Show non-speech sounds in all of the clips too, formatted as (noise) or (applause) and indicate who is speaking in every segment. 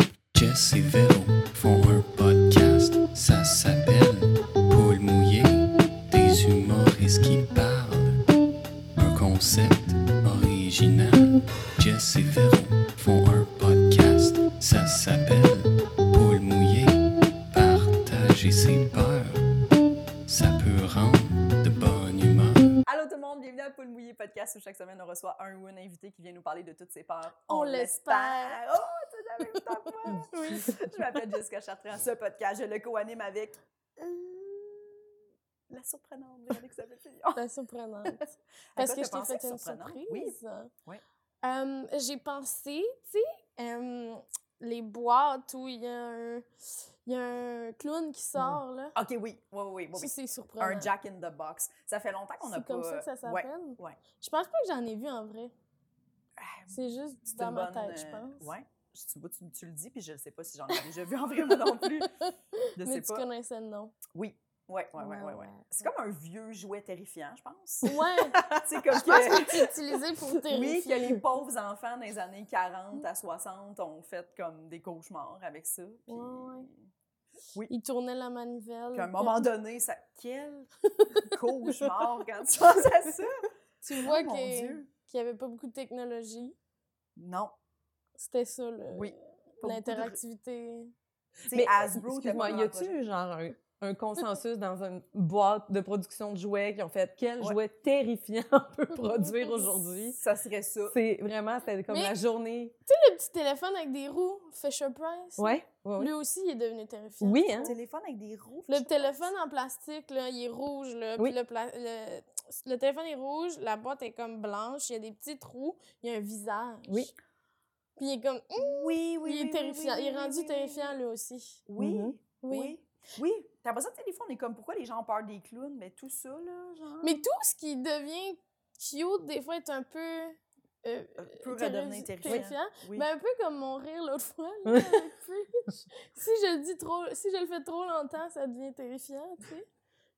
Speaker 1: et Véro font un podcast. Ça s'appelle Paul Mouillé, des humoristes qui parlent. Un concept original. Jess et Véro font un podcast. Ça s'appelle Paul Mouillé, partager ses peurs. Ça peut rendre de bonne humeur.
Speaker 2: Allô tout le monde, bienvenue à Poule Mouillée Podcast où chaque semaine on reçoit un ou une invité qui vient nous parler de toutes ses peurs.
Speaker 3: On l'espère.
Speaker 2: Oh, tout à même temps que moi.
Speaker 3: (laughs)
Speaker 2: Oui. Je m'appelle Jessica Chartrand. Ce podcast, je le co-anime avec euh, la surprenante Véronique Sabé-Fillon. (laughs)
Speaker 3: La surprenante. Parce
Speaker 2: toi,
Speaker 3: que
Speaker 2: t'as
Speaker 3: je t'ai
Speaker 2: pensé
Speaker 3: fait
Speaker 2: que
Speaker 3: une
Speaker 2: surprenante?
Speaker 3: surprise.
Speaker 2: Oui. Oui.
Speaker 3: Euh, J'ai pensé, tu sais, euh, les boîtes où il y, a un- il y a un clown qui sort, là.
Speaker 2: OK, oui, oui, oui, Mm. oui.
Speaker 3: Ça,
Speaker 2: oui.
Speaker 3: c'est surprenant.
Speaker 2: Un Jack in the Box. Ça fait longtemps qu'on n'a
Speaker 3: C'est
Speaker 2: pas...
Speaker 3: comme ça que ça
Speaker 2: Ouais.
Speaker 3: s'appelle?
Speaker 2: ouais.
Speaker 3: Je pense pas que j'en ai vu en vrai. C'est juste
Speaker 2: C'est
Speaker 3: dans
Speaker 2: une
Speaker 3: ma
Speaker 2: bonne,
Speaker 3: tête, je
Speaker 2: euh,
Speaker 3: pense.
Speaker 2: Ouais. Je- Tu, vois, tu, tu le dis, puis je ne sais pas si j'en ai déjà vu en vrai moi non
Speaker 3: (laughs)
Speaker 2: plus. Je
Speaker 3: Mais
Speaker 2: sais
Speaker 3: tu
Speaker 2: pas.
Speaker 3: connaissais
Speaker 2: (laughs)
Speaker 3: le nom.
Speaker 2: Oui, oui, oui, oui.
Speaker 3: Ouais,
Speaker 2: ouais.
Speaker 3: ouais.
Speaker 2: C'est comme un vieux jouet terrifiant, je
Speaker 3: (laughs)
Speaker 2: pense.
Speaker 3: Ouais,
Speaker 2: C'est comme
Speaker 3: je pense
Speaker 2: que-
Speaker 3: que tu utilisé pour
Speaker 2: (laughs) Oui, que
Speaker 3: terrifier.
Speaker 2: les pauvres enfants des années 40 à 60 ont fait comme des cauchemars avec ça. Puis,
Speaker 3: Mm. Ouais, ouais.
Speaker 2: Oui.
Speaker 3: Il tournait la manivelle.
Speaker 2: Qu'à un moment donné,
Speaker 3: (laughs)
Speaker 2: ça. Quel cauchemar quand tu penses à ça!
Speaker 3: Tu vois
Speaker 2: Oh, (laughs) mon
Speaker 3: que- qu'il
Speaker 2: Dieu.
Speaker 3: n'y avait pas beaucoup de technologie.
Speaker 2: Non.
Speaker 3: C'était ça, le-
Speaker 2: Oui. Pas beaucoup de-
Speaker 3: l'interactivité.
Speaker 2: Tu sais, Hasbro, t'as
Speaker 4: euh, excuse-moi,
Speaker 2: pas
Speaker 4: y
Speaker 2: grand projet.
Speaker 4: a-tu genre un, un (laughs) consensus dans une boîte de production de jouets qui ont fait quel
Speaker 2: Ouais.
Speaker 4: jouet terrifiant (laughs) on peut produire aujourd'hui?
Speaker 2: Ça serait ça.
Speaker 4: C'est vraiment, c'était comme
Speaker 3: Mais-
Speaker 4: la journée.
Speaker 3: Le petit téléphone avec des roues, Fisher Price.
Speaker 4: Ouais, ouais, ouais.
Speaker 3: Lui aussi, il est devenu terrifiant.
Speaker 4: Oui, hein?
Speaker 2: Téléphone avec des roues.
Speaker 3: Le téléphone en plastique, là, il est rouge, là. puis
Speaker 4: Oui.
Speaker 3: le, pla- le- le téléphone est rouge, la boîte est comme blanche, il y a des petits trous, il y a un visage.
Speaker 4: Oui.
Speaker 3: Puis il est comme... hum,
Speaker 2: Oui, oui.
Speaker 3: il est
Speaker 2: oui, oui,
Speaker 3: terrifiant.
Speaker 2: oui,
Speaker 3: il est
Speaker 2: oui,
Speaker 3: rendu
Speaker 2: oui, oui,
Speaker 3: terrifiant, Mm-hmm.
Speaker 2: oui.
Speaker 3: lui aussi.
Speaker 2: Oui,
Speaker 4: Mhm.
Speaker 3: Oui.
Speaker 2: oui. Oui. T'as pas ça, tu sais, des fois, on est comme, pourquoi les gens ont peur des clowns? Mais tout ça, là, genre.
Speaker 3: Mais tout ce qui devient cute, des fois, est un peu... euh,
Speaker 2: Peut
Speaker 3: terroris-
Speaker 2: redevenir terrifiant. Oui.
Speaker 3: Ben, un peu comme mon rire l'autre fois,
Speaker 2: (laughs)
Speaker 3: là, avec Preach. si je le dis trop, si je le fais trop longtemps, ça devient terrifiant, tu sais.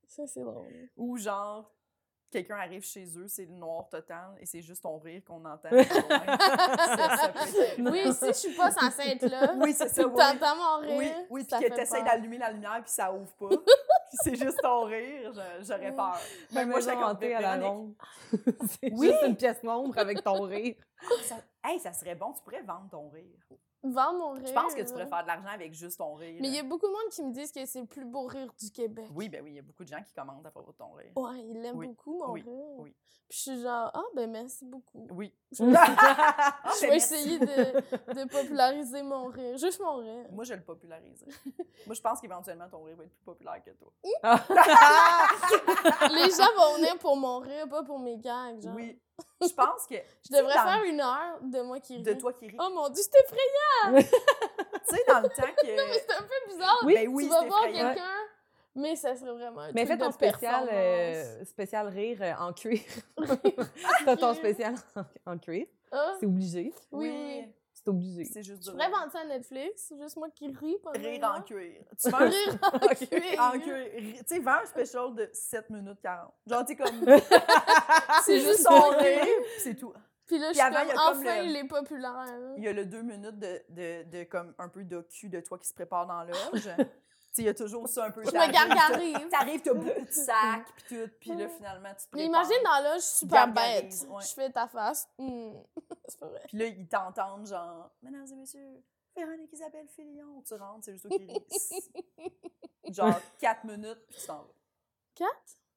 Speaker 3: Ça,
Speaker 2: (laughs)
Speaker 3: c'est drôle.
Speaker 2: Ou genre, quelqu'un arrive chez eux, c'est le noir total et c'est juste ton rire qu'on entend.
Speaker 3: (laughs)
Speaker 2: Ça, ça peut être-
Speaker 3: Oui, si je suis pas censée être là,
Speaker 2: oui, c'est ça.
Speaker 3: puis
Speaker 2: Oui,
Speaker 3: que t'entends mon
Speaker 2: oui, oui,
Speaker 3: rire,
Speaker 2: oui,
Speaker 3: ça
Speaker 2: puis que
Speaker 3: fait
Speaker 2: t'essayes
Speaker 3: peur.
Speaker 2: d'allumer la lumière puis ça ouvre
Speaker 3: (laughs)
Speaker 2: pas. puis c'est juste ton rire, je- j'aurais
Speaker 3: Oui.
Speaker 2: peur.
Speaker 4: La
Speaker 2: Ben, moi,
Speaker 4: maison
Speaker 2: j'étais comme,
Speaker 4: hantée à la
Speaker 2: Véronique,
Speaker 4: ronde. (laughs) C'est
Speaker 2: Oui.
Speaker 4: juste une pièce sombre avec ton rire.
Speaker 2: Ah, Ça, hey, ça serait bon, tu pourrais vendre ton rire.
Speaker 3: Vendre mon rire.
Speaker 2: Je pense que tu
Speaker 3: là.
Speaker 2: pourrais faire de l'argent avec juste ton rire.
Speaker 3: Mais il y a beaucoup de monde qui me disent que c'est le plus beau rire du Québec.
Speaker 2: Oui, ben oui, il y a beaucoup de gens qui commentent à propos de ton rire.
Speaker 3: Ouais, ils l'aiment
Speaker 2: Oui,
Speaker 3: beaucoup, mon
Speaker 2: oui,
Speaker 3: rire.
Speaker 2: oui.
Speaker 3: Puis je suis genre, ah, ben merci beaucoup.
Speaker 2: (laughs) Oui.
Speaker 3: Je vais, Oh, je
Speaker 2: Je
Speaker 3: vais essayer de,
Speaker 2: (laughs)
Speaker 3: de populariser mon rire. Juste mon rire.
Speaker 2: Moi, je le
Speaker 3: (laughs)
Speaker 2: populariserai. Moi, je pense qu'éventuellement, ton rire va être plus populaire que toi.
Speaker 3: Ah.
Speaker 2: (laughs)
Speaker 3: Les gens vont venir pour mon rire, pas pour mes gags. Genre.
Speaker 2: Oui. Je pense que.
Speaker 3: Je devrais
Speaker 2: dans-
Speaker 3: faire une heure de moi qui rit.
Speaker 2: De toi qui ris.
Speaker 3: Oh mon dieu, c'est effrayant!
Speaker 2: Tu sais, dans le
Speaker 3: (laughs)
Speaker 2: temps que.
Speaker 3: C'est un peu bizarre!
Speaker 4: (laughs) oui,
Speaker 2: ben oui,
Speaker 3: tu vas
Speaker 2: c'est
Speaker 3: voir
Speaker 2: effrayant.
Speaker 3: quelqu'un, mais ça serait vraiment un
Speaker 4: Mais
Speaker 3: truc
Speaker 4: fais ton
Speaker 3: de
Speaker 4: spécial,
Speaker 3: performance.
Speaker 4: euh, spécial rire euh, en (laughs) cuir. T'as ton
Speaker 3: cuir.
Speaker 4: spécial en, en cuir.
Speaker 3: Ah,
Speaker 4: C'est obligé.
Speaker 3: oui, oui, oui.
Speaker 4: C'est obligé. (laughs)
Speaker 2: C'est juste du
Speaker 3: Je pourrais
Speaker 2: rire.
Speaker 3: vendre ça à Netflix, juste moi qui ris pendant
Speaker 2: Rire
Speaker 3: une
Speaker 2: en
Speaker 3: heure.
Speaker 2: cuir. Tu vends
Speaker 3: hein. Rire
Speaker 2: (laughs)
Speaker 3: en
Speaker 4: (laughs)
Speaker 3: cuir.
Speaker 2: en cuir. Ri- Tu sais, vends un special de 7 minutes 40. Genre, tu sais,
Speaker 3: (laughs)
Speaker 2: comme.
Speaker 3: C'est juste
Speaker 2: son
Speaker 3: mon
Speaker 2: rire,
Speaker 3: rire.
Speaker 2: puis c'est tout.
Speaker 3: Puis là,
Speaker 2: Puis
Speaker 3: je suis
Speaker 2: avant, il y a
Speaker 3: comme,
Speaker 2: comme
Speaker 3: enfin,
Speaker 2: le-
Speaker 3: il est populaire. là.
Speaker 2: Il y a le 2 minutes de, de, de comme un peu de cul de toi qui se prépare dans
Speaker 3: (laughs)
Speaker 2: l'âge. tu sais, il y a toujours ça un peu.
Speaker 3: Je me
Speaker 2: t'arrives, (laughs)
Speaker 3: gargarise.
Speaker 2: T'arrives, t'as beaucoup de sacs, puis tout. Puis là, finalement, tu te
Speaker 3: Mais
Speaker 2: prépares.
Speaker 3: imagine dans là, je suis super bête.
Speaker 2: Gargarise, ouais.
Speaker 3: Je fais ta face. Hmm. (laughs) c'est pas vrai.
Speaker 2: Puis là, ils t'entendent genre « Mesdames et messieurs, Véronique Isabelle Fillon, tu rentres, c'est juste au
Speaker 3: (laughs)
Speaker 2: Kélis. » Genre quatre minutes, puis tu t'en vas.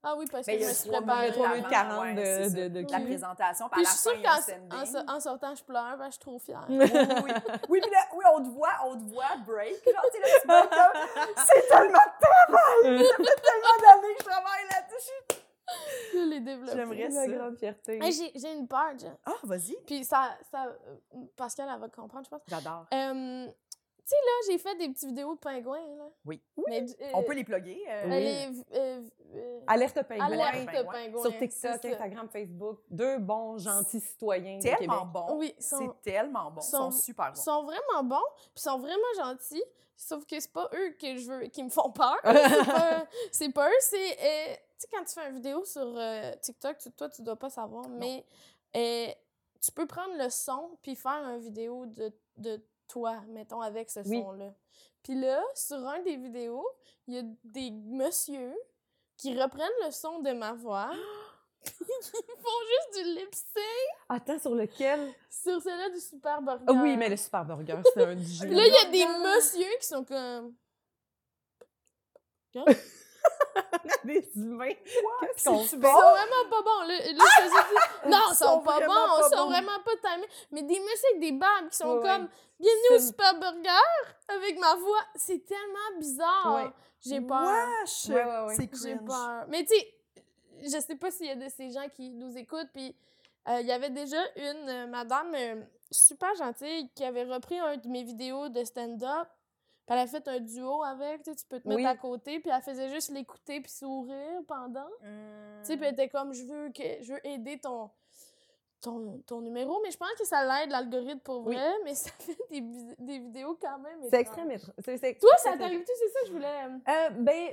Speaker 3: Ah oui, parce que
Speaker 2: Ben, il y
Speaker 3: je
Speaker 2: a
Speaker 3: me suis
Speaker 2: trois
Speaker 3: préparée.
Speaker 2: minutes
Speaker 4: trois
Speaker 3: avant.
Speaker 4: minutes quarante
Speaker 2: Ouais, c'est
Speaker 4: de,
Speaker 2: ça.
Speaker 4: de, de
Speaker 3: Puis
Speaker 2: La
Speaker 4: cuir.
Speaker 2: présentation, par
Speaker 3: Puis
Speaker 2: la
Speaker 3: je suis
Speaker 2: fin,
Speaker 3: sûre
Speaker 2: il y a un
Speaker 3: qu'en en so-
Speaker 2: standing.
Speaker 3: en sortant, je pleure parce que je suis trop fière.
Speaker 2: (laughs) Oui, oui. oui, puis là, oui, on te voit, on te voit break. Genre, tu sais, là, tu vois
Speaker 3: (laughs)
Speaker 2: comme, c'est tellement de
Speaker 4: Euh,
Speaker 2: travail! Ça fait tellement d'années que je travaille là-dessus!
Speaker 3: Je les développer.
Speaker 2: J'aimerais
Speaker 4: La
Speaker 2: ça.
Speaker 4: grande fierté.
Speaker 3: Hey, j'ai- J'ai une peur, Jen.
Speaker 2: Ah, vas-y!
Speaker 3: Puis ça, ça euh, Pascal, elle va comprendre, je pense.
Speaker 2: J'adore.
Speaker 3: Euh, tu sais, là, j'ai fait des petites vidéos de pingouins, là.
Speaker 2: Oui.
Speaker 3: Mais,
Speaker 2: On peut les plugger. euh,
Speaker 4: Oui.
Speaker 3: Allez, euh, euh,
Speaker 4: Alerte pingouin.
Speaker 3: alerte
Speaker 2: pingouin.
Speaker 3: pingouin.
Speaker 4: Sur
Speaker 3: c'est
Speaker 4: TikTok,
Speaker 3: ça.
Speaker 4: Instagram, Facebook. Deux bons, gentils citoyens du Québec.
Speaker 2: Tellement bon.
Speaker 3: euh, Oui, ils sont,
Speaker 2: C'est tellement bon. Ils sont
Speaker 3: sont-
Speaker 4: Ah
Speaker 2: super bons.
Speaker 3: sont vraiment bons, puis ils sont vraiment gentils, sauf que c'est pas eux que je veux, qui me font
Speaker 4: (laughs)
Speaker 3: peur. C'est pas- c'est pas, eux, c'est... euh, tu sais, quand tu fais une vidéo sur euh, TikTok, tu- toi, tu dois pas savoir, mais euh, tu peux prendre le son puis faire une vidéo de, de toi, mettons, avec ce
Speaker 4: Oui.
Speaker 3: son-là. Puis là, sur un des vidéos, il y a des messieurs qui reprennent le son de ma
Speaker 4: (gasps)
Speaker 3: voix. (laughs) Ils font juste du lip-sync
Speaker 4: Attends, sur lequel?
Speaker 3: sur celle-là du Super Burger.
Speaker 4: Ah oui, mais le Super Burger, c'est un
Speaker 3: Puis
Speaker 4: dieu.
Speaker 3: là, il y a des messieurs qui sont comme...
Speaker 4: (laughs) des humains. Qu'est-ce
Speaker 2: C'est
Speaker 4: qu'on
Speaker 2: super.
Speaker 3: Ils sont
Speaker 2: Bon.
Speaker 3: vraiment pas bons. Là, là, je me suis dit, non,
Speaker 2: (laughs) Ils
Speaker 3: ils
Speaker 2: sont
Speaker 3: sont pas
Speaker 2: vraiment
Speaker 3: bons,
Speaker 2: pas
Speaker 3: ils sont
Speaker 2: bons.
Speaker 3: vraiment pas timés. Mais des messieurs avec des barbes qui sont
Speaker 4: Ouais, ouais.
Speaker 3: comme Bienvenue au
Speaker 4: C'est-
Speaker 3: Super Burger avec ma voix. C'est tellement bizarre.
Speaker 4: Ouais.
Speaker 3: J'ai peur.
Speaker 2: Wesh!
Speaker 4: Ouais, ouais, ouais.
Speaker 2: C'est
Speaker 3: J'ai
Speaker 2: cringe.
Speaker 3: peur. Mais tu sais, je sais pas s'il y a de ces gens qui nous écoutent. Puis euh, il y avait déjà une euh, madame euh, super gentille qui avait repris un de mes vidéos de stand-up. Puis elle a fait un duo avec. Tu sais, tu peux te mettre
Speaker 4: Oui.
Speaker 3: à côté. Puis elle faisait juste l'écouter puis sourire pendant.
Speaker 4: Mmh.
Speaker 3: Tu sais, puis elle était comme, je veux, que, je veux aider ton, ton, ton numéro, mais je pense que ça l'aide l'algorithme pour
Speaker 4: Oui.
Speaker 3: vrai, mais (laughs) ça fait des, vis- des vidéos quand même. étranges.
Speaker 4: C'est extrême. étrange. C'est- c'est-
Speaker 3: Toi, ça
Speaker 4: c'est-
Speaker 3: t'arrive tout, c'est ça, que je voulais.
Speaker 4: Euh, ben,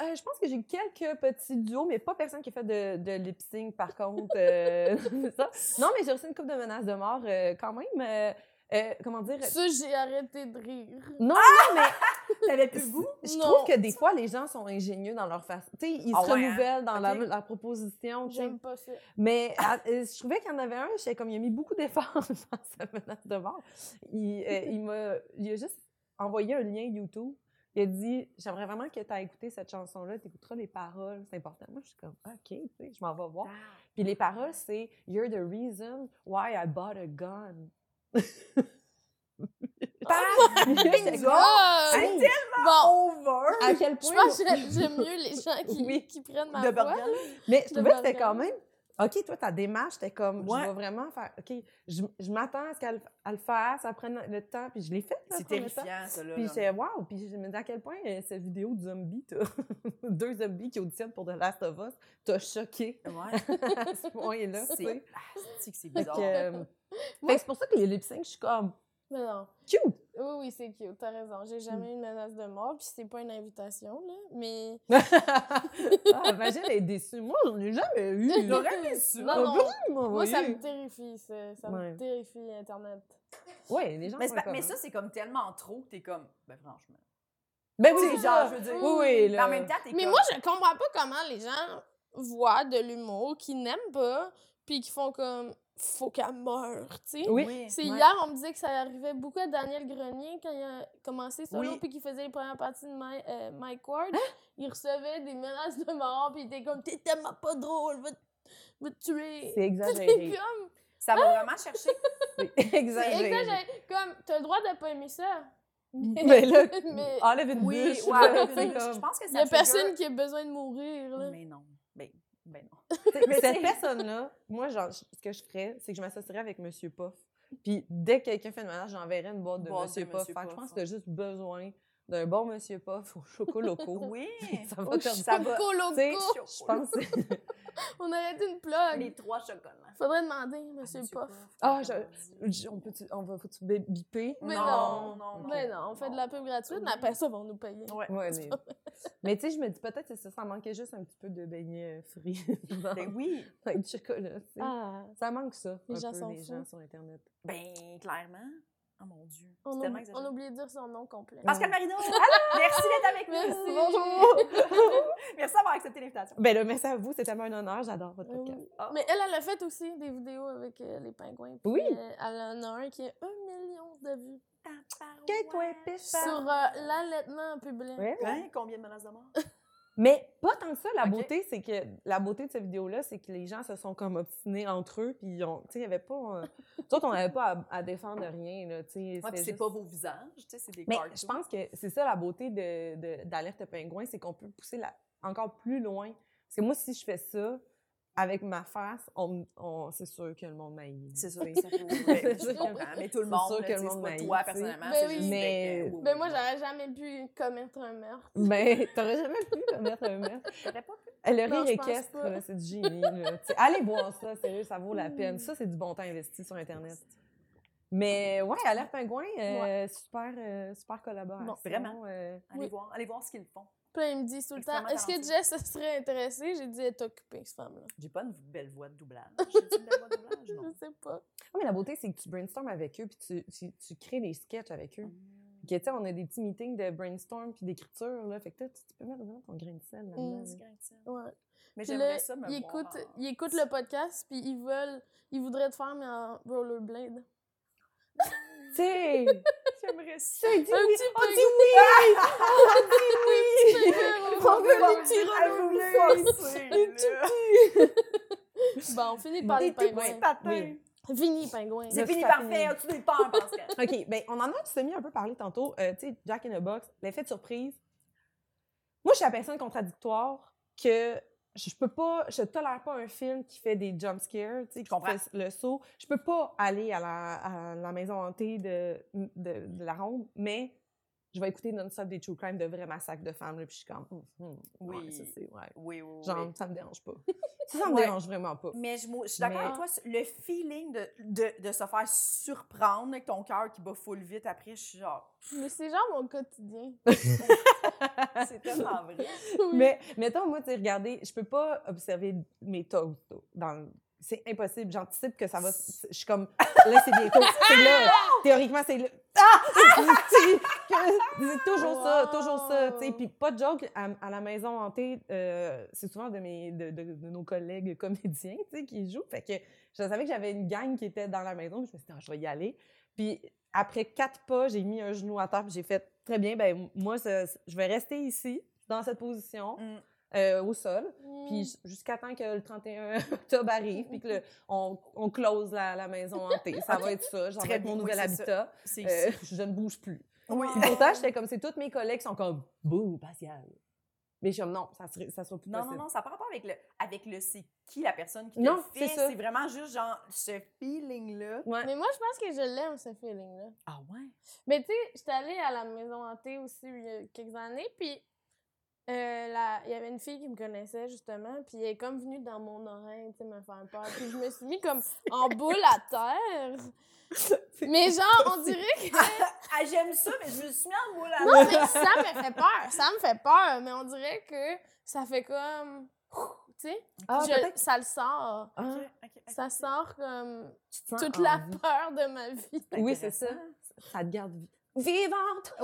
Speaker 4: euh, je pense que j'ai quelques petits duos, mais pas personne qui a fait de, de lip sync par contre. euh, (laughs) ça. Non, mais j'ai reçu une coupe de menaces de mort euh, quand même. euh, euh, comment dire?
Speaker 3: Ça, j'ai arrêté de rire.
Speaker 4: Non, non, mais
Speaker 2: T'avais plus goût?
Speaker 4: je
Speaker 3: Non.
Speaker 4: trouve que des fois, les gens sont ingénieux dans leur façon. Tu sais, ils
Speaker 2: Ah
Speaker 4: se
Speaker 2: ouais, hein?
Speaker 4: renouvellent dans la,
Speaker 2: Ok.
Speaker 4: la proposition. tu sais.
Speaker 3: J'aime pas ça.
Speaker 4: Mais à- euh, je trouvais qu'il y en avait un, j'étais comme, il a mis beaucoup d'efforts (laughs) dans sa menace de mort. Il,
Speaker 2: (laughs)
Speaker 4: euh, il m'a, il a juste envoyé un lien YouTube. Il a dit, j'aimerais vraiment que tu aies écouté cette chanson-là, tu écouteras les paroles, c'est important. Moi, je suis comme, OK, tu sais, je m'en vais voir. Puis les paroles, c'est, You're the reason why I bought a gun. (laughs)
Speaker 2: Ah
Speaker 4: (laughs) J'étais comme,
Speaker 3: Ah!
Speaker 2: C'est
Speaker 4: Hey,
Speaker 3: bon,
Speaker 2: Over!
Speaker 4: à quel
Speaker 3: je
Speaker 4: point.
Speaker 3: pense que j'aime- j'aime mieux les gens qui,
Speaker 4: Oui.
Speaker 3: qui prennent ma
Speaker 2: De
Speaker 3: voix.
Speaker 2: Burger.
Speaker 4: Mais
Speaker 3: De
Speaker 4: je trouvais que c'était
Speaker 3: Morgane.
Speaker 4: quand même. OK, toi, ta démarche, c'était comme,
Speaker 2: Ouais.
Speaker 4: je vais vraiment faire. OK, je, je m'attends à ce qu'elle à le fasse, ça prenne le temps, puis je l'ai fait. là,
Speaker 2: C'est
Speaker 4: prendre le temps.
Speaker 2: terrifiant, ça, là.
Speaker 4: Puis
Speaker 2: là.
Speaker 4: j'étais, waouh! Puis je me dis à quel point euh, cette vidéo de zombies, t'as- (laughs) deux zombies qui auditionnent pour The Last of Us, t'as choqué (laughs)
Speaker 2: Ouais.
Speaker 4: à ce (laughs) point-là. tu
Speaker 2: C'est
Speaker 4: sais.
Speaker 2: Ah, c'est-tu que c'est
Speaker 4: Fait que,
Speaker 2: bizarre.
Speaker 4: euh, fait que c'est pour ça que les lip syncs, je suis comme,
Speaker 3: Mais non.
Speaker 2: (laughs)
Speaker 4: cute!
Speaker 3: Oui, oui, c'est cute, t'as raison. J'ai jamais eu une menace de mort, puis c'est pas une invitation, là. Mais.
Speaker 4: ah, imagine, elle est déçue. Moi, j'en ai jamais eu.
Speaker 2: J'aurais aimé ça.
Speaker 3: Non,
Speaker 4: T'as
Speaker 3: non.
Speaker 4: pas pu
Speaker 3: Moi, ça
Speaker 4: m'envoyer.
Speaker 3: me terrifie, ça. Ça
Speaker 4: Ah Ouais.
Speaker 3: me terrifie, Internet.
Speaker 4: Ouais, les gens
Speaker 2: Mais,
Speaker 4: sont
Speaker 2: c'est pas-
Speaker 4: comme-
Speaker 2: mais ça, c'est comme tellement trop que t'es comme, ben franchement.
Speaker 4: Ben
Speaker 2: Tu
Speaker 4: oui,
Speaker 2: sais,
Speaker 4: c'est
Speaker 2: genre,
Speaker 4: ça.
Speaker 2: je veux dire.
Speaker 4: Oui, oui,
Speaker 2: Mais
Speaker 4: là.
Speaker 2: en même temps, t'es
Speaker 3: Mais
Speaker 2: comme.
Speaker 3: moi, je comprends pas comment les gens voient de l'humour qu'ils n'aiment pas, puis qui font comme faut qu'elle meure, tu sais.
Speaker 4: Oui.
Speaker 3: C'est
Speaker 2: Ouais.
Speaker 3: hier, on me disait que ça arrivait beaucoup à Daniel Grenier quand il a commencé solo
Speaker 2: Oui. Hein?
Speaker 3: puis qu'il faisait les premières parties de My- euh, Mike Ward. Il recevait des menaces de mort puis il était comme t'es tellement pas drôle, va te, va te tuer. (laughs)
Speaker 4: C'est
Speaker 3: C'est
Speaker 4: exagéré.
Speaker 3: comme
Speaker 2: Ça va vraiment chercher.
Speaker 4: C'est
Speaker 3: c'est
Speaker 4: exagéré.
Speaker 3: exagéré. Comme t'as le droit de pas
Speaker 2: (laughs)
Speaker 3: aimer ça.
Speaker 4: Mais là,
Speaker 3: (laughs) Mais
Speaker 4: (laughs) enlève une
Speaker 2: Oui,
Speaker 4: bûche.
Speaker 2: ouais,
Speaker 4: là,
Speaker 2: je-
Speaker 4: c'est
Speaker 2: je
Speaker 4: comme-
Speaker 2: pense que Ben ah, ça
Speaker 3: il y a
Speaker 2: trigger-
Speaker 3: personne qui a besoin de mourir là.
Speaker 2: Mais non. Ben, ben
Speaker 4: (laughs)
Speaker 2: non.
Speaker 4: Mais cette personne-là, moi, genre, je- ce que je ferais, c'est que je m'associerais avec Monsieur Puff. Puis dès que quelqu'un fait une menace, j'enverrais une boîte de
Speaker 2: Boîte de
Speaker 4: Monsieur Puff. hein.
Speaker 2: Monsieur
Speaker 4: Fait que je
Speaker 2: Puff,
Speaker 4: pense que
Speaker 2: ouais.
Speaker 4: t'as juste besoin d'un bon Monsieur Puff au chocolat (laughs) loco.
Speaker 2: Oui.
Speaker 4: Ça va
Speaker 2: Au
Speaker 4: te-
Speaker 2: chocolat.
Speaker 4: (laughs)
Speaker 2: va.
Speaker 3: Coco
Speaker 4: Tu sais,
Speaker 3: loco.
Speaker 4: Je pense que c'est-
Speaker 3: On aurait dit une plug.
Speaker 2: Les trois chocolats.
Speaker 3: Faudrait demander, monsieur Puff.
Speaker 4: Ah,
Speaker 2: comment
Speaker 4: je-
Speaker 2: on dit.
Speaker 4: J- on peut on va faut-tu bi- biper
Speaker 3: Mais
Speaker 2: non, non,
Speaker 3: non,
Speaker 2: non.
Speaker 3: Mais Ben non, on fait de la pub gratuite, mais après ça, ils vont nous payer.
Speaker 2: Ouais.
Speaker 4: Ouais, (laughs) mais mais tu sais, je me dis peut-être que ça, ça manquait juste un petit peu de beignets euh, frits (laughs) dedans,
Speaker 2: Ben oui.
Speaker 4: avec du chocolat. tu sais.
Speaker 3: Ah,
Speaker 4: Ça manque ça
Speaker 3: Les
Speaker 4: un
Speaker 3: gens
Speaker 4: peu,
Speaker 3: sont
Speaker 4: les
Speaker 3: fous.
Speaker 4: gens sur internet.
Speaker 2: Ben, clairement. Oh mon Dieu. C'est
Speaker 3: on,
Speaker 2: tellement
Speaker 3: oublie, on
Speaker 2: exagéré. Ah,
Speaker 3: oublie de dire son nom complet.
Speaker 2: Pascal Marino, merci d'être avec
Speaker 3: Merci.
Speaker 2: nous.
Speaker 3: Bonjour.
Speaker 2: merci d'avoir accepté l'invitation.
Speaker 4: Ben là, merci à vous, c'est tellement un honneur, j'adore votre
Speaker 3: Ah Oui,
Speaker 4: podcast.
Speaker 3: oui. Mais elle, elle a fait aussi des vidéos avec euh, les pingouins. puis,
Speaker 4: Oui.
Speaker 3: euh, elle en a un qui a un million de vues
Speaker 4: Gateway
Speaker 3: sur
Speaker 4: Pépin.
Speaker 3: euh, l'allaitement public.
Speaker 4: Ouais.
Speaker 2: Hein, combien de menaces de mort?
Speaker 4: Mais pas tant que ça, la
Speaker 2: Ok.
Speaker 4: beauté, c'est que la beauté de cette vidéo-là, c'est que les gens se sont comme obstinés entre eux, puis ils ont, tu sais, il y avait pas,
Speaker 2: (laughs)
Speaker 4: euh, nous autres, on n'avait pas à, à défendre rien, là, tu sais.
Speaker 2: Ouais,
Speaker 4: c'était
Speaker 2: puis c'est
Speaker 4: juste-
Speaker 2: pas vos visages, tu sais, c'est des
Speaker 4: Mais
Speaker 2: cartoons.
Speaker 4: je pense que c'est ça la beauté de, de- d'Alerte Pingouin, c'est qu'on peut pousser la- encore plus loin. Parce que moi, si je fais ça avec ma face, on, me- on- c'est sûr que le monde m'aille.
Speaker 2: C'est sûr,
Speaker 4: (laughs)
Speaker 2: ça peut- ouais, je comprends. Mais tout le
Speaker 4: C'est
Speaker 2: monde,
Speaker 4: sûr
Speaker 2: là,
Speaker 4: que
Speaker 2: tu sais,
Speaker 4: le
Speaker 2: c'est
Speaker 4: monde
Speaker 2: pas
Speaker 4: naïf,
Speaker 2: toi
Speaker 4: tu sais.
Speaker 2: personnellement,
Speaker 3: Ben
Speaker 2: c'est
Speaker 3: oui.
Speaker 2: juste
Speaker 4: Mais-
Speaker 2: avec, euh, oui,
Speaker 3: Ben
Speaker 2: oui,
Speaker 3: moi,
Speaker 2: non.
Speaker 3: j'aurais jamais pu commettre un meurtre.
Speaker 4: Ben, t'aurais jamais pu commettre un meurtre.
Speaker 2: T'aurais pas pu.
Speaker 4: Eh, Le
Speaker 3: Non,
Speaker 4: rire
Speaker 3: je pense
Speaker 4: équestre,
Speaker 3: pas.
Speaker 4: là, c'est du
Speaker 2: Mm.
Speaker 4: génie. là. Tu sais, Allez voir ça, sérieux, ça vaut la peine. Ça, c'est du bon temps investi sur Internet. Mais ouais, Alerte Pingouin, euh,
Speaker 3: Ouais.
Speaker 4: super, euh, super collaboration.
Speaker 3: Bon,
Speaker 2: vraiment.
Speaker 4: euh,
Speaker 2: Allez,
Speaker 3: Oui.
Speaker 2: voir, allez voir ce qu'ils font.
Speaker 3: Puis là, il me dit tout le temps
Speaker 2: Extrêmement
Speaker 3: Est-ce que
Speaker 2: talentueux.
Speaker 3: Jess serait intéressée J'ai dit Elle est occupée, cette femme-là.
Speaker 2: J'ai pas une belle voix de doublage. J'ai une belle voix de doublage,
Speaker 3: Je
Speaker 2: non?
Speaker 3: sais pas.
Speaker 4: Ah, mais la beauté, c'est que tu brainstormes avec eux, puis tu, tu, tu crées des sketchs avec eux.
Speaker 2: Mm.
Speaker 4: Puis que, tu sais, on a des petits meetings de brainstorm puis d'écriture, là. Fait que toi, tu, tu peux mettre vraiment ton grain de sel là-dedans.
Speaker 3: Mm.
Speaker 4: là.
Speaker 2: C'est
Speaker 3: (laughs)
Speaker 2: correct, ça.
Speaker 3: Ouais.
Speaker 2: Mais
Speaker 3: Puis
Speaker 2: j'aimerais
Speaker 3: là,
Speaker 2: ça me
Speaker 3: ils
Speaker 2: voir
Speaker 3: écoutent,
Speaker 2: en-
Speaker 3: ils écoutent le podcast, puis ils veulent, ils voudraient te faire, mais en rollerblade.
Speaker 4: Tu sais!
Speaker 2: J'aimerais ça.
Speaker 4: tu dis
Speaker 3: Un
Speaker 4: oui!
Speaker 3: petit
Speaker 4: On
Speaker 3: peu.
Speaker 4: dit
Speaker 3: (laughs)
Speaker 4: oui!
Speaker 3: Tu
Speaker 4: On dit oui!
Speaker 3: veux
Speaker 4: On veut
Speaker 3: voir-
Speaker 4: les petits
Speaker 2: Elle voulait
Speaker 4: rouleurs
Speaker 2: essayer, là.
Speaker 4: Les
Speaker 3: (laughs) Bon, on finit par les
Speaker 2: Des tout
Speaker 3: pingouins.
Speaker 2: petits patins.
Speaker 4: Oui.
Speaker 3: Fini, pingouin.
Speaker 2: C'est
Speaker 4: Là,
Speaker 2: fini
Speaker 4: ça
Speaker 2: par
Speaker 4: finit.
Speaker 2: faire. Tu n'es pas en Pascal.
Speaker 4: OK, ben on en a semi un peu parlé tantôt. Euh, tu sais, Jack in the Box, l'effet de surprise. Moi, je suis la personne contradictoire que je je peux pas, je tolère pas un film qui fait des jump scares, tu sais, qui
Speaker 2: comprends.
Speaker 4: fait le saut. Je peux pas aller à la, à la maison hantée de, de, de la ronde, mais je vais écouter non-stop des true crime de vrais massacres de femmes, là, puis je suis comme, hum, hum, ouais,
Speaker 2: Oui.
Speaker 4: ça, c'est- ouais.
Speaker 2: (laughs) Oui, oui, oui.
Speaker 4: Genre, ça me dérange
Speaker 2: (laughs)
Speaker 4: pas. Ça, ça me
Speaker 2: Ouais.
Speaker 4: dérange vraiment pas.
Speaker 2: Mais je, moi, je suis d'accord
Speaker 4: Mais-
Speaker 2: avec toi, le feeling de, de, de se faire surprendre avec ton cœur qui bat full vite après, je suis genre, (laughs)
Speaker 3: Mais c'est genre mon quotidien.
Speaker 2: c'est tellement vrai.
Speaker 3: (laughs) Oui.
Speaker 4: Mais mettons, moi, tu sais, regardez, je peux pas observer mes toasts. dans le- C'est impossible. J'anticipe que ça va. c'est- Je suis comme. Là, c'est bientôt. C'est là. Théoriquement, c'est là. Ah! (laughs) Tu- tu- c'est toujours ça, toujours ça. tu sais.
Speaker 3: Wow.
Speaker 4: Puis pas de joke, à, à la maison hantée, euh, c'est souvent de, mes, de, de- de nos collègues (laughs) comédiens tu sais, qui jouent. Fait que je savais que j'avais une gang qui était dans la maison. puis Je me suis dit, Ah, je vais y aller. Puis après quatre pas, j'ai mis un genou à terre. Puis j'ai fait, très bien, ben moi, ça- je vais rester ici, dans cette position
Speaker 2: Mm.
Speaker 4: euh, au sol,
Speaker 3: Mm.
Speaker 4: puis j- jusqu'à temps que le 31 (laughs) octobre arrive, puis que le- on, on close la, la maison hantée. Ça va être ça, j'en
Speaker 2: Très
Speaker 4: vais être mon
Speaker 2: bien, oui,
Speaker 4: nouvel
Speaker 2: c'est
Speaker 4: habitat.
Speaker 2: C'est
Speaker 4: Euh,
Speaker 2: ici.
Speaker 4: je ne bouge plus.
Speaker 2: Oui.
Speaker 4: (laughs) Puis pourtant, j'étais comme, c'est toutes mes collègues qui sont comme, bouh, Pascal. Mais je suis comme, non, ça ne ça sera plus
Speaker 2: Non, non,
Speaker 4: possible.
Speaker 2: non, ça n'a pas rapport avec le, avec le c'est qui la personne qui te
Speaker 4: Non,
Speaker 2: le
Speaker 4: c'est
Speaker 2: fait.
Speaker 4: ça.
Speaker 2: C'est vraiment juste genre ce feeling-là.
Speaker 4: Ouais.
Speaker 3: (laughs) Mais moi, je pense que je l'aime, ce feeling-là.
Speaker 2: Ah ouais?
Speaker 3: Mais tu sais, j'étais allée à la maison hantée aussi il y a quelques années, puis euh, la- il y avait une fille qui me connaissait justement, puis elle est comme venue dans mon oreille, tu sais, me faire peur. Puis je me suis mis (laughs) comme en boule à terre. (laughs) Mais genre, on dirait que.
Speaker 2: Ah, j'aime ça, mais je me suis mis en boule à
Speaker 3: Non, mais ça me fait peur, ça me fait peur, mais on dirait que ça fait comme. Tu sais,
Speaker 4: Ah,
Speaker 3: je-
Speaker 4: peut-être.
Speaker 3: ça le sort.
Speaker 4: Ah,
Speaker 2: Ok, ok, ok.
Speaker 3: Ça sort comme
Speaker 4: tu te sens
Speaker 3: toute
Speaker 4: en
Speaker 3: la
Speaker 4: vie.
Speaker 3: peur de ma vie.
Speaker 4: Oui, c'est ça.
Speaker 2: Intéressant.
Speaker 4: Ça te garde vi- vivante.
Speaker 3: (laughs)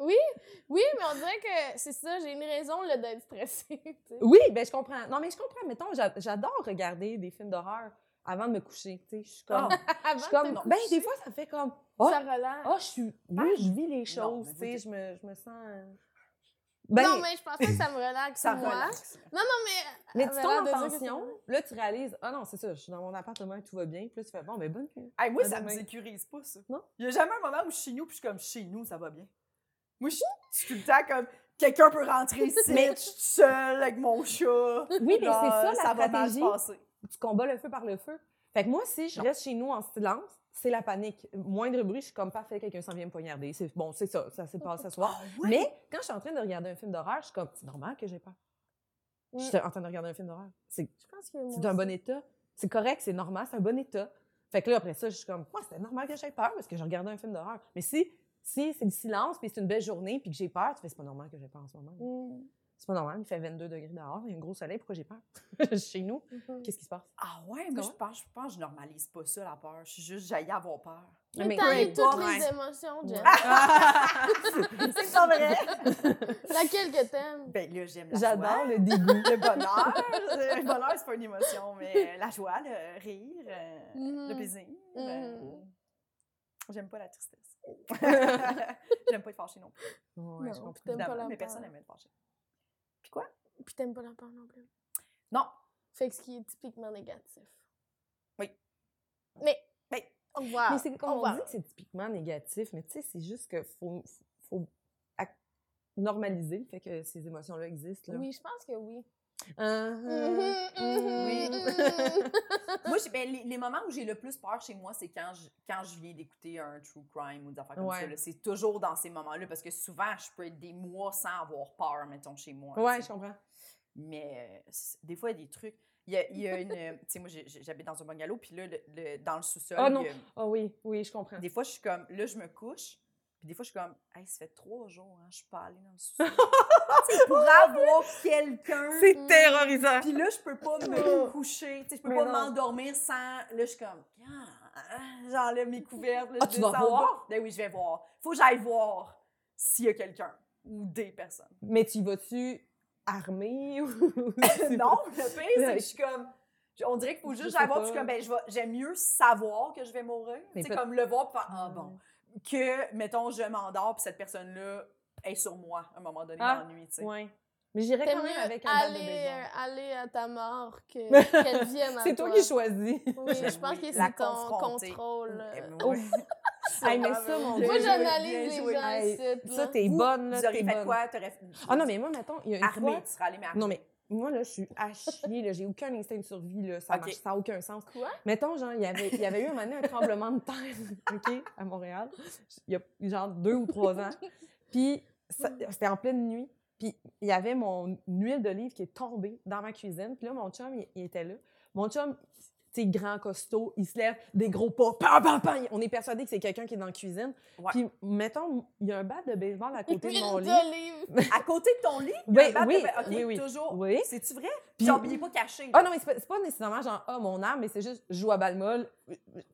Speaker 3: oui, oui, mais on dirait que c'est ça, j'ai une raison là, d'être stressée. tu sais.
Speaker 4: Oui, ben je comprends. Non, mais je comprends. Mettons, j'a- j'adore regarder des films d'horreur avant de me coucher. Tu sais, je suis comme.
Speaker 2: Ah,
Speaker 3: Avant
Speaker 4: je suis
Speaker 3: de
Speaker 4: comme.
Speaker 3: te
Speaker 4: Ben,
Speaker 3: coucher,
Speaker 4: des fois, ça fait comme. Oh,
Speaker 3: ça relâche.
Speaker 4: Ah, je suis. Oui, je vis les choses,
Speaker 2: mais
Speaker 4: tu sais,
Speaker 2: vous-
Speaker 4: je me, je me sens. euh, Ben,
Speaker 3: non,
Speaker 4: mais,
Speaker 3: mais je pense pas que ça me relaxe,
Speaker 2: Ça
Speaker 3: moi.
Speaker 2: relaxe.
Speaker 3: Non, mais...
Speaker 4: tu
Speaker 3: elle
Speaker 4: tombes
Speaker 3: a
Speaker 4: en
Speaker 3: l'air de dire que c'est
Speaker 4: tension,
Speaker 3: vrai.
Speaker 4: là, tu réalises, ah non, c'est ça, je suis dans mon appartement et tout va bien, puis là, tu fais, bon, mais bonne nuit.
Speaker 2: Hey, moi,
Speaker 4: Ah,
Speaker 2: ça me
Speaker 4: demain.
Speaker 2: sécurise pas, ça.
Speaker 4: Non?
Speaker 2: Il y a jamais un moment où je suis chez nous, puis je suis comme chez nous, ça va bien. Moi, je je suis tout le temps comme quelqu'un peut
Speaker 4: (laughs)
Speaker 2: rentrer ici,
Speaker 4: Mais-
Speaker 2: je suis toute seule avec mon chat.
Speaker 4: Oui, mais c'est
Speaker 2: Genre,
Speaker 4: ça la
Speaker 2: va mal se
Speaker 4: stratégie.
Speaker 2: passer.
Speaker 4: Tu combats le feu par le feu. Fait que moi, si je
Speaker 2: Non.
Speaker 4: reste chez nous en silence, c'est la panique. Moindre bruit, je suis comme parfait, quelqu'un s'en vient me poignarder. C'est- Bon, c'est ça, ça s'est passé ce soir.
Speaker 2: Ah ouais?
Speaker 4: Mais quand je suis en train de regarder un film d'horreur, je suis comme, c'est normal que j'ai peur.
Speaker 3: Mm.
Speaker 4: Je suis en train de regarder un film d'horreur. C'est
Speaker 3: Je pense que moi
Speaker 4: c'est un
Speaker 3: aussi.
Speaker 4: bon état. C'est correct, c'est normal, c'est un bon état. Fait que là, après ça, je suis comme, moi, c'est normal que j'aie peur parce que je regardais un film d'horreur. Mais si, si c'est le silence, puis c'est une belle journée, puis que j'ai peur, tu fais, c'est pas normal que j'ai peur en ce moment.
Speaker 3: Mm.
Speaker 4: C'est pas normal, il fait 22 degrés dehors, il y a un gros soleil, pourquoi j'ai peur? (laughs) Je suis Chez nous,
Speaker 3: Mm.
Speaker 4: qu'est-ce qui se passe?
Speaker 2: Ah ouais, moi, je
Speaker 4: Comment?
Speaker 2: pense, je pense que je normalise pas ça, la peur. Je suis juste, j'aille avoir
Speaker 4: (laughs)
Speaker 2: peur.
Speaker 3: Mais,
Speaker 4: Mais
Speaker 3: t'as
Speaker 4: peu
Speaker 3: eu toutes
Speaker 2: importe.
Speaker 3: les
Speaker 2: Ouais.
Speaker 3: émotions, Jen.
Speaker 2: c'est pas vrai.
Speaker 3: Laquelle que t'aimes?
Speaker 2: Ben là, j'aime la joie.
Speaker 4: J'adore le dégoût.
Speaker 2: Le bonheur. Le bonheur, c'est pas une émotion, mais la joie, le rire, euh, le
Speaker 4: Mmh.
Speaker 3: Mhm.
Speaker 2: plaisir. euh, J'aime pas la tristesse.
Speaker 4: Oh.
Speaker 2: (laughs) j'aime pas être fâchée non plus.
Speaker 4: Ouais, je
Speaker 3: Non,
Speaker 4: comprends.
Speaker 3: putain. J'aime pas
Speaker 2: Évidemment,
Speaker 3: la
Speaker 2: mais
Speaker 3: peur.
Speaker 2: personne n'aime être
Speaker 4: (laughs)
Speaker 2: fâchée.
Speaker 3: Puis t'aimes pas la peur non plus.
Speaker 2: Non.
Speaker 3: Fait que ce qui est typiquement négatif.
Speaker 2: Oui.
Speaker 3: Mais,
Speaker 2: Mais- Ah,
Speaker 3: au revoir.
Speaker 4: Mais
Speaker 2: oh,
Speaker 4: c'est comme
Speaker 3: Au
Speaker 4: on
Speaker 3: revoir.
Speaker 4: dit que c'est typiquement négatif, mais tu sais, c'est juste que faut, faut ac- normaliser le fait que ces émotions-là existent. là.
Speaker 3: Oui, je pense que oui. Mm-hmm,
Speaker 4: Uh-huh.
Speaker 2: Mm-hmm.
Speaker 3: Oui. mm-hmm.
Speaker 2: Moi, j'ai- ben, les, les moments où j'ai le plus peur chez moi, c'est quand je, quand je viens d'écouter un true crime ou des affaires comme
Speaker 4: Ouais.
Speaker 2: ça. là. C'est toujours dans ces moments-là parce que souvent, je peux être des mois sans avoir peur, mettons, chez moi.
Speaker 4: Ouais,
Speaker 2: tu
Speaker 4: je
Speaker 2: sais.
Speaker 4: comprends.
Speaker 2: Mais euh, c- des fois, il y a des trucs. Il y a, il y a une. Tu sais, moi, j'ai- j'ai- j'habite dans un bungalow, puis là, le- le- dans le sous-sol,
Speaker 4: Ah non.
Speaker 2: il y a-
Speaker 4: Ah oui, oui, je comprends.
Speaker 2: des fois, je suis comme. Là, je me couche, puis des fois, je suis comme. Hey, ça fait trois jours, hein, je suis pas allée dans le
Speaker 4: (laughs)
Speaker 2: sous-sol. Tu sais, pour avoir quelqu'un.
Speaker 4: C'est terrorisant.
Speaker 2: Puis là, je peux pas me coucher. Tu sais, je peux
Speaker 4: Mais
Speaker 2: pas
Speaker 4: non.
Speaker 2: m'endormir sans. Là, je suis comme. Ah, J'enlève mes couvertes. Là,
Speaker 4: Ah,
Speaker 2: je
Speaker 4: tu vas
Speaker 2: descends en bas.
Speaker 4: voir?
Speaker 2: Ben oui, je vais voir. Faut que j'aille voir s'il y a quelqu'un ou des personnes.
Speaker 4: Mais tu y vas-tu armé (laughs) ou.
Speaker 2: (laughs) non, le pire, c'est que je suis comme. je- On dirait qu'il faut
Speaker 4: Je
Speaker 2: juste
Speaker 4: sais
Speaker 2: savoir, puis je suis
Speaker 4: pas.
Speaker 2: comme, ben, je vais- j'aime mieux savoir que je vais mourir.
Speaker 4: Mais
Speaker 2: Tu sais,
Speaker 4: peut-
Speaker 2: comme le voir, puis faire, ah bon. Que, mettons, je m'endors, puis cette personne-là est sur moi à un moment donné
Speaker 4: Ah,
Speaker 2: dans la nuit, tu sais.
Speaker 4: Ouais. Mais j'irais
Speaker 3: T'aimes
Speaker 4: quand même
Speaker 3: mieux
Speaker 4: avec un bal de
Speaker 3: aller,
Speaker 4: baseball.
Speaker 3: euh, aller à ta mort
Speaker 4: (laughs)
Speaker 3: que qu'elle
Speaker 2: euh,
Speaker 3: vienne à
Speaker 4: C'est toi
Speaker 3: toi
Speaker 4: qui choisis.
Speaker 3: Oui, je pense que
Speaker 2: Oui,
Speaker 3: c'est
Speaker 2: la
Speaker 3: ton
Speaker 2: confronter.
Speaker 3: contrôle.
Speaker 2: Eh,
Speaker 3: euh.
Speaker 4: (laughs)
Speaker 2: oui. (laughs)
Speaker 4: Hey, mais ça,
Speaker 2: Bien
Speaker 3: Moi,
Speaker 4: mon Dieu.
Speaker 2: joué,
Speaker 3: j'analyse
Speaker 2: bien
Speaker 3: les
Speaker 2: joué.
Speaker 3: gens
Speaker 4: Hey,
Speaker 3: ici.
Speaker 4: Ça,
Speaker 3: là.
Speaker 4: t'es bonne, là.
Speaker 2: Vous
Speaker 4: t'es
Speaker 2: auriez fait
Speaker 4: bonne.
Speaker 2: quoi? T'aurais-
Speaker 4: Ah non, mais moi, mettons, il y a une
Speaker 2: Armée,
Speaker 4: fois-
Speaker 2: tu serais allée, mais (laughs) armée.
Speaker 4: Non, mais moi, là, je suis à chier, là. J'ai aucun instinct de survie, là. Ça
Speaker 2: Ok.
Speaker 4: marche, ça n'a aucun sens.
Speaker 3: Quoi?
Speaker 4: Mettons, genre, il y avait, il y avait eu un moment donné un tremblement de terre, (laughs) OK, à Montréal, il y a genre deux ou trois ans. Puis, ça- c'était en pleine nuit. Puis, il y avait mon huile d'olive qui est tombée dans ma cuisine. Puis là, mon chum, il, il était là. Mon chum, tu sais, grand costaud, il se lève, des gros pas, pam, pam, pam. On est persuadé que c'est quelqu'un qui est dans la cuisine.
Speaker 2: Ouais.
Speaker 4: Puis, mettons, il y a un bat de baseball à côté de
Speaker 3: Huile
Speaker 4: mon lit.
Speaker 3: d'olive.
Speaker 2: À côté de ton lit?
Speaker 4: Oui,
Speaker 2: un bat de-
Speaker 4: oui,
Speaker 2: ok,
Speaker 4: oui, oui.
Speaker 2: toujours.
Speaker 4: Oui.
Speaker 2: C'est-tu vrai?
Speaker 4: Puis-
Speaker 2: Genre, il est pas caché.
Speaker 4: Ah non, mais c'est pas, c'est pas nécessairement genre, ah, mon arme, mais c'est juste, je joue à balle molle.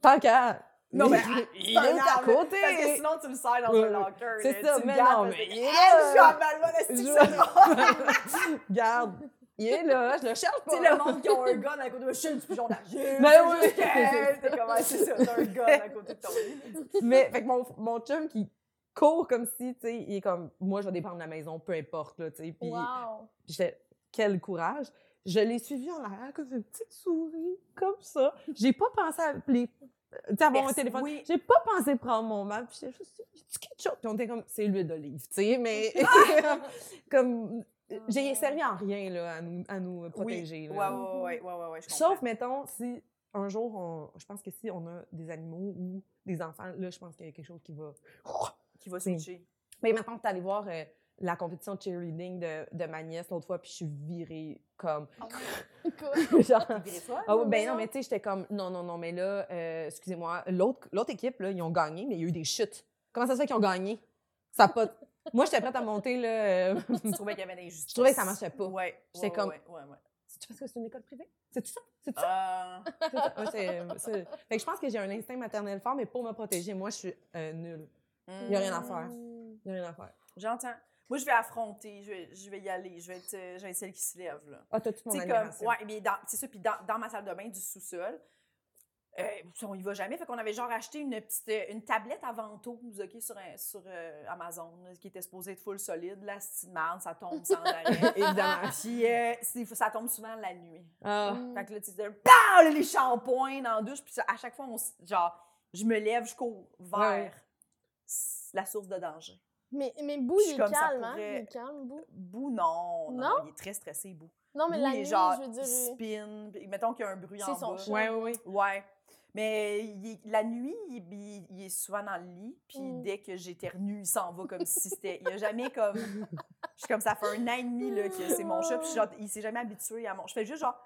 Speaker 4: Tant qu'à.
Speaker 2: Non,
Speaker 4: (laughs)
Speaker 2: mais (laughs)
Speaker 4: il est à côté.
Speaker 2: Parce que sinon, tu le sers dans
Speaker 4: Oui,
Speaker 2: un
Speaker 4: oui.
Speaker 2: locker.
Speaker 4: C'est
Speaker 2: là,
Speaker 4: ça,
Speaker 2: tu le
Speaker 4: mais
Speaker 2: gardes
Speaker 4: non,
Speaker 2: parce
Speaker 4: mais
Speaker 2: que-
Speaker 4: il est
Speaker 2: (laughs) Ah, je suis
Speaker 4: là.
Speaker 2: en balle, voilà, c'est-tu que
Speaker 4: Je-
Speaker 2: ça drôle?
Speaker 4: (laughs) Garde, il est là, je le cherche
Speaker 2: (laughs) Tu sais,
Speaker 4: pas.
Speaker 2: le monde qui a un gun à côté de chien du pigeon d'argile.
Speaker 4: Mais
Speaker 2: c'est
Speaker 4: oui.
Speaker 2: juste qu'elle. T'es comme, ah, c'est ça, t'as un gun à côté de ton lit.
Speaker 4: mais, fait que mon, mon chum qui court comme si, tu sais, il est comme, moi, je vais dépendre de la maison, peu importe, là, tu sais. (laughs) Puis,
Speaker 3: Wow.
Speaker 4: (laughs) puis j'étais, quel courage. Je l'ai suivi en arrière comme une petite souris, comme ça. J'ai pas pensé à appeler, tu sais, (laughs) avoir mon
Speaker 2: Merci,
Speaker 4: téléphone.
Speaker 2: oui.
Speaker 4: J'ai pas pensé prendre mon map. Puis j'étais juste, tu quelque chose? Puis on était comme, c'est l'huile d'olive, tu
Speaker 2: (laughs)
Speaker 4: sais, mais (laughs) comme, j'ai servi en rien, là, à nous, à nous protéger.
Speaker 2: Ah Ouais, ouais,
Speaker 4: là.
Speaker 2: ouais, ouais, ouais, ouais, je comprends.
Speaker 4: Sauf, mettons, si un jour, on- je pense que si on a des animaux ou des enfants, là, je pense qu'il y a quelque chose qui va. (laughs)
Speaker 2: Qui va switcher.
Speaker 4: Mais maintenant, tu es allé voir euh, la compétition de cheerleading de, de ma nièce l'autre fois, puis je suis virée
Speaker 2: (laughs)
Speaker 4: comme.
Speaker 3: Quoi?
Speaker 4: (laughs) Genre.
Speaker 2: Virefoil?
Speaker 4: Ah oui, ben
Speaker 3: voyons.
Speaker 4: non, mais tu sais, j'étais comme, non, non, non, mais là, euh, excusez-moi, l'autre l'autre équipe, là, ils ont gagné, mais il y a eu des chutes. Comment ça se fait qu'ils ont gagné? Ça a pas. (laughs) Moi, j'étais prête à monter, là. euh,
Speaker 2: Tu trouvais qu'il y avait des injustices.
Speaker 4: Je trouvais que ça marchait pas.
Speaker 2: Ouais.
Speaker 4: J'étais
Speaker 2: ouais,
Speaker 4: comme-
Speaker 2: Ouais, ouais, ouais.
Speaker 4: (laughs) C'est-tu parce que c'est une école privée? C'est tout ça? C'est tout ça?
Speaker 2: Ah,
Speaker 4: C'est ça. Ouais, c'est- c'est- Fait que je pense que j'ai un instinct maternel fort, mais pour me protéger, moi, je suis euh, nulle. (laughs) Il y a rien à faire.
Speaker 3: Mm-hmm.
Speaker 4: Il y a rien à faire.
Speaker 2: hmm, J'entends. Moi, je vais affronter, je vais, je vais y aller, je vais être, euh, je vais être celle qui se lève, là.
Speaker 4: Ah, t'as toute mon
Speaker 2: Tu sais, comme,
Speaker 4: admiration.
Speaker 2: ouais, mais dans- c'est ça, puis dans, dans ma salle de bain du sous-sol, euh, on y va jamais, fait qu'on avait genre acheté une petite, euh, une tablette à ventouse, OK, sur, un- sur euh, Amazon, là, qui était supposée être full solide, la petite merde, ça tombe sans
Speaker 3: (laughs)
Speaker 2: arrêt.
Speaker 4: (laughs) (laughs) Évidemment.
Speaker 2: Puis euh, c'est- ça tombe souvent la nuit.
Speaker 4: Ah.
Speaker 3: Mm. Mm-hmm.
Speaker 2: Fait que là, tu disais, Pow! Là, les shampoings dans la douche, puis ça, à chaque fois, on, s- genre, je me lève, je cours vers
Speaker 4: Ouais.
Speaker 2: la source de danger.
Speaker 3: Mais, mais Bou,
Speaker 2: Je suis
Speaker 3: il est
Speaker 2: comme, ça
Speaker 3: calme, hein? Il
Speaker 2: pourrait-
Speaker 3: est calme, Bou.
Speaker 2: Bou, non, non,
Speaker 3: Non?
Speaker 2: il est très stressé, Bou.
Speaker 3: Non, mais
Speaker 2: Lui,
Speaker 3: la
Speaker 2: il est
Speaker 3: nuit,
Speaker 2: genre,
Speaker 3: je veux dire... euh,
Speaker 2: il
Speaker 3: (laughs)
Speaker 2: spin. puis Mettons qu'il y a un bruit
Speaker 3: C'est
Speaker 2: en
Speaker 3: son
Speaker 2: bas.
Speaker 3: chat.
Speaker 4: Ouais, ouais, ouais.
Speaker 2: Ouais. Mais il est- la nuit, il, il- il est souvent dans le lit. Puis
Speaker 3: Mm.
Speaker 2: dès que j'éternue, il s'en va comme si c'était. Il a jamais comme. Je suis comme ça fait un an et demi là, que c'est mon chat. Puis genre, il s'est jamais habitué à mon. Je fais juste genre.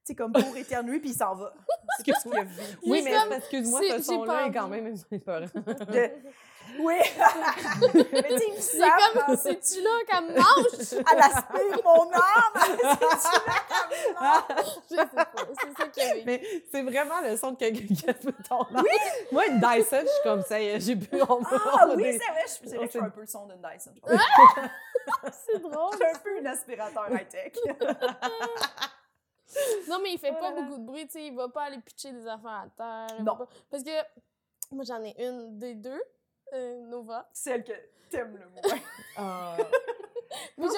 Speaker 2: Tu sais, comme pour éternuer, puis il s'en va. C'est tout ce qu'il a vécu.
Speaker 4: Oui,
Speaker 3: Juste
Speaker 4: mais
Speaker 3: comme,
Speaker 4: excuse-moi,
Speaker 3: c'est-
Speaker 4: ce
Speaker 3: j'ai
Speaker 4: son-là
Speaker 3: pas
Speaker 4: est quand
Speaker 3: envie.
Speaker 4: même (laughs) épeurant.
Speaker 2: De-
Speaker 3: (laughs)
Speaker 2: Oui! mais tu sais, il me
Speaker 3: C'est
Speaker 2: sert
Speaker 4: (laughs)
Speaker 3: comme, c'est-tu là qu'elle me mange?
Speaker 2: à l'aspire mon (laughs) âme!
Speaker 3: (laughs) Je sais pas, c'est ça qu'il y avait.
Speaker 4: mais c'est vraiment le son de quelqu'un qui a fait tomber. Moi, une Dyson, je suis comme ça, y est, j'ai pu en
Speaker 2: Ah oui, c'est vrai, je- c'est vrai que je suis un peu le son d'une Dyson. je pense.
Speaker 3: (laughs) C'est drôle.
Speaker 2: C'est un peu un aspirateur high-tech.
Speaker 3: Non, mais il fait
Speaker 4: Oh
Speaker 3: pas
Speaker 4: là là.
Speaker 3: beaucoup de bruit, tu sais, il va pas aller pitcher des enfants à terre. il va
Speaker 2: Non.
Speaker 3: pas- Parce que moi, j'en ai une des deux, euh, Nova.
Speaker 2: Celle que t'aimes le moins.
Speaker 3: Ah. Mais je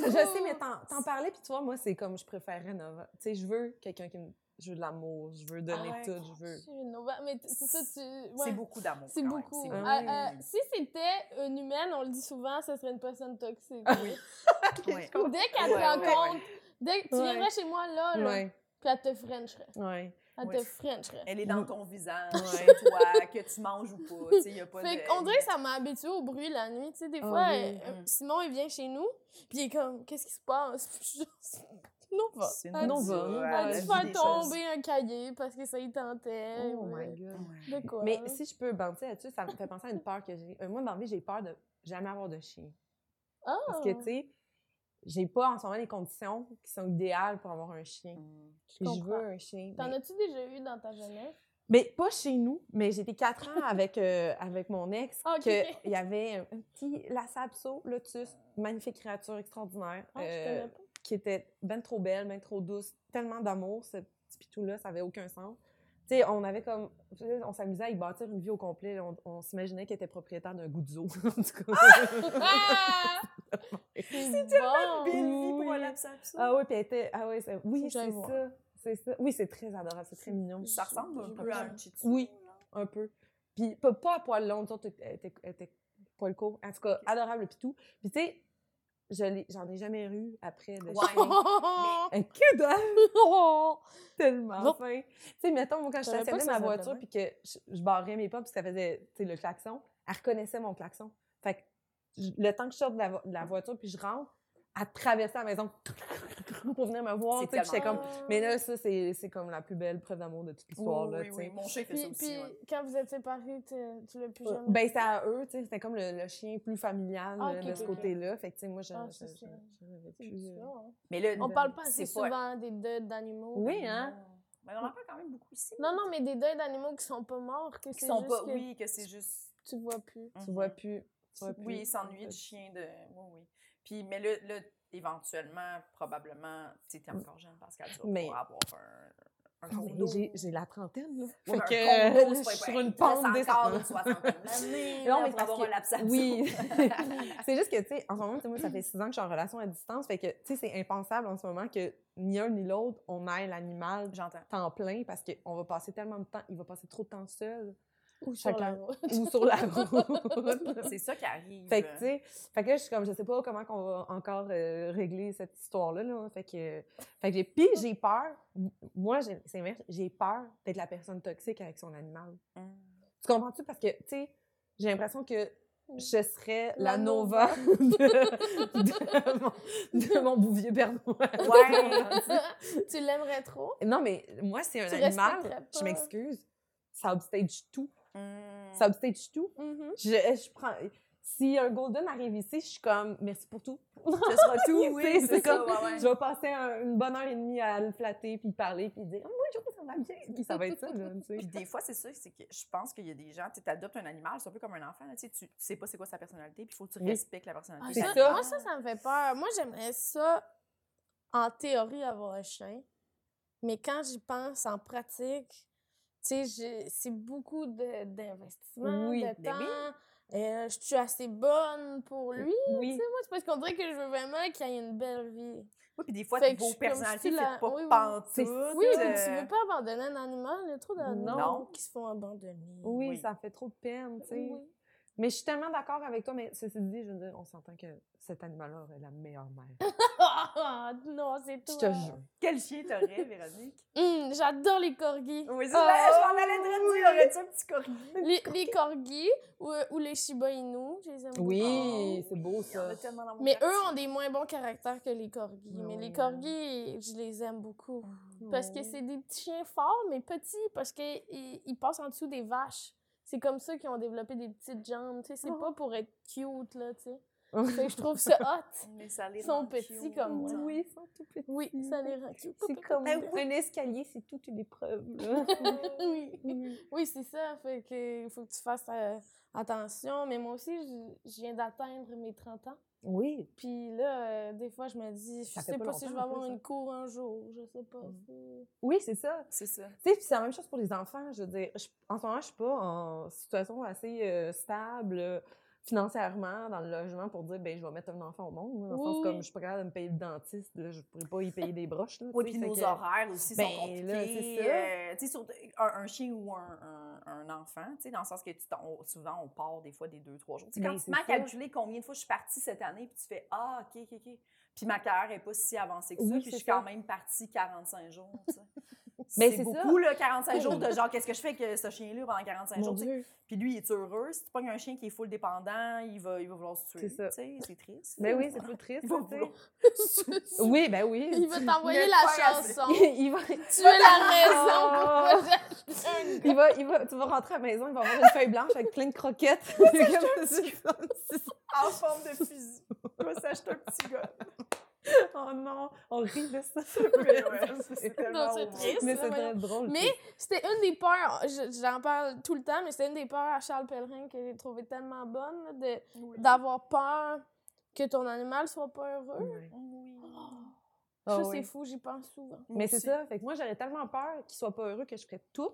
Speaker 3: l'aime
Speaker 4: Je sais, mais
Speaker 3: mais
Speaker 4: t'en, t'en parlais, puis tu vois, moi, c'est comme je préférais Nova. Tu sais, je veux quelqu'un qui me. Je veux de l'amour, je veux donner
Speaker 2: Ah ouais,
Speaker 4: tout, je veux.
Speaker 3: Nova, mais t- c'est ça, tu... ouais.
Speaker 2: C'est beaucoup d'amour.
Speaker 3: C'est
Speaker 2: quand même,
Speaker 3: beaucoup.
Speaker 4: beaucoup.
Speaker 3: Ah,
Speaker 4: Ah
Speaker 3: euh, si c'était une humaine, on le dit souvent, ce serait une personne toxique.
Speaker 2: Oui.
Speaker 4: Ouais.
Speaker 3: Ou Dès qu'elle
Speaker 2: Ouais,
Speaker 3: te
Speaker 2: ouais,
Speaker 3: rencontre, dès que tu
Speaker 4: Ouais.
Speaker 3: viendrais chez moi là, là
Speaker 4: Ouais,
Speaker 3: puis elle te frencherait.
Speaker 4: ouais.
Speaker 3: Elle
Speaker 2: Ouais.
Speaker 3: te frencherait.
Speaker 2: Elle est dans ton visage,
Speaker 3: (laughs)
Speaker 4: Ouais.
Speaker 2: chez toi, que tu manges ou pas. tu sais, y a pas
Speaker 3: Fait
Speaker 2: de-
Speaker 3: qu'on dirait que ça m'a habituée au bruit la nuit. Tu sais, des
Speaker 4: Ah
Speaker 3: fois,
Speaker 4: oui.
Speaker 3: euh, Simon, il vient chez nous, (laughs) puis il est comme, qu'est-ce qui se passe? Puis je suis juste, Nova.
Speaker 2: C'est
Speaker 3: Elle
Speaker 4: Nova,
Speaker 3: dit-
Speaker 4: Nova,
Speaker 3: Elle
Speaker 4: la
Speaker 3: dit
Speaker 4: vie
Speaker 3: faire
Speaker 2: des
Speaker 3: tomber un cahier parce que ça y tentait.
Speaker 4: Oh
Speaker 3: Eh ouais.
Speaker 4: my God.
Speaker 3: De quoi?
Speaker 4: Mais si je peux banter là-dessus, ça me fait penser à une peur que j'ai. Euh, Moi, dans la vie, j'ai peur de jamais avoir de chien.
Speaker 3: Ah!
Speaker 4: Parce que, tu sais, j'ai pas en ce moment les conditions qui sont idéales pour avoir un chien.
Speaker 3: Je
Speaker 4: Je,
Speaker 3: comprends.
Speaker 4: veux un chien.
Speaker 3: T'en
Speaker 4: mais...
Speaker 3: as-tu déjà eu dans ta jeunesse?
Speaker 4: mais pas chez nous. Mais j'étais
Speaker 3: (laughs)
Speaker 4: quatre ans avec, euh, avec mon ex.
Speaker 3: Ah, ok,
Speaker 4: que
Speaker 3: ok.
Speaker 4: Il y avait un, un petit Lassapso, lotus, magnifique créature extraordinaire.
Speaker 3: Ah,
Speaker 4: euh,
Speaker 3: je connais pas.
Speaker 4: qui était ben trop belle, ben trop douce, tellement d'amour, ce petit pitou-là, ça avait aucun sens. Tu sais, on avait comme. tu sais, On s'amusait à y bâtir une vie au complet. On, on s'imaginait qu'elle était propriétaire d'un goût d'eau. (laughs) en tout cas. (laughs)
Speaker 3: Ah! C'est tellement
Speaker 2: Belle vie pour
Speaker 4: Oui.
Speaker 2: un lapsus.
Speaker 4: Ah oui, puis elle était. Ah oui, c'est oui,
Speaker 3: Faut que j'aille
Speaker 4: c'est
Speaker 3: voir.
Speaker 4: ça. C'est ça. Oui, c'est très adorable, c'est très mignon.
Speaker 2: Ça ressemble un peu à un chitsu.
Speaker 4: Oui, un peu. Puis pas, pas à poil long, nous autres, elle était, elle était poil court. En tout cas, adorable le pitou. Puis tu sais, je l'ai- j'en ai jamais eu après. De
Speaker 2: Ouais.
Speaker 4: chien. (laughs) Un cul d'âme! tellement
Speaker 3: Bon.
Speaker 4: fin. Tu sais, mettons, moi, quand je
Speaker 3: J'aurais pas
Speaker 4: stationnais
Speaker 3: que ça
Speaker 4: ma
Speaker 3: soit
Speaker 4: voiture
Speaker 3: demain.
Speaker 4: puis que je, je barrais mes pas puis que ça faisait, tu sais, le klaxon, elle reconnaissait mon klaxon. Fait que je- le temps que je sorte de la, vo- de la voiture puis je rentre, elle traversait la maison (laughs) pour venir me voir,
Speaker 2: C'est
Speaker 4: tu sais, puis
Speaker 3: (laughs)
Speaker 4: j'étais
Speaker 2: tellement-
Speaker 4: comme... Mais là, ça, c'est c'est comme la plus belle preuve d'amour de toute l'histoire, là,
Speaker 2: oui,
Speaker 4: tu sais.
Speaker 2: oui, mon chien fait
Speaker 3: Puis,
Speaker 2: ça aussi.
Speaker 3: puis
Speaker 2: ouais.
Speaker 3: quand vous êtes séparés, tu tu l'as plus jamais.
Speaker 4: Ben, c'était à eux, tu sais, c'était comme le, le chien plus familial
Speaker 3: Ah,
Speaker 4: là,
Speaker 3: ok,
Speaker 4: de
Speaker 3: ok,
Speaker 4: ce
Speaker 3: ok.
Speaker 4: côté-là. Fait que, tu sais, moi, j'en
Speaker 3: Ah,
Speaker 4: j'en-
Speaker 3: ça, c'est-
Speaker 4: j'en- j'en avais
Speaker 3: C'est
Speaker 4: plus, euh.
Speaker 3: bizarre, hein.
Speaker 2: Mais là,
Speaker 3: On parle pas
Speaker 2: Ben, c'est
Speaker 3: assez
Speaker 2: pas-
Speaker 3: souvent des deuils d'animaux.
Speaker 4: Oui, hein?
Speaker 2: Mais on en parle quand même beaucoup ici.
Speaker 3: Non, non, mais des deuils d'animaux qui sont pas morts, que
Speaker 2: Qui
Speaker 3: c'est
Speaker 2: sont
Speaker 3: juste
Speaker 2: pas,
Speaker 3: que
Speaker 2: oui, que c'est juste.
Speaker 3: tu vois plus.
Speaker 4: Tu vois
Speaker 2: Mhm.
Speaker 4: plus... tu vois
Speaker 2: Oui,
Speaker 4: plus.
Speaker 2: il s'ennuie du chien de. Oui, oui. Puis, mais là, là éventuellement, probablement, tu étais encore jeune, Pascal, tu vas
Speaker 4: Mm. Mais-
Speaker 2: pouvoir avoir un, un
Speaker 4: Non, mais
Speaker 2: condo.
Speaker 4: j'ai- J'ai la trentaine, là.
Speaker 2: Ouais,
Speaker 4: fait
Speaker 2: un
Speaker 4: que,
Speaker 2: condo,
Speaker 4: je
Speaker 2: c'est pas
Speaker 4: suis
Speaker 2: hyper
Speaker 4: sur une pente
Speaker 2: intéressant
Speaker 4: descendante. (laughs)
Speaker 2: encore une soixantaine d'années,
Speaker 4: Non,
Speaker 2: là,
Speaker 4: mais
Speaker 2: pour
Speaker 4: parce
Speaker 2: avoir
Speaker 4: que-
Speaker 2: un lapsatio.
Speaker 4: Oui.
Speaker 2: (laughs)
Speaker 4: c'est juste que, tu sais, en ce moment, tu sais, moi, ça fait six ans que je suis en relation à distance. Fait que, tu sais, c'est impensable en ce moment que ni un ni l'autre, on aille l'animal
Speaker 2: J'entends.
Speaker 4: temps plein parce qu'on va passer tellement de temps, il va passer trop de
Speaker 2: (laughs)
Speaker 4: temps seul
Speaker 3: Ou sur la
Speaker 4: Chacun.
Speaker 3: route.
Speaker 4: ou sur la (laughs) route.
Speaker 2: C'est ça qui arrive.
Speaker 4: fait que, tu sais, fait que là, je suis comme, je sais pas comment qu'on va encore euh, régler cette histoire-là. là. Fait que, fait que j'ai- puis j'ai peur, m- moi, j'ai- c'est inverse, j'ai peur d'être la personne toxique avec son animal.
Speaker 2: Hum.
Speaker 4: Tu comprends-tu? Parce que, tu sais, j'ai l'impression que
Speaker 3: Oui.
Speaker 4: je serais la,
Speaker 3: La
Speaker 4: Nova (laughs) de, de mon, de mon bouvier bernois. (laughs)
Speaker 2: Ouais.
Speaker 3: tu l'aimerais trop?
Speaker 4: Non, mais moi, c'est un
Speaker 3: Tu respecterais
Speaker 4: animal,
Speaker 3: pas.
Speaker 4: je m'excuse, ça obstage tout.
Speaker 2: Hum.
Speaker 4: Ça obstage tout.
Speaker 3: Mhm.
Speaker 4: Je, eh, je prends... Si un golden arrive ici, je suis comme, merci pour tout.
Speaker 2: Ce (laughs) sera tout, oui.
Speaker 4: C'est-
Speaker 2: C'est,
Speaker 4: c'est
Speaker 2: ça,
Speaker 4: comme-
Speaker 2: ouais, ouais.
Speaker 4: Je vais passer un- une bonne heure et demie à le flatter, puis parler, puis dire, oh, bonjour, ça va bien. Puis ça va être ça, là, tu sais.
Speaker 2: Puis des fois, c'est ça, c'est que je pense qu'il y a des gens, tu adoptes un animal, c'est un peu comme un enfant, là, tu sais, tu tu sais pas c'est quoi sa personnalité, puis il faut que tu
Speaker 4: Oui.
Speaker 2: respectes la
Speaker 3: Ah,
Speaker 2: personnalité.
Speaker 4: C'est
Speaker 3: ça,
Speaker 4: ça.
Speaker 3: Moi, ça, ça me fait peur. Moi, j'aimerais ça, en théorie, avoir un chien. Mais quand j'y pense, en pratique, tu sais, j'ai- c'est beaucoup de- d'investissement,
Speaker 4: Oui,
Speaker 3: de
Speaker 2: ben oui.
Speaker 3: temps. Euh, je suis assez bonne pour lui. Moi,
Speaker 4: Oui.
Speaker 3: c'est parce qu'on dirait que je veux vraiment qu'il ait une belle vie.
Speaker 2: Oui, puis des fois,
Speaker 3: Fait que je
Speaker 2: vos
Speaker 3: suis comme
Speaker 2: personnalités
Speaker 3: si
Speaker 2: ne
Speaker 3: la-
Speaker 2: pas
Speaker 3: oui, oui.
Speaker 2: pantoute.
Speaker 4: C'est-
Speaker 3: Oui,
Speaker 2: euh,
Speaker 3: mais tu veux pas abandonner un animal. Il y a trop d'animaux
Speaker 4: Non.
Speaker 3: qui se font abandonner.
Speaker 4: oui,
Speaker 2: Oui.
Speaker 4: ça fait trop de peine, tu sais.
Speaker 3: Oui.
Speaker 4: Mais je suis tellement d'accord avec toi, mais ceci dit, je veux dire, on s'entend que cet animal-là aurait la meilleure mère.
Speaker 3: Ah, non, c'est
Speaker 4: Je
Speaker 3: toi.
Speaker 4: te jure.
Speaker 2: Quel chien t'aurais,
Speaker 3: (laughs)
Speaker 2: Véronique?
Speaker 3: Hum, J'adore les corgis.
Speaker 2: Oui, c'est
Speaker 4: Oh,
Speaker 2: vrai,
Speaker 3: Ah,
Speaker 2: je m'en allais très dire, aurais-tu un petit corgi?
Speaker 3: Les, les corgis ou, euh, ou les Shiba Inu, je les aime beaucoup.
Speaker 4: Oui, c'est beau
Speaker 2: Il y en
Speaker 4: ça.
Speaker 2: a tellement dans mon
Speaker 3: Mais
Speaker 2: cœur.
Speaker 3: eux ont des moins bons caractères que les corgis. Mais les
Speaker 4: Ouais.
Speaker 3: corgis, je les aime beaucoup. Parce que c'est des petits chiens forts, mais petits, parce qu'ils ils ils passent en dessous des vaches. C'est comme ça qu'ils ont développé des petites jambes. tu sais, C'est
Speaker 4: Oh.
Speaker 3: pas pour être cute, là, tu sais.
Speaker 4: (laughs)
Speaker 3: Fait que je trouve ça hot.
Speaker 2: Mais ça les
Speaker 3: Ils sont
Speaker 2: rend
Speaker 3: petits
Speaker 2: cute.
Speaker 3: comme moi.
Speaker 4: Oui, ils sont tout petits.
Speaker 3: Oui, ça les rend cute. Ah
Speaker 4: C'est comme un escalier, c'est toute une épreuve. (laughs) là.
Speaker 3: oui. Oui, c'est ça. Fait que faut que tu fasses euh, attention. Mais moi aussi, je, je viens d'atteindre mes 30 ans.
Speaker 4: oui.
Speaker 3: Puis là, euh, des fois, je me dis, je
Speaker 4: Ça fait
Speaker 3: sais
Speaker 4: pas
Speaker 3: pas, si je
Speaker 4: longtemps,
Speaker 3: vais
Speaker 4: en
Speaker 3: avoir
Speaker 4: plus,
Speaker 3: une
Speaker 4: hein.
Speaker 3: cour un jour. Je sais pas. (laughs)
Speaker 4: Mm.
Speaker 3: si-
Speaker 4: Oui, c'est ça.
Speaker 2: C'est ça.
Speaker 4: Tu sais, puis c'est la même chose pour les enfants. Je veux dire, je- en ce moment, je suis pas en situation assez euh, stable euh, financièrement dans le logement pour dire, ben je vais mettre un enfant au monde. là. Dans le
Speaker 3: Oui,
Speaker 4: sens
Speaker 3: oui.
Speaker 4: comme je suis pas capable de me payer le dentiste, là, je pourrais pas y payer des broches. Là,
Speaker 2: Oui,
Speaker 4: tu sais,
Speaker 2: puis
Speaker 4: fait
Speaker 2: nos
Speaker 4: que-
Speaker 2: horaires aussi
Speaker 4: Ben,
Speaker 2: sont compliqués.
Speaker 4: là, c'est ça.
Speaker 2: Euh, tu sais, sur- un, un chien ou un, un- un enfant, tu sais, dans le sens que tu t'en- on- souvent, on part des fois des deux, trois jours. Tu sais, quand
Speaker 4: Ben,
Speaker 2: tu
Speaker 4: c'est
Speaker 2: m'as
Speaker 4: ça.
Speaker 2: calculé combien de fois je suis partie cette année, puis tu fais Ah, OK, OK, OK. Puis ma carrière n'est pas si avancée que ça,
Speaker 4: Oui,
Speaker 2: puis
Speaker 4: c'est
Speaker 2: je suis
Speaker 4: ça. (laughs)
Speaker 2: quand même partie 45 jours. tu sais.
Speaker 4: Mais
Speaker 2: c'est
Speaker 4: c'est ça.
Speaker 2: beaucoup, là, 45 jours
Speaker 4: (laughs)
Speaker 2: de genre, qu'est-ce que je fais avec euh, ce chien-là pendant 45
Speaker 4: Mon
Speaker 2: jours? tu sais.
Speaker 4: Dieu.
Speaker 2: Puis lui, il est heureux. Si tu pognes un chien qui est full dépendant, il va, il va vouloir se tuer.
Speaker 4: C'est ça.
Speaker 2: Tu sais, c'est triste.
Speaker 4: Ben oui, c'est
Speaker 2: (laughs)
Speaker 4: plus triste.
Speaker 2: Il va
Speaker 4: tu sais.
Speaker 2: vouloir.
Speaker 4: Oui, ben oui.
Speaker 3: Il va t'envoyer
Speaker 2: Le
Speaker 3: la
Speaker 2: frère, c'est-
Speaker 3: chanson.
Speaker 4: (laughs) Il va,
Speaker 3: Tu es la
Speaker 4: Ah.
Speaker 3: raison pourquoi
Speaker 4: (laughs)
Speaker 3: j'ai acheté un
Speaker 4: il va, il va, tu vas rentrer à la maison, il va avoir une feuille blanche avec plein de croquettes.
Speaker 2: (laughs)
Speaker 4: C'est comme ça.
Speaker 2: En forme de fusil.
Speaker 4: (laughs)
Speaker 2: Il va s'acheter un petit gars.
Speaker 4: oh non, on rit de ça.
Speaker 2: Mais (laughs) ouais, c'est
Speaker 3: Non,
Speaker 2: tellement
Speaker 3: c'est
Speaker 2: drôle.
Speaker 3: triste.
Speaker 4: Mais
Speaker 3: là,
Speaker 4: c'est
Speaker 3: voyons.
Speaker 4: très drôle.
Speaker 3: Mais c'était une des peurs, je- j'en parle tout le temps, mais c'était une des peurs à Charles Pellerin que j'ai trouvé tellement bonne, là, de-
Speaker 2: Oui.
Speaker 3: d'avoir peur que ton animal soit pas heureux.
Speaker 4: Ouais.
Speaker 2: (gasps) Oui.
Speaker 4: Ah
Speaker 3: ça,
Speaker 4: oui.
Speaker 3: c'est fou, j'y pense souvent.
Speaker 4: Mais c'est
Speaker 2: Aussi.
Speaker 4: ça. Fait que moi, j'aurais tellement peur qu'il soit pas heureux que je ferais tout.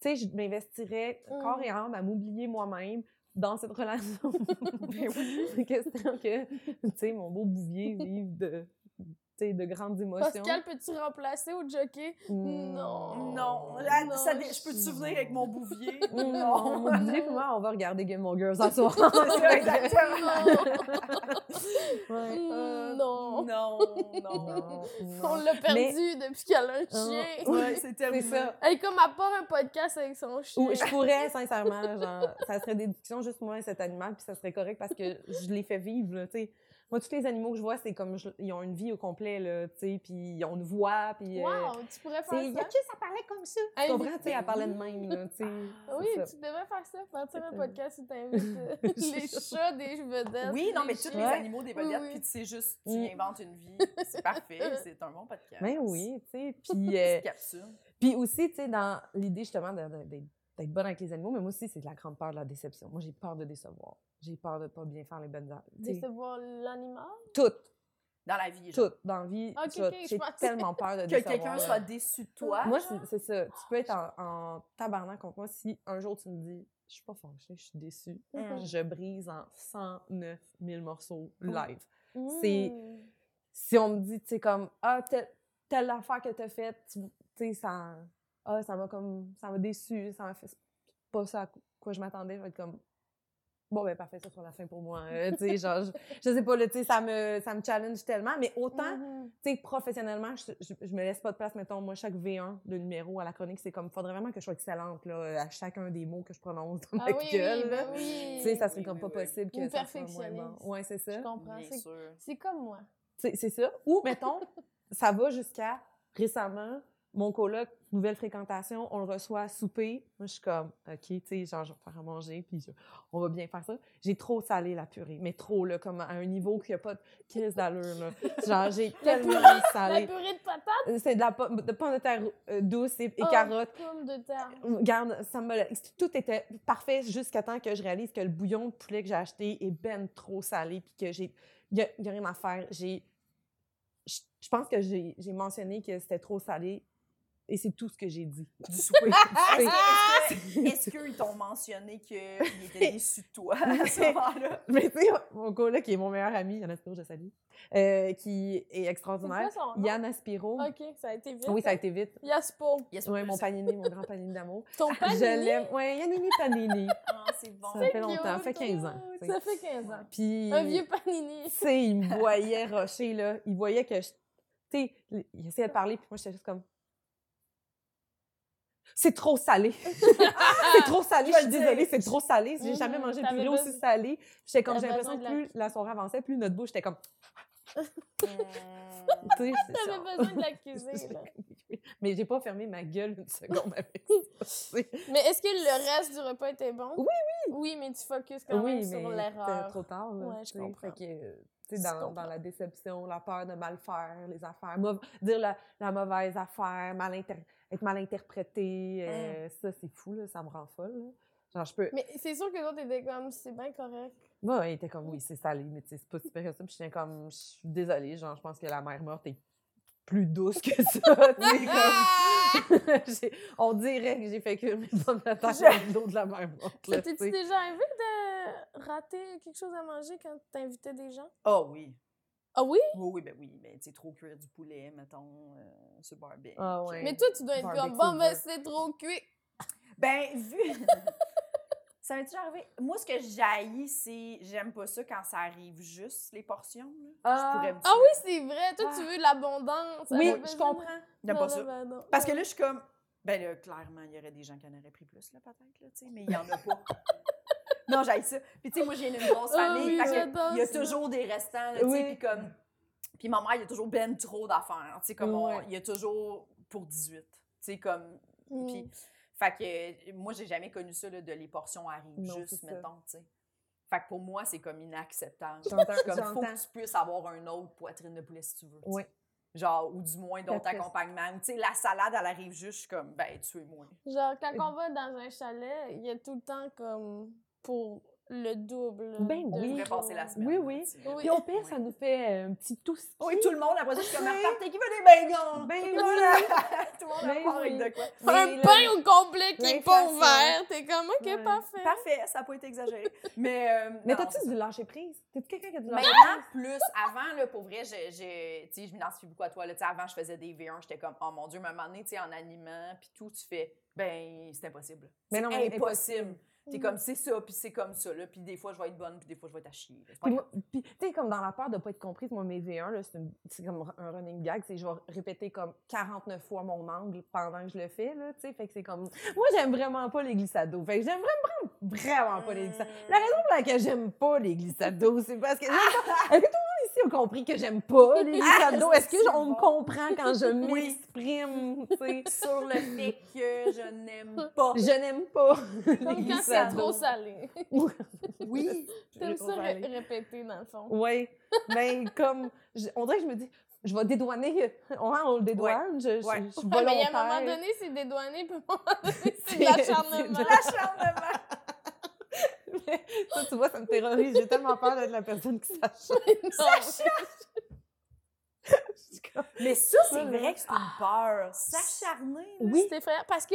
Speaker 4: Tu sais, je m'investirais
Speaker 3: Mm.
Speaker 4: corps et âme à m'oublier moi-même dans
Speaker 3: (laughs)
Speaker 4: cette relation. (laughs)
Speaker 2: Ben
Speaker 4: Question que, tu sais, mon beau bouvier vive de, tu sais, de grandes émotions. Mm.
Speaker 3: Pascal, peux-tu remplacer au jockey? Non.
Speaker 2: Oh, Non. Là,
Speaker 3: Non,
Speaker 2: ça dé-
Speaker 3: je-
Speaker 2: je peux te souvenir avec mon (laughs) bouvier.
Speaker 4: Mm, non, mon bouvier, puis moi, on va regarder Game of Girls
Speaker 3: (laughs)
Speaker 4: à soir.
Speaker 2: C'est ça, exactement.
Speaker 4: Ouais.
Speaker 3: Non.
Speaker 4: Euh,
Speaker 3: non.
Speaker 2: Non, non.
Speaker 4: non,
Speaker 3: On
Speaker 4: non.
Speaker 3: l'a perdu depuis qu'elle a un
Speaker 4: Ah,
Speaker 3: chien.
Speaker 2: Ouais, c'est
Speaker 4: C'est
Speaker 2: terminé.
Speaker 4: ça.
Speaker 3: Elle est comme à part un podcast avec son chien.
Speaker 4: Ou je
Speaker 3: (laughs)
Speaker 4: pourrais, sincèrement, genre, ça serait des discussions juste moi et cet animal, puis ça serait correct parce que je les fais vivre, là, tu sais. Moi, tous les animaux que je vois, c'est comme, je- ils ont une vie au complet, là, tu sais, puis ils ont une voix, puis... euh,
Speaker 3: Wow, tu pourrais
Speaker 4: tu sais,
Speaker 3: faire
Speaker 4: Yuki,
Speaker 3: ça.
Speaker 4: ça parlait comme ça. Tu
Speaker 3: Inviter-
Speaker 4: comprends, tu sais, elle parlait de même, là, tu sais.
Speaker 3: Ah, Oui,
Speaker 4: c'est
Speaker 3: tu devrais faire ça. Partir un
Speaker 4: ça.
Speaker 3: podcast où t'invites
Speaker 4: (laughs)
Speaker 3: euh, les chats des vedettes.
Speaker 2: Oui, non,
Speaker 3: les
Speaker 2: mais tous les
Speaker 3: chiens.
Speaker 2: animaux des vedettes,
Speaker 3: Oui, oui.
Speaker 2: puis tu sais juste, tu
Speaker 4: Mm.
Speaker 2: inventes une vie. C'est (laughs) parfait, c'est un bon podcast.
Speaker 4: Ben oui,
Speaker 3: (laughs)
Speaker 4: tu sais, puis... euh,
Speaker 2: C'est capsule.
Speaker 4: Puis aussi, tu sais, dans l'idée justement de- de- de- d'être bonne avec les animaux, mais moi aussi, c'est de la grande peur de la déception. Moi, j'ai peur de décevoir. J'ai peur de pas bien faire les bonnes a- tu sais,
Speaker 3: Décevoir l'animal.
Speaker 4: Tout,
Speaker 2: Dans la vie, genre.
Speaker 4: tout, dans la vie.
Speaker 3: Ok,
Speaker 4: tout.
Speaker 3: ok, je
Speaker 4: j'ai
Speaker 3: pensais-
Speaker 4: tellement
Speaker 3: (laughs)
Speaker 4: peur de
Speaker 2: Que
Speaker 4: décevoir.
Speaker 2: quelqu'un
Speaker 4: là.
Speaker 2: soit déçu de toi.
Speaker 4: Moi,
Speaker 2: genre.
Speaker 4: c'est- c'est ça. Tu peux être en, en tabarnak contre moi si un jour tu me dis « Je suis pas fâchée, je suis déçue.
Speaker 2: Mm.
Speaker 4: Je brise en 109 000 morceaux live. C'est-
Speaker 3: C'est.
Speaker 4: Si on me dit, tu sais, comme « Ah, telle, telle affaire que t'as faite, tu tu sais, ça... Ah, ça m'a comme... Ça m'a déçue, ça m'a fait... c'est pas ça à quoi je m'attendais. » Je vais être comme « Bon, ben parfait, ça sera la fin pour moi. Euh, (laughs) tu sais, genre, je, je sais pas, là, tu sais, ça me, ça me challenge tellement. Mais autant
Speaker 3: Mmh.
Speaker 4: tu sais, professionnellement, je, je, je me laisse pas de place, mettons, moi, chaque V1 de numéro à la chronique, c'est comme, faudrait vraiment que je sois excellente, là, à chacun des mots que je prononce dans
Speaker 3: Ah
Speaker 4: ma
Speaker 3: oui, oui,
Speaker 4: gueule,
Speaker 3: ben
Speaker 4: là.
Speaker 3: oui.
Speaker 4: Tu sais, ça serait
Speaker 2: Oui,
Speaker 4: comme
Speaker 2: oui,
Speaker 4: pas
Speaker 2: oui.
Speaker 4: possible que
Speaker 3: Ou
Speaker 4: ça soit moins bon.
Speaker 3: perfectionniste.
Speaker 4: Ouais, c'est ça.
Speaker 3: Je comprends.
Speaker 2: Bien
Speaker 3: c'est-
Speaker 2: sûr.
Speaker 3: C'est comme moi.
Speaker 4: C'est c'est ça. Ou, mettons, (laughs) ça va jusqu'à, récemment, mon coloc, nouvelle fréquentation, on le reçoit à souper. Moi, je suis comme, OK, tu sais, genre, je vais faire à manger, puis je- on va bien faire ça. J'ai trop salé la purée, mais trop, là, comme à un niveau qu'il n'y a pas de crise d'allure, là. Genre,
Speaker 3: (laughs)
Speaker 4: j'ai tellement
Speaker 3: purée, La
Speaker 4: salé.
Speaker 3: purée de patates,
Speaker 4: C'est de la pomme de, pommes de terre euh, douce et, et
Speaker 3: Oh.
Speaker 4: carottes.
Speaker 3: pomme de terre.
Speaker 4: Regarde, ça me l'a- tout était parfait jusqu'à temps que je réalise que le bouillon de poulet que j'ai acheté est ben trop salé puis que j'ai il y, a- y a rien à faire. J'ai je je pense que j'ai j'ai mentionné que c'était trop salé et c'est tout ce que j'ai dit du (laughs) souper. C'est-
Speaker 2: Est-ce qu'ils t'ont mentionné qu'ils (laughs) étaient déçus de toi à ce moment-là?
Speaker 4: Mais tu sais, mon collègue qui est mon meilleur ami, Yann Aspiro, je le salue, euh, qui est
Speaker 3: C'est
Speaker 4: extraordinaire.
Speaker 3: quoi son nom?
Speaker 4: Yann Aspiro.
Speaker 3: Ok, ça a été vite.
Speaker 4: Oui, ça a été vite.
Speaker 3: Yaspo,
Speaker 2: Yes,
Speaker 4: Oui,
Speaker 2: plus.
Speaker 4: mon panini, mon grand panini d'amour.
Speaker 3: ton panini.
Speaker 4: Je l'aime. Oui, Yanini
Speaker 3: (laughs)
Speaker 4: Panini.
Speaker 2: Ah, c'est bon.
Speaker 4: Ça fait
Speaker 3: cute.
Speaker 4: longtemps, ça fait 15 ans. tu sais.
Speaker 3: Ça fait 15 ans.
Speaker 4: Puis,
Speaker 3: Un vieux
Speaker 4: tu
Speaker 3: panini.
Speaker 4: sais, il me voyait rocher, là. Il voyait que je. Tu sais, il- il essayait de parler, puis moi, j'étais juste comme. C'est
Speaker 3: (laughs)
Speaker 4: trop salé. c'est trop salé,
Speaker 2: Je
Speaker 4: je suis
Speaker 2: le dis.
Speaker 4: désolée, c'est trop salé. J'ai
Speaker 3: Mhm,
Speaker 4: jamais mangé de
Speaker 3: t'avais
Speaker 4: poulet aussi
Speaker 3: besoin-
Speaker 4: salé. J'étais comme,
Speaker 3: t'avais
Speaker 4: j'ai l'impression que
Speaker 3: besoin de la-
Speaker 4: plus la soirée avançait, plus notre bouche était comme.
Speaker 2: Mm.
Speaker 4: Tu sais, (laughs)
Speaker 3: (laughs) (laughs)
Speaker 4: c'est
Speaker 3: T'avais
Speaker 4: genre-
Speaker 3: besoin de l'accuser, là.
Speaker 4: Mais j'ai pas fermé ma gueule une seconde avec ça.
Speaker 3: (laughs)
Speaker 4: tu sais.
Speaker 3: Mais est-ce que le reste du repas était bon?
Speaker 4: Oui,
Speaker 3: oui. Oui, mais tu focuses quand même sur
Speaker 4: c'était
Speaker 3: l'erreur.
Speaker 4: trop tard. Là,
Speaker 3: Ouais, je
Speaker 4: tu sais.
Speaker 3: comprends.
Speaker 4: Fait que, euh, tu sais,
Speaker 3: Je
Speaker 4: dans,
Speaker 3: comprends.
Speaker 4: dans la déception, la peur de mal faire, les affaires, mauva- dire la, la mauvaise affaire, mal inter- être mal interprété, euh,
Speaker 3: Hein.
Speaker 4: ça, c'est fou, là, ça me rend folle. là. Genre, je peux.
Speaker 3: Mais c'est sûr que les autres étaient comme, c'est bien
Speaker 4: (laughs)
Speaker 3: correct.
Speaker 4: Moi, il était comme, oui, c'est salé, mais tu sais, c'est pas super que ça. Puis j'étais comme, je suis désolée, genre, je pense que la mère morte est plus douce que ça. (laughs) tu sais,
Speaker 3: Ah!
Speaker 4: comme- J'ai- On dirait que j'ai fait que mes pommes
Speaker 3: (laughs)
Speaker 4: de terre avec le dos de la mère morte. là,
Speaker 3: Ça
Speaker 4: tu sais.
Speaker 3: T'es-tu déjà arrivé de rater quelque chose à manger quand t'invitais des gens?
Speaker 2: Ah oui.
Speaker 3: Ah oui?
Speaker 2: Oui, oui, ben oui. Ben, tu sais, trop cuire du poulet, mettons, euh, sur barbecue.
Speaker 4: Ah ouais.
Speaker 3: ben, Mais toi, tu dois être comme,
Speaker 4: Barbecue,
Speaker 3: bon, ben
Speaker 4: ouais.
Speaker 3: c'est trop cuit.
Speaker 2: Ben, vu. (laughs) Ça m'est déjà arrivé. Moi, ce que j'haïs, c'est j'aime pas ça quand ça arrive juste, les portions. là.
Speaker 4: Ah.
Speaker 2: je pourrais me
Speaker 3: Ah oui, c'est vrai. Toi, tu
Speaker 4: Ah.
Speaker 3: veux de l'abondance.
Speaker 4: Oui,
Speaker 3: Alors, vas-y,
Speaker 4: je comprends.
Speaker 2: J'aime
Speaker 3: non,
Speaker 2: pas
Speaker 3: non,
Speaker 2: ça.
Speaker 3: ben non.
Speaker 2: Parce que là, je suis comme, ben là, clairement, il y aurait des gens qui en auraient pris plus, là, peut-être, là, tu sais, mais il y en a pas. non, j'aille ça. Puis, tu sais, moi, j'ai une grosse
Speaker 3: Ah
Speaker 2: famille.
Speaker 3: oui,
Speaker 2: fait que
Speaker 3: j'adore
Speaker 2: il y a
Speaker 3: ça.
Speaker 2: toujours des restants, là, tu sais,
Speaker 4: Oui.
Speaker 2: puis comme. Puis, ma mère, il y a toujours ben trop d'affaires. Tu sais, comme, on-
Speaker 4: Ouais.
Speaker 2: il y a toujours pour 18. Tu sais, comme.
Speaker 3: Mm.
Speaker 2: Puis, fait que euh, moi, j'ai jamais connu ça, là, de les portions arrivent
Speaker 4: Non,
Speaker 2: juste,
Speaker 4: c'est ça.
Speaker 2: mettons, tu sais. Fait que pour moi, c'est comme inacceptable.
Speaker 4: J'entends,
Speaker 3: (laughs)
Speaker 2: Je suis comme, faut
Speaker 4: j'entends.
Speaker 2: que tu puisses avoir un autre poitrine de poulet si tu veux. tu sais.
Speaker 4: Oui.
Speaker 2: Genre, ou du moins, dont
Speaker 4: Après ça.
Speaker 2: accompagnement. Ou, tu sais, la salade, elle arrive juste, je suis comme, ben, tu es moi.
Speaker 3: Genre, quand on
Speaker 4: Euh.
Speaker 3: va dans un chalet, il y a tout le temps comme pour le double.
Speaker 4: Ben
Speaker 3: de
Speaker 2: On
Speaker 4: oui.
Speaker 2: pourrait passer la semaine.
Speaker 4: Oui, oui.
Speaker 2: là, tu sais.
Speaker 3: Oui.
Speaker 4: Puis au pire, ça nous fait euh, un petit tout ski.
Speaker 2: Oui, tout le monde, après ça, je suis comme,
Speaker 4: Oui.
Speaker 2: repartez, qui veut des bagels?
Speaker 4: Ben
Speaker 2: Voilà! (laughs) tout le monde
Speaker 4: Ben
Speaker 2: repart avec
Speaker 4: oui.
Speaker 2: de quoi.
Speaker 3: Un
Speaker 4: Mais
Speaker 3: pain au complet qui est pas
Speaker 4: l'inflation.
Speaker 3: ouvert. T'es comme, ok,
Speaker 4: Ouais.
Speaker 3: parfait.
Speaker 2: Parfait, ça n'a pas été exagéré. Mais, euh,
Speaker 4: Mais
Speaker 2: non,
Speaker 4: t'as-tu du lâcher prise? T'es-tu quelqu'un qui a du lâcher
Speaker 2: Maintenant, plus. Avant, là, pour vrai, j'ai- j'ai- tu sais, je m'identifie beaucoup à toi. Là, Tu sais, avant, je faisais des V1, j'étais comme, oh mon Dieu, mais à un moment donné, tu sais, en animant, puis tout, tu fais, ben, c'est impossible.
Speaker 4: Mais non, mais
Speaker 2: impossible. impossible. T'es
Speaker 3: Mm.
Speaker 2: comme, c'est ça, puis c'est comme ça, là, puis des fois, je vais être bonne, puis des fois, je vais être à chier. là. C'est pas
Speaker 4: Puis,
Speaker 2: grave.
Speaker 4: moi- puis, tu sais, comme dans la peur de pas être comprise, moi, mes V1, là, c'est, une- c'est comme un running gag. C'est je vais répéter comme 49 fois mon angle pendant que je le fais, là, tu sais. Fait que c'est comme... Moi, j'aime vraiment pas les glissades d'eau. Fait que j'aime vraiment, vraiment pas les
Speaker 2: Mm.
Speaker 4: glissades
Speaker 2: hmm.
Speaker 4: La raison pour laquelle j'aime pas les glissades d'eau, c'est parce que... j'aime
Speaker 2: Ah!
Speaker 4: pas- Est-ce que tout le monde ici a compris que j'aime
Speaker 2: (laughs)
Speaker 4: pas les glissades d'eau? Est-ce que
Speaker 2: c'est
Speaker 4: on me
Speaker 2: bon.
Speaker 4: comprend quand je
Speaker 2: Oui.
Speaker 4: m'exprime, tu sais?
Speaker 2: Sur le fait que je n'aime pas.
Speaker 4: Je n'aime pas les
Speaker 3: Comme quand c'est
Speaker 4: glissades
Speaker 3: trop
Speaker 4: d'eau.
Speaker 3: salé.
Speaker 2: (laughs)
Speaker 3: (laughs)
Speaker 2: Oui.
Speaker 3: T'aimes
Speaker 4: trop
Speaker 3: ça ré-
Speaker 4: salé.
Speaker 3: répéter, dans le fond.
Speaker 4: Oui,
Speaker 2: (laughs)
Speaker 4: mais comme, je- on dirait que je me dis, je vais dédouaner, (laughs) on, on le dédouane, je, je-
Speaker 2: Ouais.
Speaker 4: je suis
Speaker 3: Ouais, Ah, mais
Speaker 4: volontaire.
Speaker 3: à un moment donné, c'est dédouané, puis à un
Speaker 4: (laughs)
Speaker 3: moment donné, c'est de
Speaker 4: C'est-
Speaker 3: l'acharnement.
Speaker 4: c'est de
Speaker 2: L'acharnement.
Speaker 4: (laughs) Ça, tu vois, ça me terrorise, j'ai tellement peur d'être la personne
Speaker 2: (laughs)
Speaker 4: qui s'achète.
Speaker 2: Mais ça, c'est
Speaker 4: Ça, là.
Speaker 2: vrai que c'est une peur. S'acharner. là.
Speaker 4: Oui.
Speaker 3: C'est effrayant. Parce que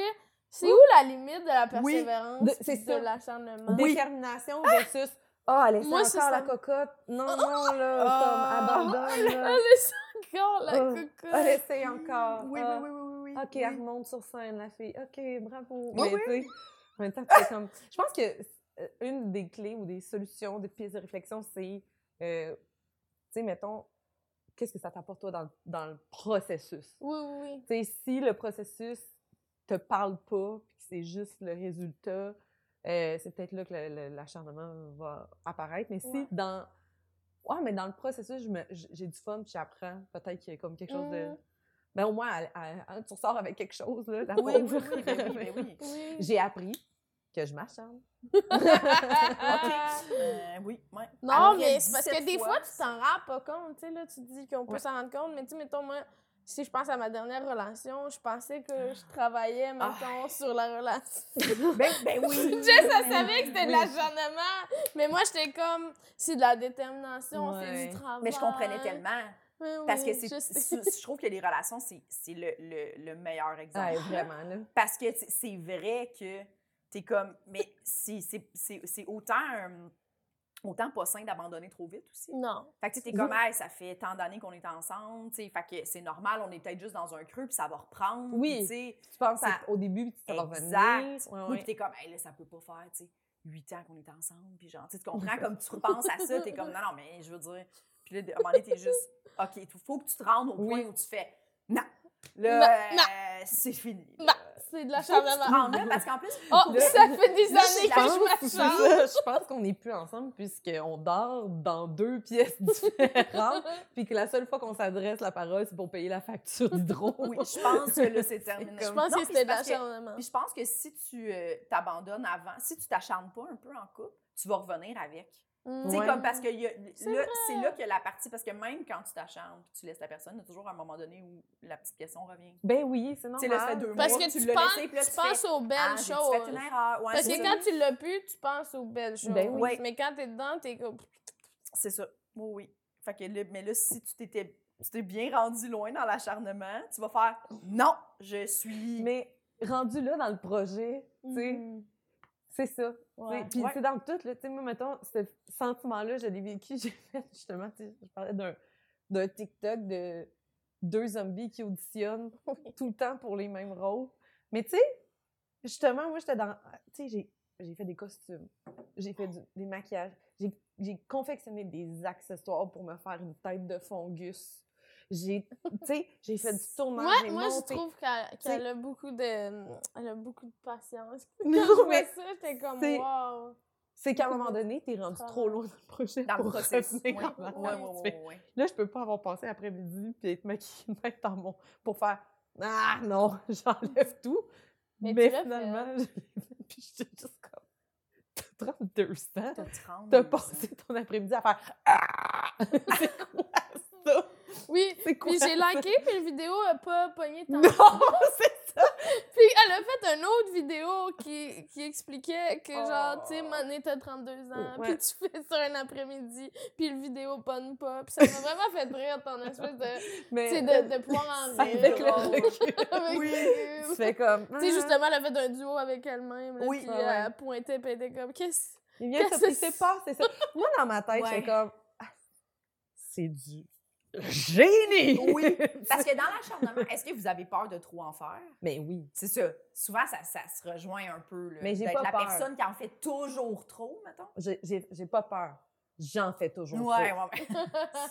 Speaker 3: c'est où la limite de la
Speaker 4: Oui.
Speaker 3: persévérance
Speaker 4: De-
Speaker 3: puis
Speaker 4: c'est
Speaker 3: de,
Speaker 4: ça.
Speaker 3: l'acharnement? (laughs)
Speaker 4: Détermination versus, ah, laissez
Speaker 3: Moi, c'est
Speaker 4: encore la
Speaker 3: ça.
Speaker 4: cocotte, non,
Speaker 3: (laughs)
Speaker 4: non, là,
Speaker 3: Ah.
Speaker 4: comme, abandonne,
Speaker 3: (laughs)
Speaker 4: là.
Speaker 3: Ah, laisse encore la
Speaker 4: Ah. Ah,
Speaker 3: cocotte.
Speaker 4: laissez encore.
Speaker 2: Oui,
Speaker 4: ah.
Speaker 2: oui, oui, oui, oui.
Speaker 4: OK, elle remonte sur scène, la fille. OK, bravo.
Speaker 2: Oui,
Speaker 4: Mais, tu sais, En même temps, c'est comme... Je pense que euh, une des clés ou des solutions, des pistes de réflexion, c'est, euh, tu sais, mettons, qu'est-ce que ça t'apporte, toi, dans, dans le processus?
Speaker 3: Oui, oui, oui.
Speaker 4: Tu sais, si le processus te parle pas, puis que c'est juste le résultat, euh, c'est peut-être là que le- le- l'acharnement va apparaître. Mais si
Speaker 3: Ouais.
Speaker 4: dans... Ouais, mais dans le processus, je me- j- j'ai du fun, puis j'apprends peut-être qu'il y a comme quelque chose de...
Speaker 3: Mm.
Speaker 4: Ben, au moins, elle- elle- elle- tu ressors avec quelque chose, là, la
Speaker 2: Oui, oui,
Speaker 4: pauvre.
Speaker 2: oui, ben oui, ben oui.
Speaker 3: Oui.
Speaker 4: (laughs) (laughs) J'ai appris que je m'acharne.
Speaker 3: Ah,
Speaker 2: Euh, oui, ouais.
Speaker 3: Non,
Speaker 2: Alors,
Speaker 3: mais c'est parce que
Speaker 2: 17
Speaker 3: des fois, tu t'en rends pas compte. Tu sais, là, tu dis qu'on peut
Speaker 4: Ouais.
Speaker 3: s'en rendre compte, mais tu sais, mettons, moi, si je pense à ma dernière relation, je pensais que
Speaker 2: Ah.
Speaker 3: je travaillais, mettons, sur la relation.
Speaker 2: (laughs)
Speaker 3: (laughs)
Speaker 2: Ben, ben oui.
Speaker 3: Jess, elle savait que c'était de
Speaker 2: Oui.
Speaker 3: l'acharnement, mais moi, j'étais comme, c'est de la détermination, c'est
Speaker 4: Ouais.
Speaker 3: du travail.
Speaker 2: Mais je comprenais tellement.
Speaker 3: Mais oui,
Speaker 2: Parce que c'est,
Speaker 3: je sais.
Speaker 2: je, je trouve que les relations, c'est, c'est le, le- le meilleur exemple.
Speaker 4: Ouais, vraiment, là.
Speaker 2: Parce que c'est- c'est vrai que t'es comme. Mais c'est, c'est, c'est, c'est autant, euh, autant pas sain d'abandonner trop vite aussi.
Speaker 3: (laughs) Non.
Speaker 2: Fait que tu sais, t'es comme, Hey, ça fait tant d'années qu'on est ensemble. tu sais, Fait que c'est normal, on est peut-être juste dans un creux, puis ça va reprendre.
Speaker 4: Oui.
Speaker 2: tu sais.
Speaker 4: Tu penses
Speaker 2: C'est-
Speaker 4: à- au début, puis ça va revenir.
Speaker 2: Exact.
Speaker 4: Ouais,
Speaker 2: Oui,
Speaker 4: ouais.
Speaker 2: puis t'es comme, hey, là, ça peut pas faire, tu sais, huit ans qu'on est ensemble, puis genre, tu sais, tu comprends, comme
Speaker 3: (laughs)
Speaker 2: tu repenses à ça, t'es comme, non, non, mais je veux dire. Puis là, à un moment donné,
Speaker 3: (laughs)
Speaker 2: t'es juste, OK, il faut que tu te rendes au point
Speaker 4: Oui.
Speaker 2: où tu fais, non, là,
Speaker 3: Non, non.
Speaker 2: euh, c'est fini.
Speaker 3: Non,
Speaker 2: là.
Speaker 3: c'est de
Speaker 2: Faut que tu te
Speaker 3: l'acharnement.
Speaker 2: rendes là, parce qu'en plus,
Speaker 3: Oh,
Speaker 2: Là-
Speaker 3: ça fait des
Speaker 2: là,
Speaker 3: années
Speaker 2: je
Speaker 3: que
Speaker 2: pense
Speaker 3: je (laughs)
Speaker 4: C'est
Speaker 3: m'acharne.
Speaker 4: ça, je pense qu'on n'est plus ensemble puisqu'on dort dans deux pièces (laughs) différentes, puis que la seule fois qu'on s'adresse la parole, c'est pour payer la facture d'hydro.
Speaker 3: (laughs)
Speaker 2: oui, je pense que là, c'est terminé.
Speaker 3: Je pense
Speaker 2: Non,
Speaker 3: que
Speaker 2: puis
Speaker 3: c'était
Speaker 2: c'est
Speaker 3: de
Speaker 2: parce que-
Speaker 3: l'acharnement.
Speaker 2: Puis je pense que si tu euh, t'abandonnes avant, si tu t'acharnes pas un peu en couple, tu vas revenir avec. Tu sais,
Speaker 3: Mm.
Speaker 4: Ouais.
Speaker 2: comme parce que y a-
Speaker 3: C'est
Speaker 2: là, c'est là que la partie, parce que même quand tu t'acharnes, puis tu laisses la personne, il y a toujours un moment donné où la petite question revient.
Speaker 4: Ben oui,
Speaker 2: Tu
Speaker 4: c'est normal.
Speaker 2: sais, là, ça fait deux
Speaker 3: Parce
Speaker 2: mois
Speaker 3: que tu
Speaker 2: l'as
Speaker 3: penses,
Speaker 2: laissé, puis là,
Speaker 3: tu
Speaker 2: tu
Speaker 3: penses
Speaker 2: fais,
Speaker 3: aux belles
Speaker 2: Ah, j'ai-tu
Speaker 3: choses.
Speaker 2: fait une erreur. Ouais,
Speaker 3: Parce
Speaker 2: c'est
Speaker 3: que
Speaker 2: ça.
Speaker 3: quand tu l'as pu, tu penses aux belles choses.
Speaker 4: Ben
Speaker 2: oui.
Speaker 3: Mais quand t'es dedans, t'es comme.
Speaker 2: C'est ça. Oui, oui. Fait que là, mais là, si tu t'étais tu t'es bien rendu loin dans l'acharnement, tu vas faire non, je suis.
Speaker 4: Mais rendu là dans le projet, tu sais,
Speaker 3: Mhm.
Speaker 4: c'est ça.
Speaker 3: Ouais.
Speaker 4: T'sais, Puis
Speaker 2: Ouais.
Speaker 4: c'est dans tout, là, tu sais, moi, mettons, ce sentiment-là, je l'ai vécu, (laughs) j'ai fait, justement, tu sais, je parlais d'un, d'un TikTok de deux zombies qui
Speaker 3: (laughs)
Speaker 4: auditionnent tout le temps pour les mêmes rôles. Mais tu sais, justement, moi, j'étais dans, tu sais, j'ai j'ai fait des costumes, j'ai fait du- des maquillages, j'ai, j'ai confectionné des accessoires pour me faire une tête de fungus. J'ai, tu sais, j'ai
Speaker 3: (laughs)
Speaker 4: fait du tournage,
Speaker 3: Moi,
Speaker 4: j'ai
Speaker 3: moi je
Speaker 4: monté.
Speaker 3: trouve qu'elle
Speaker 4: sais-
Speaker 3: qu'elle a beaucoup de elle a beaucoup de
Speaker 4: (laughs)
Speaker 3: patience. Quand
Speaker 4: Non,
Speaker 3: je vois
Speaker 4: mais
Speaker 3: ça, j'étais comme
Speaker 4: c'est-
Speaker 3: wow.
Speaker 4: C'est qu'à un moment donné, t'es rendu
Speaker 3: Travail.
Speaker 4: trop loin dans le projet
Speaker 2: Dans le
Speaker 4: pour
Speaker 2: processus. Oui,
Speaker 4: revenir en
Speaker 2: oui,
Speaker 4: arrière.
Speaker 2: oui,
Speaker 4: Tu fais,
Speaker 2: oui, oui.
Speaker 4: Là, je peux pas avoir passé après-midi puis être maquillée être dans mon... pour faire « Ah non, (laughs) j'enlève tout! »
Speaker 3: Mais
Speaker 4: Mais,
Speaker 3: tu l'as
Speaker 4: finalement, je l'ai fait, puis j'étais juste comme « T'as 32
Speaker 2: T'as
Speaker 4: ans?
Speaker 2: 30,
Speaker 4: T'as
Speaker 2: ça.
Speaker 4: passé ton après-midi à faire « Ah! (laughs) C'est quoi ça?
Speaker 3: Oui,
Speaker 4: C'est quoi
Speaker 3: puis j'ai
Speaker 4: ça?
Speaker 3: liké, puis la vidéo a pas pogné tant. (laughs)
Speaker 4: Non, c'est ça!
Speaker 3: Puis elle a fait une autre vidéo qui, qui expliquait que, genre, tu sais,
Speaker 4: Oh.
Speaker 3: Mané, t'as 32 ans,
Speaker 4: Ouais.
Speaker 3: puis tu fais ça un après-midi, puis le vidéo pogne pas. Puis ça m'a vraiment fait rire ton espèce
Speaker 4: (laughs)
Speaker 3: de. Tu
Speaker 4: Mais
Speaker 3: sais, de, de pouvoir en rire.
Speaker 4: (laughs) avec le
Speaker 3: wow.
Speaker 4: recul,
Speaker 3: (laughs) Avec
Speaker 4: oui.
Speaker 3: le recul.
Speaker 4: tu fais comme «
Speaker 3: Tu sais,
Speaker 4: Ah,
Speaker 3: justement, elle a fait un duo avec elle-même. là,
Speaker 4: Oui.
Speaker 3: Puis
Speaker 4: Ah ouais.
Speaker 3: elle pointait, puis elle était comme, qu'est-ce.
Speaker 4: Il vient de
Speaker 3: Qu'est-ce
Speaker 4: se
Speaker 3: que c'est?
Speaker 4: passer pas, c'est ça. Moi, dans ma tête,
Speaker 2: Ouais.
Speaker 4: j'étais comme, Ah, c'est du génie! (laughs)
Speaker 2: Oui, Parce que dans l'acharnement, est-ce que vous avez peur de trop en faire?
Speaker 4: Mais oui.
Speaker 2: C'est ça. Souvent, ça, ça se rejoint un peu. Là,
Speaker 4: Mais j'ai
Speaker 2: d'être
Speaker 4: pas
Speaker 2: la
Speaker 4: peur.
Speaker 2: personne qui en fait toujours trop, mettons.
Speaker 4: J'ai- J'ai j'ai pas peur. J'en fais toujours.
Speaker 2: Ouais,
Speaker 4: trop.
Speaker 2: ouais, ouais.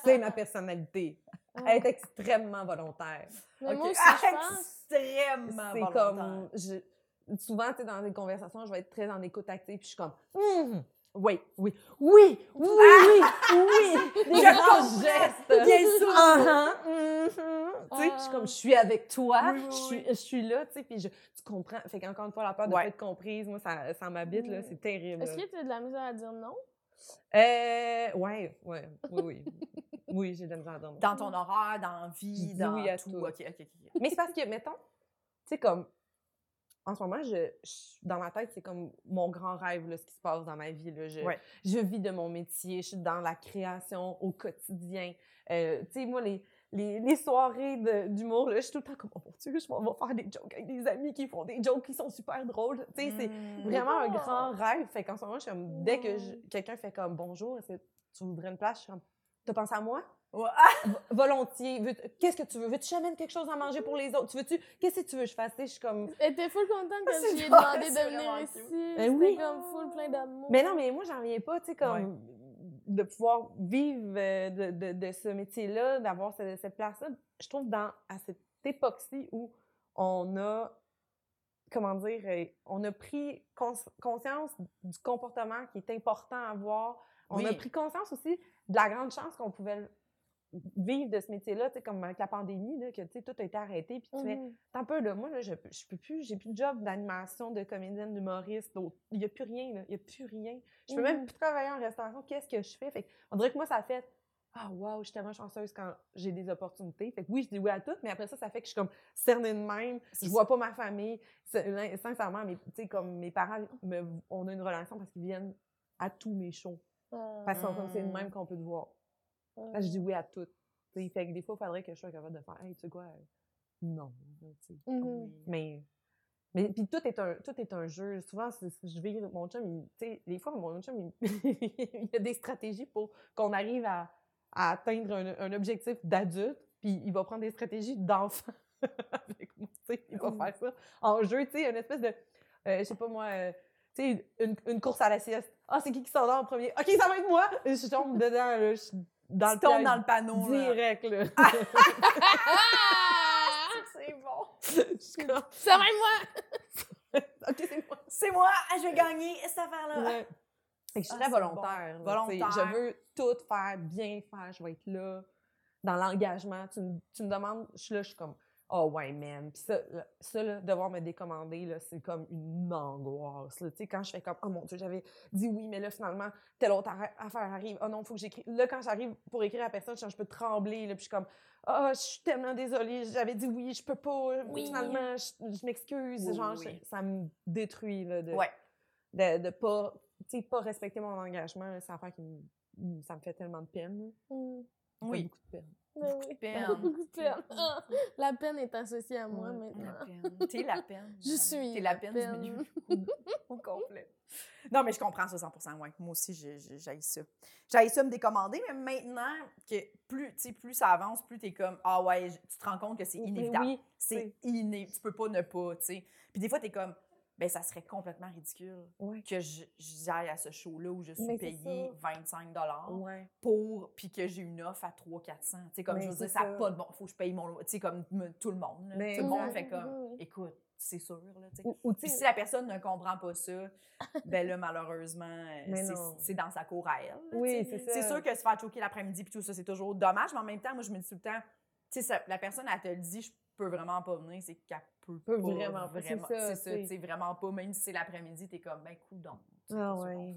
Speaker 4: C'est ma personnalité.
Speaker 2: (laughs)
Speaker 3: Ouais.
Speaker 4: Être extrêmement volontaire.
Speaker 3: Mais
Speaker 2: Ok.
Speaker 4: (laughs)
Speaker 2: (laughs)
Speaker 3: moi aussi, je pense.
Speaker 2: Extrêmement
Speaker 4: C'est
Speaker 2: volontaire.
Speaker 4: comme. je- souvent, tu sais, dans des conversations, je vais être très en écoute active, puis je suis comme. Hum, Oui, oui, oui,
Speaker 2: (laughs)
Speaker 4: oui, oui, oui, des
Speaker 2: Ah! Je
Speaker 4: grands
Speaker 2: comprends.
Speaker 4: gestes.
Speaker 2: Bien sûr.
Speaker 4: Ah, ah, hum, hum. Tu sais, je suis comme, je suis avec toi,
Speaker 2: Ah, Oui, oui,
Speaker 4: je,
Speaker 2: oui.
Speaker 4: suis, je suis là, tu sais, puis je, tu comprends. Fait qu'encore une fois, la peur de ne
Speaker 2: Ouais. Mm.
Speaker 4: pas être comprise, moi, ça, ça m'habite, là, c'est terrible.
Speaker 3: Est-ce que tu as de la misère à dire non?
Speaker 4: Euh, ouais, ouais,
Speaker 2: (laughs)
Speaker 4: oui, oui. oui, j'ai de la misère à dormir.
Speaker 2: Dans ton horaire, dans la
Speaker 4: Je
Speaker 2: vie,
Speaker 4: dis
Speaker 2: dans
Speaker 4: oui à
Speaker 2: tout.
Speaker 4: tout.
Speaker 2: OK, OK, OK.
Speaker 4: Mais c'est parce que, mettons, tu sais, comme, en ce moment, je, je- dans ma tête, c'est comme mon grand rêve, là, ce qui se passe dans ma vie. Là. Je,
Speaker 2: Ouais.
Speaker 4: je vis de mon métier, je suis dans la création au quotidien. Euh, tu sais, moi, les, les, les soirées de- d'humour, là, je suis tout le temps comme, oh mon Dieu, je m'en vais faire des jokes avec des amis qui font des jokes qui sont super drôles. Tu sais, c'est
Speaker 2: Mm.
Speaker 4: vraiment un
Speaker 3: Oh.
Speaker 4: grand rêve. Fait qu'en ce moment, je suis comme, dès que je-
Speaker 3: Ouais.
Speaker 4: quelqu'un fait comme, bonjour, est-ce que tu voudrais une place? Je suis comme, t'as pensé à moi?
Speaker 2: Ouais. Ah,
Speaker 4: volontiers. Veux- Qu'est-ce que tu veux? Veux-tu que je t'amène quelque chose à manger pour les autres? Tu veux-tu? Qu'est-ce que tu veux que je fasse? Tu sais, Je suis comme.
Speaker 3: Elle était full contente
Speaker 4: (laughs)
Speaker 3: quand
Speaker 2: C'est
Speaker 3: je lui ai
Speaker 2: vrai,
Speaker 3: demandé
Speaker 2: c'est
Speaker 3: de venir
Speaker 2: vraiment
Speaker 3: ici.
Speaker 2: cute.
Speaker 3: C'était
Speaker 4: Ben oui.
Speaker 3: comme full plein d'amour.
Speaker 4: Mais non, mais moi, j'en reviens pas, tu sais, comme. De pouvoir vivre euh, de, de- de ce métier-là, d'avoir ce- cette place-là. Je trouve dans, à cette époque-ci où on a. Comment dire? euh, On a pris cons- conscience du comportement qui est important à avoir. On a
Speaker 2: Oui.
Speaker 4: pris conscience aussi de la grande chance qu'on pouvait le- vivre de ce métier-là, tu sais, comme avec la pandémie, là, que tu sais, tout a été arrêté, puis tu fais,
Speaker 3: Mhm.
Speaker 4: Attends un peu, là, moi, là, je, peux- je peux plus, j'ai plus de job d'animation, de comédienne, d'humoriste, d'autre- il n'y a plus rien, là, il n'y a plus rien. Je peux même
Speaker 3: Mhm.
Speaker 4: plus travailler en restauration, qu'est-ce que je fais? Fait que, on dirait que moi, ça a fait, ah, wow, je suis tellement chanceuse quand j'ai des opportunités. Fait que oui, je dis oui à tout, mais après ça, ça fait que je suis comme cernée de même,
Speaker 2: C'est
Speaker 4: je vois pas ma famille. C'est- lin- Sincèrement, mes, tu sais, comme mes parents, me- on a une relation parce qu'ils viennent à tous mes shows.
Speaker 3: Euh,
Speaker 4: Parce qu'on comme c'est le
Speaker 2: Mhm.
Speaker 4: même qu'on peut te voir.
Speaker 3: euh,
Speaker 4: Parce que je dis oui à tout. Tu sais, fait que des fois, il faudrait que je sois capable de faire, hey, tu sais quoi, euh, non. tu sais.
Speaker 3: mhm.
Speaker 4: Mais, mais puis tout est un, tout est un jeu. Souvent, c'est- c'est- je vais mon chum, il- tu sais, des fois, mon chum, il, (laughs) il a des stratégies pour qu'on arrive à, à atteindre un, un objectif d'adulte, puis il va prendre des stratégies d'enfant (laughs) avec moi, tu sais, il va faire ça en jeu, tu sais, une espèce de, euh, je sais pas moi, euh, tu sais, une, une course à la sieste. Ah, c'est qui qui s'endort en premier? OK, ça va être moi! Je tombe dedans, là, je suis dans
Speaker 2: tu
Speaker 4: le
Speaker 2: tombes
Speaker 4: piège
Speaker 2: dans le panneau. là.
Speaker 4: direct, là.
Speaker 3: Ah!
Speaker 2: C'est bon.
Speaker 4: (laughs) Je suis comme,
Speaker 3: Ça va être moi!
Speaker 4: (laughs) OK, c'est moi!
Speaker 2: C'est moi, ah, je vais gagner cette affaire-là.
Speaker 4: Ouais. (laughs) Fait que je suis
Speaker 2: Ah,
Speaker 4: très
Speaker 2: c'est bon.
Speaker 4: volontaire. là, tu sais.
Speaker 2: Volontaire.
Speaker 4: Je veux tout faire, bien faire, je vais être là. Dans l'engagement, tu, me- tu me demandes, je suis là, je suis comme, oh ouais, man. Puis ça, là, ça là, devoir me décommander, là, c'est comme une angoisse. là. Tu sais, quand je fais comme, oh mon Dieu, j'avais dit oui, mais là, finalement, telle autre arri- affaire arrive. Oh non, faut que j'écris. Là, quand j'arrive pour écrire à la personne, je, je peux trembler, là, puis je suis comme, ah, je suis tellement désolée, j'avais dit oui, je peux pas.
Speaker 3: Oui.
Speaker 4: Finalement, je, je m'excuse.
Speaker 2: Oui,
Speaker 4: genre,
Speaker 2: oui,
Speaker 4: je-
Speaker 2: oui.
Speaker 4: ça me détruit, là, de,
Speaker 2: Ouais.
Speaker 4: de, de pas, tu sais, pas respecter mon engagement, là, c'est une affaire qui me, mm, ça me fait tellement de peine. là.
Speaker 3: Mm.
Speaker 4: Ça me fait
Speaker 2: Oui.
Speaker 4: Beaucoup de peine. Mhm.
Speaker 3: Ben
Speaker 2: Beaucoup de
Speaker 3: oui.
Speaker 2: peine.
Speaker 3: (laughs) Beaucoup de peine. Ah, La peine est associée à moi
Speaker 4: Ouais.
Speaker 3: maintenant.
Speaker 2: La peine. T'es la (laughs) peine.
Speaker 3: Je
Speaker 2: madame.
Speaker 3: suis
Speaker 2: T'es Hein. la
Speaker 3: la
Speaker 2: peine,
Speaker 3: peine.
Speaker 2: du milieu (laughs) au complet. Non, mais je comprends ça 100 ouais. Moi aussi, j'ai- j'ai j'haïs ça. J'haïs ça me décommander, mais maintenant, que plus, tu sais, plus ça avance, plus t'es comme, ah ouais, je- tu te rends compte que c'est
Speaker 4: Mais
Speaker 2: inévitable.
Speaker 4: Oui,
Speaker 2: c'est iné... Tu peux pas ne pas, tu sais. Puis des fois, t'es comme, ben ça serait complètement ridicule
Speaker 4: Ouais.
Speaker 2: que je- j'aille à ce show-là où je suis
Speaker 4: Mais c'est
Speaker 2: payée
Speaker 4: ça.
Speaker 2: 25 dollars
Speaker 4: Ouais.
Speaker 2: pour, puis que j'ai une offre à 3 400 Tu sais, comme
Speaker 4: Mais
Speaker 2: je veux
Speaker 4: c'est
Speaker 2: dire, ça n'a
Speaker 4: ça.
Speaker 2: pas de bon. faut que je paye mon loyer. Tu sais, comme me- tout le monde. là.
Speaker 4: Mais
Speaker 2: tout le monde
Speaker 4: exact.
Speaker 2: fait comme,
Speaker 3: Ouais, ouais.
Speaker 2: écoute, c'est sûr, là, tu sais.
Speaker 4: Ou, ou tu
Speaker 2: Puis
Speaker 4: sais,
Speaker 2: si la personne ne comprend pas ça, ben là, malheureusement, euh,
Speaker 4: Mais
Speaker 2: c'est-
Speaker 4: non.
Speaker 2: c'est dans sa cour à elle. là, tu
Speaker 4: oui,
Speaker 2: sais.
Speaker 4: c'est ça.
Speaker 2: C'est sûr que se faire choquer l'après-midi puis tout ça, c'est toujours dommage, mais en même temps, moi, je me dis tout le temps, tu sais, ça- la personne, elle te le dit, je peux vraiment pas venir, c'est qu'elle peut,
Speaker 4: Peut
Speaker 2: pas
Speaker 4: vraiment pas, c'est
Speaker 2: vraiment-
Speaker 4: ça,
Speaker 2: C'est ça,
Speaker 4: tu sais.
Speaker 2: tu sais, vraiment pas. Même si c'est l'après-midi, t'es comme, ben, coup donc.
Speaker 4: Ah ouais.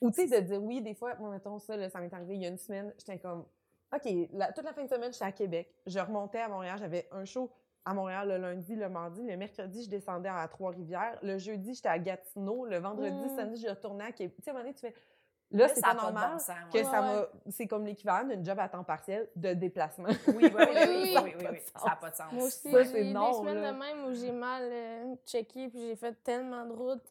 Speaker 4: Ou tu sais, de dire oui, des fois, moi, mettons ça, là, ça m'est arrivé il y a une semaine, j'étais comme, OK, la- toute la fin de semaine, j'étais à Québec. Je remontais à Montréal, j'avais un show à Montréal le lundi, le mardi. Le mercredi, je descendais à Trois-Rivières. Le jeudi, j'étais à Gatineau. Le vendredi,
Speaker 3: Mm.
Speaker 4: samedi, je retournais à Québec. Tu sais, à un moment donné, tu fais, là, c'est pas normal. que
Speaker 3: Ouais,
Speaker 4: ça
Speaker 3: ouais.
Speaker 4: m'a- C'est comme l'équivalent d'une job à temps partiel de déplacement.
Speaker 2: Oui, oui, oui, oui,
Speaker 3: Oui,
Speaker 4: (laughs)
Speaker 2: oui, oui, oui,
Speaker 4: ça a
Speaker 2: ça n'a pas de sens.
Speaker 3: Moi aussi,
Speaker 4: Ça, Ah, c'est
Speaker 3: j'ai eu des
Speaker 4: non,
Speaker 3: semaines
Speaker 4: là.
Speaker 3: de même où j'ai mal euh, checké, puis j'ai fait tellement de routes.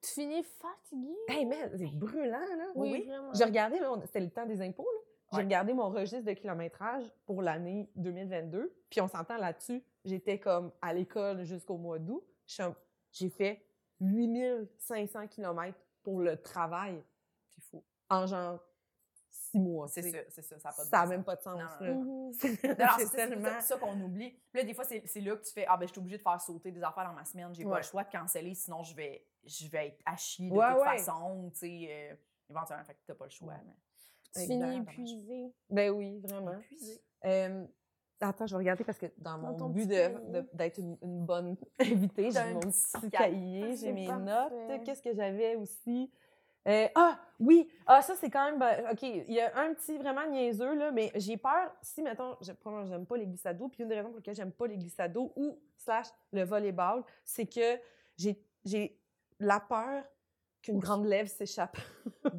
Speaker 3: Tu finis fatigué.
Speaker 4: Hey, man, c'est brûlant, là.
Speaker 3: Oui,
Speaker 2: oui.
Speaker 3: vraiment.
Speaker 4: J'ai regardé, là, on- c'était le temps des impôts, là. J'ai
Speaker 2: Ouais.
Speaker 4: regardé mon registre de kilométrage pour l'année 2022, puis on s'entend là-dessus. J'étais comme à l'école jusqu'au mois d'août. Je suis un- J'ai fait 8500 km pour le travail
Speaker 2: C'est fou.
Speaker 4: en genre six mois.
Speaker 2: C'est
Speaker 4: tu sais.
Speaker 2: ça, c'est ça, ça n'a pas de bon
Speaker 4: Ça n'a
Speaker 2: sens.
Speaker 4: même pas de sens.
Speaker 2: Non, non,
Speaker 4: là.
Speaker 3: Mhm. (laughs)
Speaker 2: Non, non,
Speaker 4: (laughs) C'est
Speaker 2: c'est ça, c'est
Speaker 4: tellement-
Speaker 2: ça, ça qu'on oublie. Puis là, des fois, c'est c'est là que tu fais Ah, ben, je suis obligée de faire sauter des affaires dans ma semaine. J'ai
Speaker 4: Ouais.
Speaker 2: pas le choix de canceller, sinon je vais, je vais être à chier de
Speaker 4: Ouais,
Speaker 2: toute
Speaker 4: ouais.
Speaker 2: façon. Tu sais, euh, éventuellement, fait que t'as pas le choix.
Speaker 4: Ouais.
Speaker 2: mais-
Speaker 3: Tu
Speaker 4: Exact.
Speaker 3: finis
Speaker 2: dommage.
Speaker 3: épuisé.
Speaker 4: Ben oui,
Speaker 2: Hein?
Speaker 4: vraiment. Euh, attends, je vais regarder parce que dans mon
Speaker 3: ton
Speaker 4: but
Speaker 3: petit
Speaker 4: de-
Speaker 3: cahier.
Speaker 4: de- d'être une, une bonne (laughs) invitée, j'ai
Speaker 2: D'un
Speaker 4: mon
Speaker 2: petit cahier.
Speaker 4: petit cahier, j'ai
Speaker 3: C'est
Speaker 4: mes
Speaker 3: parfait.
Speaker 4: notes. Qu'est-ce que j'avais aussi? Euh, ah, oui! Ah, ça, c'est quand même... ben, OK, il y a un petit vraiment niaiseux, là, mais j'ai peur, si, mettons, je- premièrement, j'aime pas les glissades puis une des raisons pour lesquelles j'aime pas les glissades ou slash le volleyball, c'est que j'ai j'ai la peur qu'une grande lèvre s'échappe.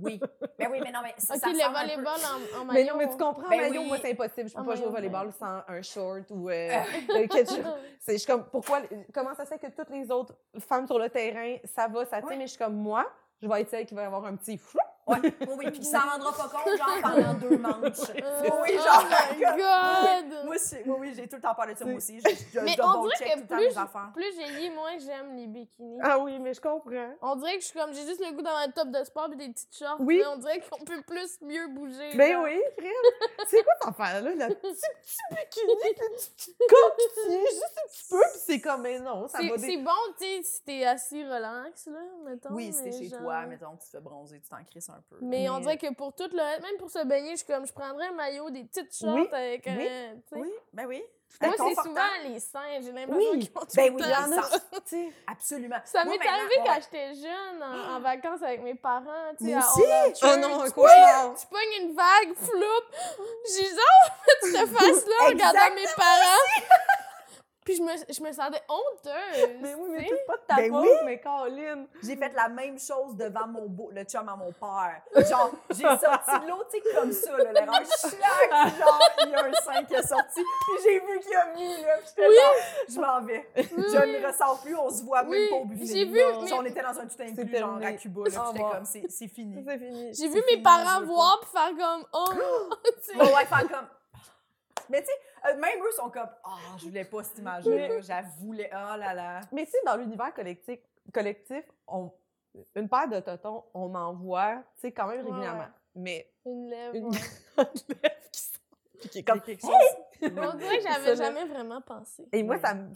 Speaker 2: Oui. Ben oui, mais non, mais ça,
Speaker 3: Ok,
Speaker 2: ça
Speaker 3: le
Speaker 2: ressemble un peu-
Speaker 3: volleyball en, en
Speaker 4: Mais
Speaker 3: maillot. hein.
Speaker 4: non, mais tu comprends,
Speaker 2: Ben
Speaker 4: maillot, Oh
Speaker 2: oui.
Speaker 4: moi, c'est impossible. Je peux
Speaker 3: En
Speaker 4: pas jouer au
Speaker 3: maillot,
Speaker 4: volleyball sans un short ou euh, (laughs) euh, quelque chose. C'est- Je suis comme, pourquoi, comment ça se fait que toutes les autres femmes sur le terrain, ça va, ça tient,
Speaker 2: Ouais.
Speaker 4: mais je suis comme, moi, je vais être celle qui va avoir un petit (laughs) flou.
Speaker 2: Ouais, oui, oui,
Speaker 3: (laughs)
Speaker 2: puis tu s'en rendra pas compte, genre, pendant deux manches.
Speaker 3: Euh,
Speaker 2: oui,
Speaker 3: (laughs) oh
Speaker 2: genre, (laughs)
Speaker 3: my god!
Speaker 2: Moi, c'est- oui, oui, j'ai tout le temps parlé de ça, moi aussi. Je, je
Speaker 3: Mais on
Speaker 2: double
Speaker 3: dirait
Speaker 2: check
Speaker 3: que
Speaker 2: tout le temps
Speaker 3: plus
Speaker 2: mes
Speaker 3: je-
Speaker 2: affaires.
Speaker 3: Plus j'ai ri, moins j'aime les bikinis.
Speaker 4: Ah oui, mais je comprends.
Speaker 3: On dirait que je suis comme, j'ai juste le goût d'avoir un top de sport et des petites shorts.
Speaker 4: Oui.
Speaker 3: là. on dirait qu'on peut plus mieux bouger.
Speaker 4: Ben
Speaker 3: là.
Speaker 4: oui, Fred. C'est quoi cette affaire-là? (laughs) La petite bikini, coquille, juste un petit peu, puis c'est comme, mais non, ça
Speaker 3: C'est
Speaker 4: va
Speaker 3: c'est
Speaker 4: des...
Speaker 3: bon, tu sais, si t'es assis relax, là, mettons.
Speaker 2: Oui, c'est
Speaker 3: mais
Speaker 2: chez
Speaker 3: genre-
Speaker 2: toi, mettons, tu te fais bronzer, tu t'en crisses un peu.
Speaker 3: Mais on
Speaker 4: Mais-
Speaker 3: dirait que pour tout le reste, même pour se baigner, je suis comme, je prendrais un maillot, des petites shorts
Speaker 4: Oui,
Speaker 3: avec un.
Speaker 4: oui,
Speaker 3: tu sais.
Speaker 2: Oui, ben oui.
Speaker 3: Moi,
Speaker 2: Être
Speaker 3: c'est
Speaker 2: confortable.
Speaker 3: souvent les seins, j'ai l'impression
Speaker 4: Oui,
Speaker 3: qu'ils ont
Speaker 4: ben
Speaker 3: tout le
Speaker 4: oui, il y
Speaker 3: temps
Speaker 4: en a,
Speaker 3: ça.
Speaker 4: (laughs) tu sais.
Speaker 2: Absolument.
Speaker 3: Ça
Speaker 2: Moi,
Speaker 3: m'est
Speaker 2: maintenant,
Speaker 3: arrivé
Speaker 2: on-
Speaker 3: quand j'étais jeune, en, en vacances avec mes parents. Tu sais,
Speaker 4: Moi
Speaker 3: à
Speaker 4: aussi!
Speaker 3: Hornchurch.
Speaker 2: Ah
Speaker 4: Oh non, un
Speaker 3: Tu
Speaker 4: cauchemar.
Speaker 3: pognes- Tu pognes une vague, floupe. J'ai dit, oh, (laughs) tu
Speaker 4: (laughs)
Speaker 3: te fasses là en regardant mes parents. (laughs) Puis je me, je me sentais honteuse.
Speaker 4: Mais oui, mais
Speaker 3: tu
Speaker 4: tout
Speaker 3: sais.
Speaker 4: pas de ta
Speaker 2: Ben
Speaker 4: faute,
Speaker 2: oui.
Speaker 4: mais Caroline.
Speaker 2: J'ai fait la même chose devant mon beau, le chum à mon père. Genre, j'ai sorti de l'eau, tu sais, comme ça, là, le rang schlac, genre, il y a un sein qui est sorti, puis j'ai vu qu'il a mis, là, puis j'étais
Speaker 3: Oui.
Speaker 2: genre, je m'en vais.
Speaker 3: Oui,
Speaker 2: Je
Speaker 3: oui.
Speaker 2: ne ressors plus, on se voit
Speaker 3: Oui,
Speaker 2: même pas au buffet.
Speaker 3: j'ai vu,
Speaker 2: Si
Speaker 3: mais-
Speaker 2: on était dans un tout inclus,
Speaker 4: C'est Ah,
Speaker 2: genre,
Speaker 4: terminé.
Speaker 2: à Cuba, là, puis
Speaker 4: Au
Speaker 2: j'étais
Speaker 4: revoir.
Speaker 2: comme, c'est c'est fini.
Speaker 4: C'est fini.
Speaker 3: J'ai vu
Speaker 2: C'est
Speaker 3: mes
Speaker 2: fini,
Speaker 3: parents
Speaker 2: je veux
Speaker 3: voir puis faire comme, oh, tu sais.
Speaker 2: Ouais, ouais, faire comme... Mais tu sais, euh, même eux sont comme, ah, je voulais pas cette image-là, j'avoue, les- oh là là.
Speaker 4: Mais tu sais, dans l'univers collectif, collectif on, une paire de totons, on en voit, tu sais, quand même
Speaker 3: Ouais,
Speaker 4: régulièrement.
Speaker 3: ouais.
Speaker 4: Mais
Speaker 3: Une lèvre.
Speaker 4: une (laughs)
Speaker 3: ouais.
Speaker 4: grande lèvre qui sort, puis qui est comme...
Speaker 2: quelque chose.
Speaker 3: On dirait que
Speaker 4: Ça,
Speaker 3: j'avais
Speaker 4: là.
Speaker 3: jamais vraiment pensé.
Speaker 4: Et moi,
Speaker 2: Ouais.
Speaker 4: ça me...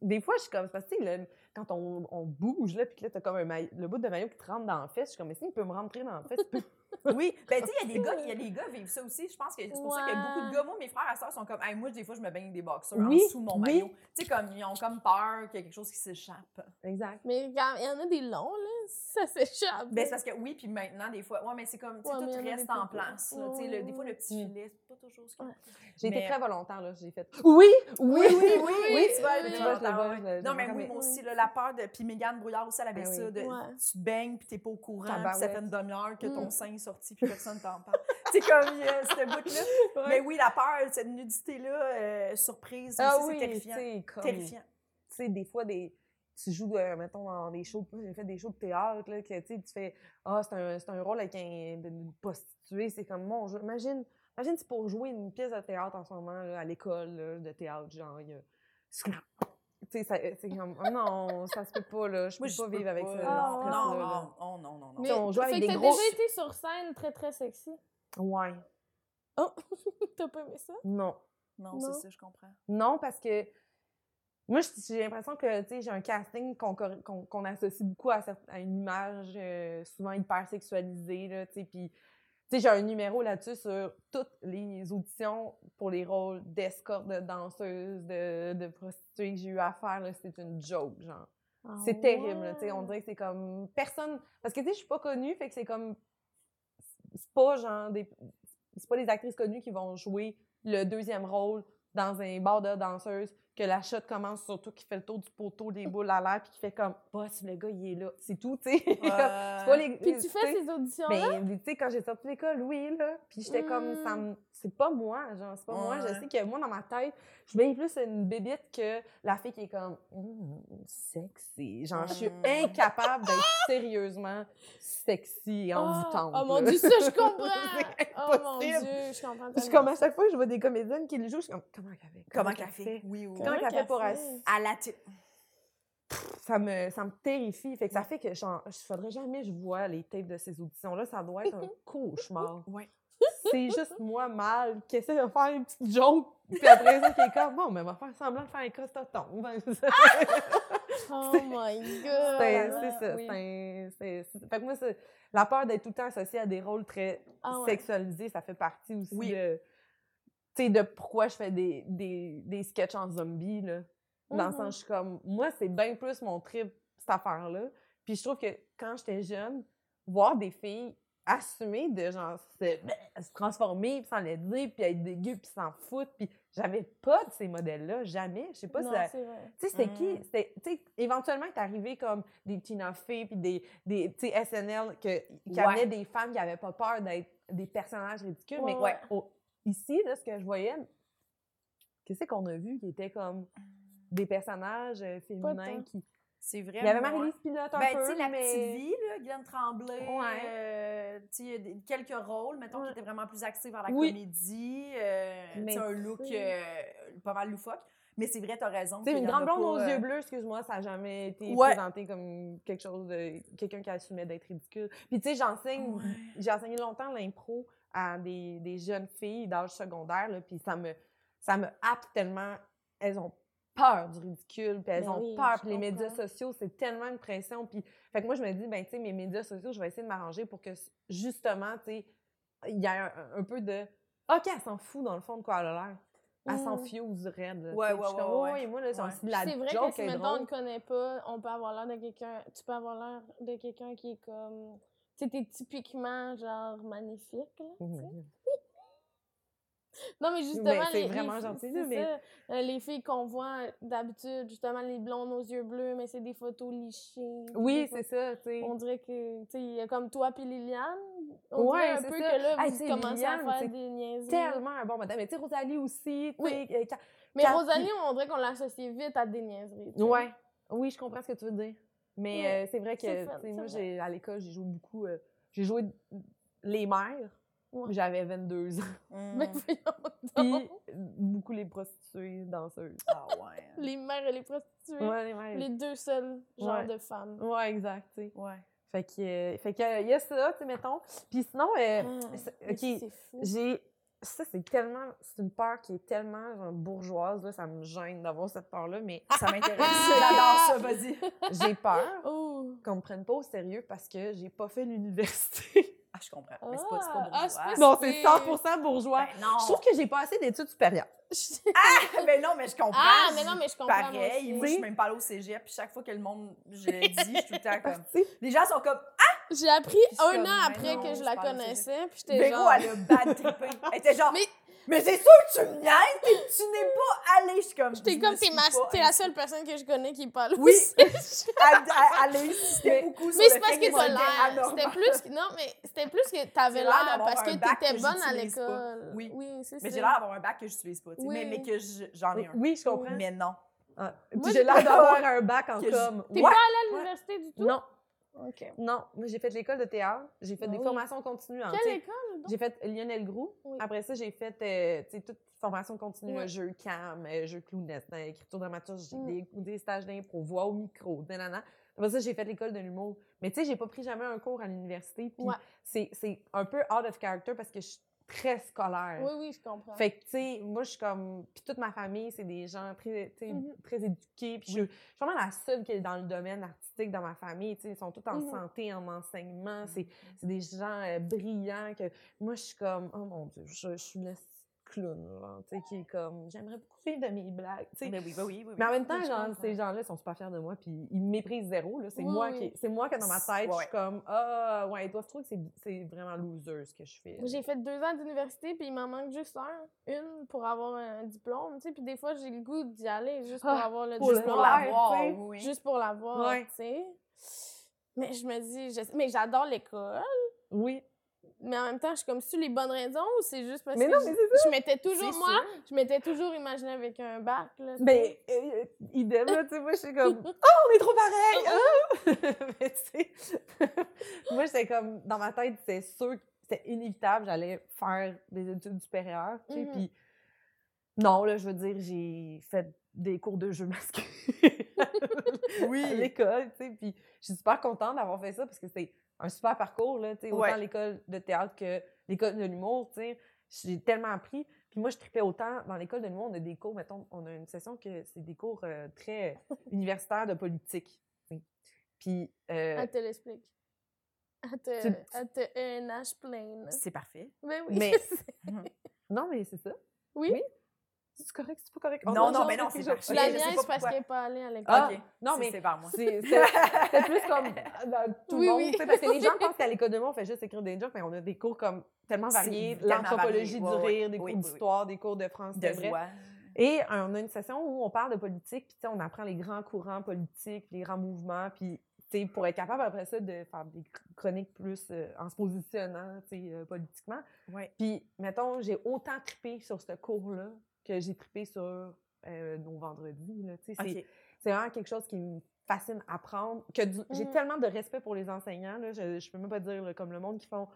Speaker 4: Des fois, je suis comme... Parce que, tu sais, le- quand on, on bouge, là, puis que là, t'as comme un maillot- le bout de maillot qui te rentre dans la fesse, je suis comme, mais si, il peut me rentrer dans la fesse, il peut-
Speaker 2: Oui, ben tu sais, il y a des gars, il y a des gars vivent ça aussi. Je pense que c'est pour ça qu'il y a beaucoup
Speaker 3: Euh. Ouais.
Speaker 2: de gars. Moi, mes frères et sœurs sont comme, hey, moi, des fois, je me baigne des boxeurs
Speaker 4: Oui,
Speaker 2: en dessous de mon
Speaker 4: oui.
Speaker 2: maillot. Tu sais, comme, ils ont comme peur qu'il y ait quelque chose qui s'échappe.
Speaker 4: Exact.
Speaker 3: Mais quand il y en a des longs, là, ça s'échappe.
Speaker 2: Ben, c'est parce que oui, puis maintenant, des fois, ouais, mais c'est comme, tu sais,
Speaker 3: Ouais, mais il y en
Speaker 2: tout
Speaker 3: a
Speaker 2: reste
Speaker 3: des
Speaker 2: en
Speaker 3: plus gros.
Speaker 2: place. là. Tu sais,
Speaker 3: Ouais,
Speaker 2: le- des fois, le petit
Speaker 4: ouais.
Speaker 2: filet, c'est pas toujours ce qu'on
Speaker 3: Ouais.
Speaker 4: J'ai été
Speaker 2: Mais-
Speaker 4: très volontaire, là, j'ai fait... Oui! Oui, oui, oui! oui,
Speaker 2: tu vois,
Speaker 3: oui,
Speaker 2: le
Speaker 3: oui.
Speaker 4: Tu vois, je le
Speaker 2: volontaire,
Speaker 4: vois,
Speaker 2: ouais.
Speaker 4: je le- je
Speaker 2: Non,
Speaker 4: le
Speaker 2: mais
Speaker 4: vois,
Speaker 2: oui,
Speaker 4: mais-
Speaker 2: moi aussi, là, la peur de. Puis Mégane Brouillard aussi, elle avait
Speaker 4: Ah oui.
Speaker 2: ça. De,
Speaker 3: Ouais.
Speaker 2: Tu te baignes, puis t'es pas au courant, puis ça
Speaker 4: Tabarouette.
Speaker 2: fait une demi-heure que ton
Speaker 3: Mm.
Speaker 2: sein est sorti, puis personne t'en parle. (laughs) c'est comme, euh, ce bout-là.
Speaker 4: Ouais.
Speaker 2: Mais oui, la peur, cette nudité-là, euh, surprise,
Speaker 4: Ah
Speaker 2: aussi,
Speaker 4: oui,
Speaker 2: c'est terrifiant.
Speaker 4: tu sais, comme-
Speaker 2: Terrifiant.
Speaker 4: tu sais, des fois, des, tu joues, euh, mettons, dans des shows, moi, j'ai fait des shows de théâtre, là, que, tu sais, tu fais, ah, c'est un, c'est un rôle avec un de- de prostituée, c'est comme, mon jeu. Imagine, imagine si pour jouer une pièce de théâtre en ce moment, là, à l'école, là, de théâtre, genre, il y a- Tu sais, ça- c'est comme, oh non, ça se peut pas, là. Je peux
Speaker 2: Moi, je
Speaker 4: pas
Speaker 2: peux
Speaker 4: vivre avec
Speaker 2: pas.
Speaker 4: ça.
Speaker 3: Ah,
Speaker 4: ce
Speaker 2: Non,
Speaker 3: ouais.
Speaker 4: stress-là, là.
Speaker 2: non, oh, non, non, non, non.
Speaker 4: Mais- on joue
Speaker 3: fait
Speaker 4: avec
Speaker 3: que
Speaker 4: des
Speaker 3: t'as
Speaker 4: gros-
Speaker 3: déjà été sur scène très très sexy. (laughs)
Speaker 4: Ouais.
Speaker 3: Oh, t'as pas aimé ça?
Speaker 4: Non.
Speaker 2: Non,
Speaker 3: Non.
Speaker 2: c'est ça, je comprends.
Speaker 4: Non, parce que moi, j- j'ai l'impression que tu sais, j'ai un casting qu'on cor- qu'on- qu'on associe beaucoup à, cer- à une image euh, souvent hyper sexualisée. Là, tu sais, puis, tu sais, j'ai un numéro là-dessus sur toutes les auditions pour les rôles d'escorte, de danseuse, de, de prostituée que j'ai eu à faire. là, C'est une joke, genre.
Speaker 3: Ah
Speaker 4: C'est terrible, là, tu sais, on dirait que c'est comme personne parce que tu sais je suis pas connue, fait que c'est comme c'est pas genre des c'est pas les actrices connues qui vont jouer le deuxième rôle dans un bar de danseuse que la shot commence surtout qui fait le tour du poteau des boules à l'air puis qui fait comme boss le gars il est là, c'est tout, (laughs) tu sais. Comme, (laughs) c'est pas
Speaker 2: Euh,
Speaker 4: les
Speaker 3: Puis tu
Speaker 4: tu
Speaker 3: fais
Speaker 4: sais,
Speaker 3: ces auditions là
Speaker 4: mais mais tu sais, quand j'ai sorti de l'école, oui, là. Puis j'étais comme, ça
Speaker 3: Mmh.
Speaker 4: me- c'est pas moi, genre, c'est pas moi. Je
Speaker 2: Ouais.
Speaker 4: sais que moi, dans ma tête, je suis bien plus une bébite que la fille qui est comme, Hum, sexy. Genre, je suis
Speaker 2: Mm.
Speaker 3: Mmh.
Speaker 4: incapable d'être
Speaker 3: (laughs)
Speaker 4: sérieusement sexy et envoûtante.
Speaker 3: Oh mon
Speaker 4: là.
Speaker 3: dieu, ça je
Speaker 4: (laughs) C'est
Speaker 3: comprends. Oh mon
Speaker 4: impossible.
Speaker 3: dieu, je comprends
Speaker 4: Je suis
Speaker 3: tellement.
Speaker 4: comme, à chaque fois que je vois des comédiennes qui le jouent, je suis comme, comment qu'elle fait?
Speaker 2: Comment
Speaker 4: qu'elle
Speaker 2: qu'elle fait? Oui, oui.
Speaker 4: Comment
Speaker 3: Comment
Speaker 4: qu'elle fait
Speaker 3: qu'elle
Speaker 4: pour
Speaker 3: fait?
Speaker 4: être-
Speaker 2: À la t-
Speaker 4: Ça me, ça me terrifie. Fait que ça fait que genre, je faudrait jamais que je vois les tapes de ces auditions-là. Ça doit être un cauchemar.
Speaker 2: Ouais.
Speaker 4: c'est juste moi mal qui essaie de faire une petite joke. Puis après ça, qui est comme, bon, mais on va faire semblant de faire un costoton. Ben, (laughs) c'est c'est-
Speaker 3: Oh my god.
Speaker 4: (laughs) c'est ça.
Speaker 3: Oui.
Speaker 4: c'est- c'est- c'est- Fait que moi, c'est- la peur d'être tout le temps associée à des rôles très
Speaker 3: Ah ouais.
Speaker 4: sexualisés, ça fait partie aussi
Speaker 2: Oui.
Speaker 4: de, tu sais, de pourquoi je fais des, des, des sketchs en zombie. Là. Dans le
Speaker 3: Mhm.
Speaker 4: sens, je suis comme, moi, c'est bien plus mon trip, cette affaire-là. Puis je trouve que quand j'étais jeune, voir des filles assumer de genre se, ben, se transformer, puis s'en les dire, puis être dégueu, puis s'en foutre, puis j'avais pas de ces modèles-là, jamais. Je sais pas si
Speaker 3: Non,
Speaker 4: la-
Speaker 3: c'est vrai.
Speaker 4: tu sais, c'était qui?
Speaker 2: Mm.
Speaker 4: C'était- Tu sais, éventuellement, est arrivé comme des Tina Fey puis des, des tu sais, SNL que, qui
Speaker 2: Ouais.
Speaker 4: amenaient des femmes qui n'avaient pas peur d'être des personnages ridicules. mais
Speaker 3: Ouais, ouais.
Speaker 4: au- ici, là, ce que je voyais, qu'est-ce qu'on a vu qui était comme des personnages euh, féminins
Speaker 3: tant.
Speaker 4: qui...
Speaker 2: C'est vrai.
Speaker 4: Il y avait
Speaker 2: moi.
Speaker 4: Marie-Lise Pilote un
Speaker 2: Ben,
Speaker 4: peu,
Speaker 2: tu sais, la
Speaker 4: mais...
Speaker 2: petite vie, là, Glenn Tremblay,
Speaker 4: Ouais.
Speaker 2: euh, tu sais, il y a des- quelques rôles, mettons,
Speaker 4: Ouais.
Speaker 2: qui étaient vraiment plus axés vers la
Speaker 4: Oui.
Speaker 2: comédie, euh, tu
Speaker 4: Mais
Speaker 2: sais, un look
Speaker 4: tu
Speaker 2: euh, pas mal loufoque. Mais c'est vrai, t'as raison.
Speaker 4: Tu sais,
Speaker 2: qu'il
Speaker 4: une
Speaker 2: y en
Speaker 4: grande
Speaker 2: a
Speaker 4: blonde
Speaker 2: pas,
Speaker 4: aux
Speaker 2: euh,
Speaker 4: yeux bleus, excuse-moi, ça n'a jamais été
Speaker 2: Ouais.
Speaker 4: présenté comme quelque chose de... quelqu'un qui assumait d'être ridicule. Puis tu sais, j'enseigne...
Speaker 2: Ouais.
Speaker 4: J'ai enseigné longtemps l'impro à des, des jeunes filles d'âge secondaire, là, puis ça me, ça me happe tellement. Elles ont peur du ridicule, puis elles
Speaker 3: Ben
Speaker 4: ont
Speaker 3: oui,
Speaker 4: peur.
Speaker 3: je
Speaker 4: Puis les médias
Speaker 3: comprends.
Speaker 4: sociaux, c'est tellement une pression. Puis, fait que moi, je me dis, ben tu sais, mes médias sociaux, je vais essayer de m'arranger pour que, justement, tu sais, il y a un, un peu de... OK, elle s'en fout, dans le fond, de quoi elle a l'air. Elle s'en
Speaker 3: Mm.
Speaker 4: fuse du raid. là,
Speaker 2: Ouais,
Speaker 4: tu sais.
Speaker 2: ouais,
Speaker 4: Puis je suis comme,
Speaker 2: ouais, ouais.
Speaker 4: ouais, moi, là, c'est
Speaker 2: Ouais.
Speaker 4: aussi de la
Speaker 3: C'est vrai
Speaker 4: joke
Speaker 3: que si
Speaker 4: est
Speaker 3: maintenant
Speaker 4: drôle.
Speaker 3: on ne connaît pas, on peut avoir l'air de quelqu'un. Tu peux avoir l'air de quelqu'un qui est comme. Tu sais, t'es typiquement genre magnifique. Là, tu sais.
Speaker 4: Mhm.
Speaker 3: Non, mais justement.
Speaker 4: Mais c'est
Speaker 3: les- les
Speaker 4: vraiment
Speaker 3: filles-
Speaker 4: gentil,
Speaker 3: c'est
Speaker 4: mais-
Speaker 3: ça. Euh, les filles qu'on voit d'habitude, justement, les blondes aux yeux bleus, mais c'est des photos lichées. puis des
Speaker 4: Oui,
Speaker 3: photos-
Speaker 4: c'est ça, tu sais.
Speaker 3: On dirait que, tu sais, il y a comme toi puis Liliane. On
Speaker 4: Ouais,
Speaker 3: dirait un
Speaker 4: c'est
Speaker 3: peu
Speaker 4: ça.
Speaker 3: que là,
Speaker 4: Hey,
Speaker 3: vous
Speaker 4: c'est
Speaker 3: commencez
Speaker 4: Liliane,
Speaker 3: à
Speaker 4: c'est
Speaker 3: faire des niaiseries.
Speaker 4: Tellement un bon madame. Mais tu sais, Rosalie aussi, tu sais,
Speaker 3: Oui.
Speaker 4: euh,
Speaker 3: Mais
Speaker 4: Cathy.
Speaker 3: Rosalie, on dirait qu'on l'associe vite à des niaiseries. tu sais.
Speaker 4: Ouais. Oui, je comprends ce que tu veux dire. Mais
Speaker 3: Ouais.
Speaker 4: euh, c'est vrai
Speaker 3: C'est le
Speaker 4: que,
Speaker 3: fun,
Speaker 4: tu sais,
Speaker 3: c'est
Speaker 4: moi,
Speaker 3: vrai.
Speaker 4: j'ai, à l'école, j'ai joué beaucoup. euh, j'ai joué les mères.
Speaker 3: Ouais.
Speaker 4: J'avais 22 ans.
Speaker 2: hum,
Speaker 3: (laughs) Mais voyons
Speaker 4: Puis
Speaker 3: donc.
Speaker 4: (laughs) beaucoup les prostituées, danseuses.
Speaker 2: ah ouais.
Speaker 3: Les mères et les prostituées.
Speaker 4: Ouais, les mères.
Speaker 3: Les deux seuls genres
Speaker 4: Ouais.
Speaker 3: de femmes.
Speaker 4: Ouais, exact, tu sais.
Speaker 2: Ouais.
Speaker 4: Fait que, euh, fait que, euh, il y a ça, tu sais, mettons. Puis sinon, euh,
Speaker 3: Ah,
Speaker 4: c'est-
Speaker 3: mais
Speaker 4: OK,
Speaker 3: C'est fou.
Speaker 4: J'ai. Ça, c'est tellement. C'est une peur qui est tellement genre, bourgeoise, là. Ça me gêne d'avoir cette peur-là, mais ça (laughs) m'intéresse.
Speaker 2: J'adore
Speaker 4: Ah!
Speaker 2: ça, vas-y.
Speaker 3: (laughs)
Speaker 4: j'ai peur
Speaker 3: Oh!
Speaker 4: qu'on me prenne pas au sérieux parce que j'ai pas fait l'université.
Speaker 2: Ah, je comprends. Mais c'est pas, c'est pas
Speaker 3: Ah, ah, c'est
Speaker 2: bourgeois.
Speaker 3: pas-
Speaker 4: non, c'est
Speaker 3: C'est-
Speaker 4: 100 bourgeois.
Speaker 2: Ben non.
Speaker 4: Je trouve que j'ai pas assez d'études supérieures.
Speaker 2: (laughs) mais non, mais je comprends.
Speaker 3: (laughs) Ah, mais
Speaker 2: je-
Speaker 3: non, mais je comprends. moi
Speaker 2: Pareil, moi,
Speaker 3: aussi.
Speaker 2: je suis même pas allée au cégep, puis chaque fois que le monde,
Speaker 4: (laughs)
Speaker 2: je le dis, je suis tout le temps comme...
Speaker 4: Tu sais,
Speaker 2: Les gens sont comme,
Speaker 3: J'ai appris
Speaker 2: suis
Speaker 3: un
Speaker 2: comme,
Speaker 3: an
Speaker 2: mais
Speaker 3: après
Speaker 2: non,
Speaker 3: que je
Speaker 2: c'est
Speaker 3: la
Speaker 2: pas le
Speaker 3: connaissais, puis j'étais
Speaker 2: Véro,
Speaker 3: genre...
Speaker 2: elle a bad (laughs) trippé. Elle était genre, mais,
Speaker 3: Mais-
Speaker 2: c'est sûr que tu me niaises, puis que tu (laughs) n'es pas allée. Je suis comme,
Speaker 3: J'étais
Speaker 2: Je
Speaker 3: comme,
Speaker 2: me
Speaker 3: t'es
Speaker 2: suis
Speaker 3: ma-
Speaker 2: pas
Speaker 3: t'es la seule personne que je connais qui parle
Speaker 2: (laughs) Oui.
Speaker 3: aussi.
Speaker 2: Elle, elle- elle a insisté beaucoup sur
Speaker 3: (laughs) Mais
Speaker 2: le
Speaker 3: c'est parce
Speaker 2: fait
Speaker 3: que
Speaker 2: moi,
Speaker 3: t'as
Speaker 2: j'étais
Speaker 3: l'air.
Speaker 2: anormale.
Speaker 3: C'était plus... que- Non, mais c'était plus que t'avais
Speaker 2: J'ai l'air
Speaker 3: l'air
Speaker 2: d'avoir
Speaker 3: parce
Speaker 2: un
Speaker 3: que
Speaker 2: bac que
Speaker 3: t'étais bonne à
Speaker 2: j'utilise pas.
Speaker 3: l'école.
Speaker 2: Oui.
Speaker 3: c'est
Speaker 2: Mais
Speaker 3: ça.
Speaker 2: j'ai l'air d'avoir un bac que j'utilise pas, tu sais,
Speaker 3: Oui.
Speaker 2: mais, mais que je- j'en ai un.
Speaker 4: Oui, je comprends.
Speaker 2: Mais non.
Speaker 4: Ah,
Speaker 3: Moi,
Speaker 4: puis j'ai
Speaker 3: j'ai-
Speaker 4: l'air d'avoir un bac en
Speaker 2: Que je-
Speaker 4: com.
Speaker 3: T'es
Speaker 4: Ouais.
Speaker 3: pas allée à l'université du tout?
Speaker 4: Non.
Speaker 3: OK. Quelle
Speaker 4: Non, moi j'ai fait l'école de théâtre, j'ai fait
Speaker 3: Ben
Speaker 4: des
Speaker 3: oui.
Speaker 4: formations continues. en- tu sais,
Speaker 3: école? donc?
Speaker 4: J'ai fait Lionel Groux.
Speaker 3: Oui.
Speaker 4: Après ça, j'ai fait euh, tu sais, toute formation continue,
Speaker 3: Ouais.
Speaker 4: jeu cam, euh, jeu clownette, euh, écriture dramaturgique,
Speaker 3: Mm.
Speaker 4: des, des stages d'impro, voix au micro, nanana. Après ça, j'ai fait l'école de l'humour. Mais tu sais, j'ai pas pris jamais un cours à l'université. Puis
Speaker 3: Ouais.
Speaker 4: c'est- c'est un peu out of character parce que je suis très scolaire.
Speaker 3: Oui, oui, je comprends.
Speaker 4: Fait que, tu sais, moi, je suis comme. Puis toute ma famille, c'est des gens très, tu sais,
Speaker 3: Mhm.
Speaker 4: très éduqués. Puis je, je suis vraiment la seule qui est dans le domaine artistique dans ma famille. Tu sais, ils sont tous en
Speaker 3: Mhm.
Speaker 4: santé, en enseignement. C'est c'est des gens euh, brillants que. Moi, je suis comme. Oh mon Dieu, je, je suis une esti de clown, genre, tu sais, qui est comme. J'aimerais beaucoup vivre de mes blagues, tu sais.
Speaker 2: Mais oui, ben oui, oui. oui.
Speaker 4: Mais en même temps,
Speaker 3: Je
Speaker 4: genre,
Speaker 3: comprends.
Speaker 4: ces gens-là ils sont super fiers de moi, puis ils me méprisent zéro. là. C'est
Speaker 3: Oui,
Speaker 4: moi
Speaker 3: oui.
Speaker 4: qui, c'est moi qui dans ma tête, je
Speaker 2: Ouais.
Speaker 4: suis comme ah ouais, ils doivent trouver que c'est- c'est vraiment loser ce que je fais.
Speaker 3: J'ai fait deux ans d'université, puis il m'en manque juste un, une, pour avoir un diplôme, tu sais. Puis des fois, j'ai le goût d'y aller juste pour
Speaker 4: Ah,
Speaker 3: avoir le
Speaker 4: pour le
Speaker 2: Juste
Speaker 3: diplôme.
Speaker 2: pour
Speaker 4: faire,
Speaker 2: l'avoir,
Speaker 4: tu sais,
Speaker 2: oui.
Speaker 3: Juste pour l'avoir,
Speaker 4: Ouais.
Speaker 3: tu sais. Mais je me dis, je- mais j'adore l'école.
Speaker 4: Oui.
Speaker 3: Mais en même temps, je suis comme, c'est les bonnes raisons ou c'est juste parce
Speaker 4: Mais
Speaker 3: que
Speaker 4: non,
Speaker 3: je-
Speaker 4: mais c'est
Speaker 3: je m'étais toujours,
Speaker 4: C'est
Speaker 3: moi, je m'étais toujours imaginée avec un bac, là. tu
Speaker 4: Ben,
Speaker 3: sais.
Speaker 4: euh, euh, idem, là, tu sais, moi, je suis (laughs) comme,
Speaker 3: (laughs)
Speaker 4: oh, on est trop pareil! ah! (laughs) Mais tu sais, (laughs) moi, j'étais comme, dans ma tête, c'est sûr, c'était inévitable, j'allais faire des études supérieures, tu sais,
Speaker 3: Mhm.
Speaker 4: puis non, là, je veux dire, j'ai fait des cours de jeu (laughs) masqué à l'école, tu sais, puis je suis super contente d'avoir fait ça, parce que c'était un super parcours, là, tu sais, autant
Speaker 2: Ouais.
Speaker 4: l'école de théâtre que l'école de l'humour, tu sais, j'ai tellement appris. Puis moi, je tripais autant. Dans l'école de l'humour, on a des cours, mettons, on a une session que c'est des cours euh,
Speaker 3: (laughs)
Speaker 4: très universitaires de politique. tu sais. Puis, euh,
Speaker 3: Elle te l'explique. Elle te,
Speaker 4: Tu-
Speaker 3: elle te ENH plein.
Speaker 2: C'est parfait.
Speaker 3: Ben oui.
Speaker 4: Mais-
Speaker 3: c'est-
Speaker 4: non, mais c'est ça.
Speaker 3: (laughs) Oui.
Speaker 4: Oui. C'est correct, c'est pas correct. Oh, On
Speaker 2: Non,
Speaker 4: a
Speaker 2: non,
Speaker 4: genre
Speaker 2: mais non,
Speaker 4: fait
Speaker 2: c'est
Speaker 4: quelque
Speaker 2: parfait.
Speaker 3: Je
Speaker 4: chose.
Speaker 3: la
Speaker 2: Ok, je sais pas
Speaker 3: niaise parce
Speaker 2: pourquoi.
Speaker 3: qu'elle n'est pas allée à l'école.
Speaker 4: Ah,
Speaker 2: Ok.
Speaker 4: (laughs) non,
Speaker 2: C'est-
Speaker 4: mais
Speaker 2: C'est par moi.
Speaker 4: C'est (laughs) c'est- c'est
Speaker 2: (laughs)
Speaker 4: plus comme dans tout
Speaker 3: Oui,
Speaker 4: le monde.
Speaker 3: oui.
Speaker 4: tu sais,
Speaker 3: (laughs)
Speaker 4: Parce que les gens pensent qu'à l'école de l'humour, on fait juste écrire des jokes, mais on a des cours comme tellement
Speaker 2: C'est
Speaker 4: variés.
Speaker 2: tellement
Speaker 4: L'anthropologie du
Speaker 2: varié, ouais,
Speaker 4: rire, des
Speaker 2: ouais. Oui,
Speaker 4: cours
Speaker 2: oui,
Speaker 4: d'histoire, des cours de
Speaker 2: (laughs)
Speaker 4: France,
Speaker 2: De
Speaker 4: c'est vrai.
Speaker 2: voix.
Speaker 4: Et euh, on a une session où on parle de politique, puis tu sais, on apprend les grands courants politiques, les grands mouvements, puis tu sais, pour être capable après ça de faire des chr- chroniques plus euh, en se positionnant tu sais, euh, politiquement.
Speaker 2: Ouais.
Speaker 4: Puis, mettons, j'ai autant trippé sur ce cours-là que j'ai trippé sur euh, nos vendredis. Là, tu sais, c'est-
Speaker 2: OK.
Speaker 4: c'est vraiment quelque chose qui me fascine à apprendre. Que du- J'ai
Speaker 3: Mm.
Speaker 4: tellement de respect pour les enseignants, là, je, je peux même pas dire là, comme le monde qui font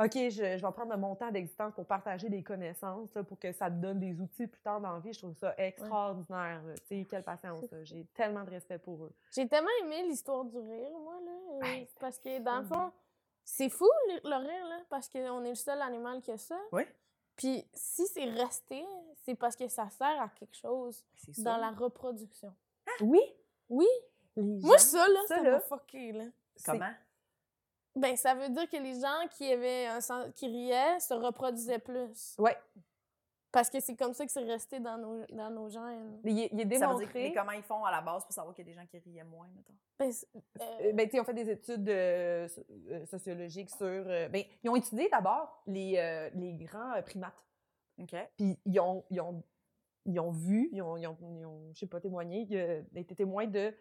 Speaker 4: OK, je, je vais prendre mon temps d'existence pour partager des connaissances, là, pour que ça me donne des outils plus tard dans la vie. Je trouve ça extraordinaire. là. Tu sais, quelle patience. là. J'ai tellement de respect pour eux.
Speaker 3: J'ai tellement aimé l'histoire du rire, moi, là. euh,
Speaker 4: Ben,
Speaker 3: parce que, dans le
Speaker 4: fou,
Speaker 3: fond, c'est fou, le, le rire, là, parce qu'on est le seul animal qui a ça.
Speaker 2: Ouais.
Speaker 3: Puis, si c'est resté, c'est parce que ça sert à quelque chose
Speaker 2: C'est
Speaker 3: dans
Speaker 2: sûr.
Speaker 3: la reproduction.
Speaker 4: Oui?
Speaker 3: Oui.
Speaker 4: Les
Speaker 3: Moi,
Speaker 4: gens,
Speaker 3: ça, là,
Speaker 4: ça,
Speaker 3: ça
Speaker 4: là,
Speaker 3: m'a fucké, là.
Speaker 4: c'est-
Speaker 2: Comment?
Speaker 3: Ben, ça veut dire que les gens qui avaient un sens- qui riaient se reproduisaient plus.
Speaker 4: Ouais.
Speaker 3: Parce que c'est comme ça que c'est resté dans nos, dans nos gènes.
Speaker 4: Il est, il est
Speaker 2: Ça veut dire que-
Speaker 4: démontré.
Speaker 2: mais comment ils font à la base pour savoir qu'il y a des gens qui riaient moins, mettons?
Speaker 3: Ben, c'est- euh,
Speaker 4: Euh, ben, tu sais, ils ont fait des études euh, so- euh, sociologiques sur. euh, ben, ils ont étudié d'abord les, euh, les grands euh, primates.
Speaker 2: OK.
Speaker 4: Puis ils ont, ils ont, ils ont vu, ils ont, ils ont, ils ont, je sais pas, témoigné, ils euh, ils étaient témoins de...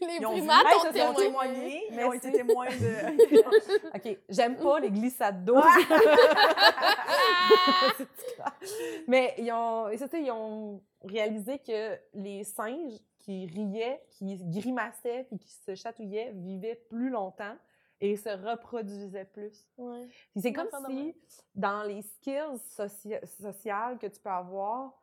Speaker 3: les
Speaker 2: Ils ont vu-
Speaker 3: primates
Speaker 4: Hey,
Speaker 3: ont
Speaker 4: ça, ils ont
Speaker 3: témoigné.
Speaker 2: témoigné, mais ont
Speaker 4: Merci.
Speaker 2: été témoins
Speaker 4: (laughs)
Speaker 2: de. (laughs)
Speaker 4: OK, j'aime pas les glissades d'eau. (laughs) Mais ils ont, et ça, tu sais, ils ont réalisé que les singes qui riaient, qui grimaçaient puis qui se chatouillaient vivaient plus longtemps et se reproduisaient plus.
Speaker 3: Ouais.
Speaker 4: Puis C'est
Speaker 3: Une
Speaker 4: comme
Speaker 3: affaire de même.
Speaker 4: si, dans les skills socia- sociales que tu peux avoir,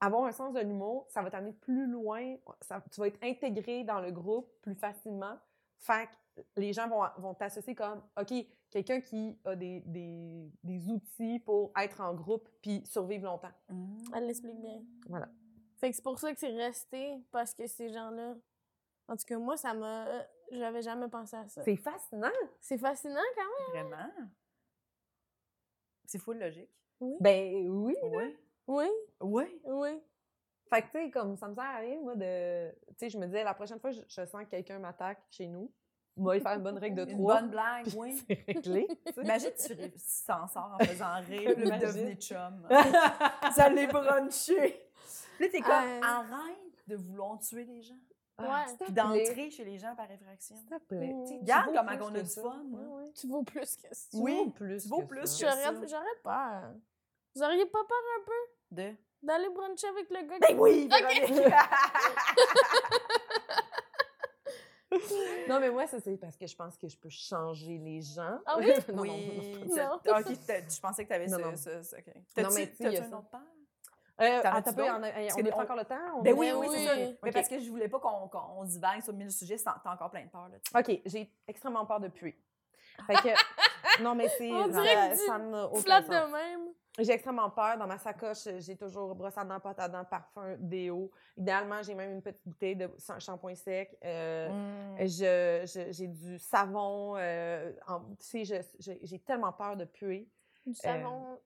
Speaker 4: avoir un sens de l'humour, ça va t'amener plus loin, ça- tu vas être intégré dans le groupe plus facilement. Fait que les gens vont, vont t'associer comme, OK, quelqu'un qui a des, des- des outils pour être en groupe puis survivre longtemps.
Speaker 2: Mm.
Speaker 3: Elle l'explique bien.
Speaker 4: Voilà.
Speaker 3: Fait que c'est pour ça que c'est resté, parce que ces gens-là... En tout cas, moi, ça m'a... euh, J'avais jamais pensé à ça.
Speaker 4: C'est fascinant!
Speaker 3: C'est fascinant, quand même.
Speaker 2: Vraiment? C'est full logique.
Speaker 4: Ben oui!
Speaker 2: Oui.
Speaker 3: Oui,
Speaker 2: Oui.
Speaker 3: oui.
Speaker 4: Fait que, tu sais, comme ça me sert à rien, moi, de. Tu sais, je me disais, la prochaine fois, je, je sens que quelqu'un m'attaque chez nous, moi, il faire une bonne règle de
Speaker 2: Une
Speaker 4: trois.
Speaker 2: bonne
Speaker 4: (laughs)
Speaker 2: blague, oui.
Speaker 4: C'est réglé. (laughs) tu sais.
Speaker 2: Imagine tu ré- tu t'en sors en faisant rire, puis là, vous
Speaker 4: Imagine.
Speaker 2: devenez chum. Ça les bruncher. Puis Là, t'es comme,
Speaker 3: Euh.
Speaker 2: arrête de vouloir tuer les gens.
Speaker 4: Ah,
Speaker 3: Ouais.
Speaker 4: s'il te
Speaker 2: Puis
Speaker 4: plaît.
Speaker 2: d'entrer chez les gens par effraction.
Speaker 4: S'il te plaît.
Speaker 3: Mm.
Speaker 4: Tu sais, tu
Speaker 2: Regarde
Speaker 4: vaux
Speaker 2: comment
Speaker 4: plus
Speaker 2: on a
Speaker 4: que
Speaker 2: du
Speaker 4: ça.
Speaker 2: fun, là.
Speaker 4: Ouais, ouais.
Speaker 3: Mmh. Tu vaux plus que ça.
Speaker 4: Tu
Speaker 2: Oui,
Speaker 4: vaux plus.
Speaker 2: tu vaux
Speaker 4: que
Speaker 2: plus
Speaker 4: ça.
Speaker 2: que-
Speaker 3: J'aurais j'aurais peur. Vous auriez pas peur
Speaker 2: De.
Speaker 3: d'aller
Speaker 4: Ben
Speaker 3: Ben
Speaker 4: (laughs)
Speaker 3: bruncher avec le gars?
Speaker 2: Ben
Speaker 3: qui-
Speaker 2: oui, Véronique!
Speaker 4: non, mais moi, ça, c'est parce que je pense que je peux changer les gens.
Speaker 3: Ah
Speaker 4: (laughs)
Speaker 3: oui?
Speaker 4: Non, non,
Speaker 2: oui.
Speaker 4: non, non.
Speaker 2: t'as-
Speaker 3: Non.
Speaker 2: ah, ok, t'as- je pensais que t'avais
Speaker 4: Non,
Speaker 2: ce,
Speaker 4: non.
Speaker 2: ce, ce- ok. T'as-tu
Speaker 4: Non, mais si, il y
Speaker 2: t'as-tu
Speaker 4: a
Speaker 2: un
Speaker 4: ça.
Speaker 2: autre peur?
Speaker 4: Euh,
Speaker 2: T'en
Speaker 4: ah,
Speaker 2: as-tu
Speaker 4: t'as pas,
Speaker 2: d'autres?
Speaker 4: on a-
Speaker 2: Parce
Speaker 4: on
Speaker 2: que
Speaker 4: a
Speaker 2: on-
Speaker 4: pas encore le temps? On
Speaker 2: Ben
Speaker 4: a-
Speaker 2: oui,
Speaker 3: Ben
Speaker 2: oui, c'est
Speaker 3: oui.
Speaker 2: ça. Mais
Speaker 4: Ok.
Speaker 2: parce que je voulais pas qu'on qu'on- on divague sur mille sujets, t'as t'as encore plein de peur là-dessus.
Speaker 4: OK, j'ai extrêmement peur de puer. Fait que, (laughs) non, mais c'est...
Speaker 3: On
Speaker 4: non,
Speaker 3: dirait que tu
Speaker 4: ça n'a aucun
Speaker 3: Flatte
Speaker 4: sens.
Speaker 3: de même.
Speaker 4: J'ai extrêmement peur. Dans ma sacoche, j'ai toujours brosse à dents, pâte à dents, parfum, déo. Idéalement, j'ai même une petite bouteille de sa- shampoing sec. Euh,
Speaker 2: Mm.
Speaker 4: je- je- j'ai du savon. euh, en- tu sais, je- je- j'ai tellement peur de puer.
Speaker 3: Du savon.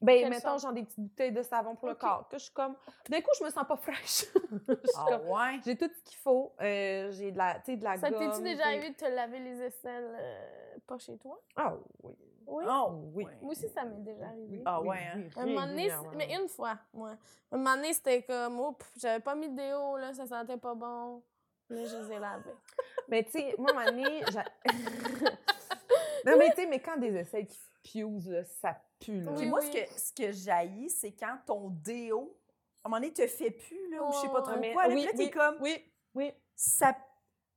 Speaker 4: Ben,
Speaker 3: Quelle
Speaker 4: mettons,
Speaker 3: sorte?
Speaker 4: genre des petites bouteilles de savon pour le
Speaker 3: Ok.
Speaker 4: corps. Que je suis comme. D'un coup, je me sens pas fraîche. (laughs) Je suis
Speaker 2: Ah
Speaker 4: comme,
Speaker 2: ouais?
Speaker 4: J'ai tout ce qu'il faut. Euh, j'ai de la, tu sais, de la
Speaker 3: Ça
Speaker 4: gomme.
Speaker 3: t'es-tu déjà
Speaker 4: j'ai-
Speaker 3: arrivé de te laver les aisselles euh, pas chez toi?
Speaker 4: Ah oui. Ah
Speaker 3: Oui.
Speaker 2: Oh,
Speaker 4: Oui.
Speaker 3: Moi aussi, ça m'est déjà arrivé.
Speaker 2: Ah ouais, hein?
Speaker 3: Un moment donné, c'est-
Speaker 4: régulièrement.
Speaker 3: mais une fois, moi. Un moment donné, c'était comme, oh, pff, j'avais pas mis de déo, là, ça sentait pas bon. Là, je les ai lavés.
Speaker 4: Mais tu sais, moi, à un moment donné,
Speaker 3: (laughs)
Speaker 4: j'a- Non, mais tu sais, mais quand des essais qui fusent, là, ça pue, là.
Speaker 2: Puis
Speaker 3: Oui,
Speaker 2: moi,
Speaker 3: oui.
Speaker 2: ce que, ce que j'haïs, c'est quand ton déo, à un moment donné, te fait plus, là, ou je sais pas trop
Speaker 3: Ouais,
Speaker 2: quoi. là,
Speaker 4: oui,
Speaker 2: puis là, t'es
Speaker 4: oui,
Speaker 2: comme,
Speaker 4: Oui, oui.
Speaker 2: ça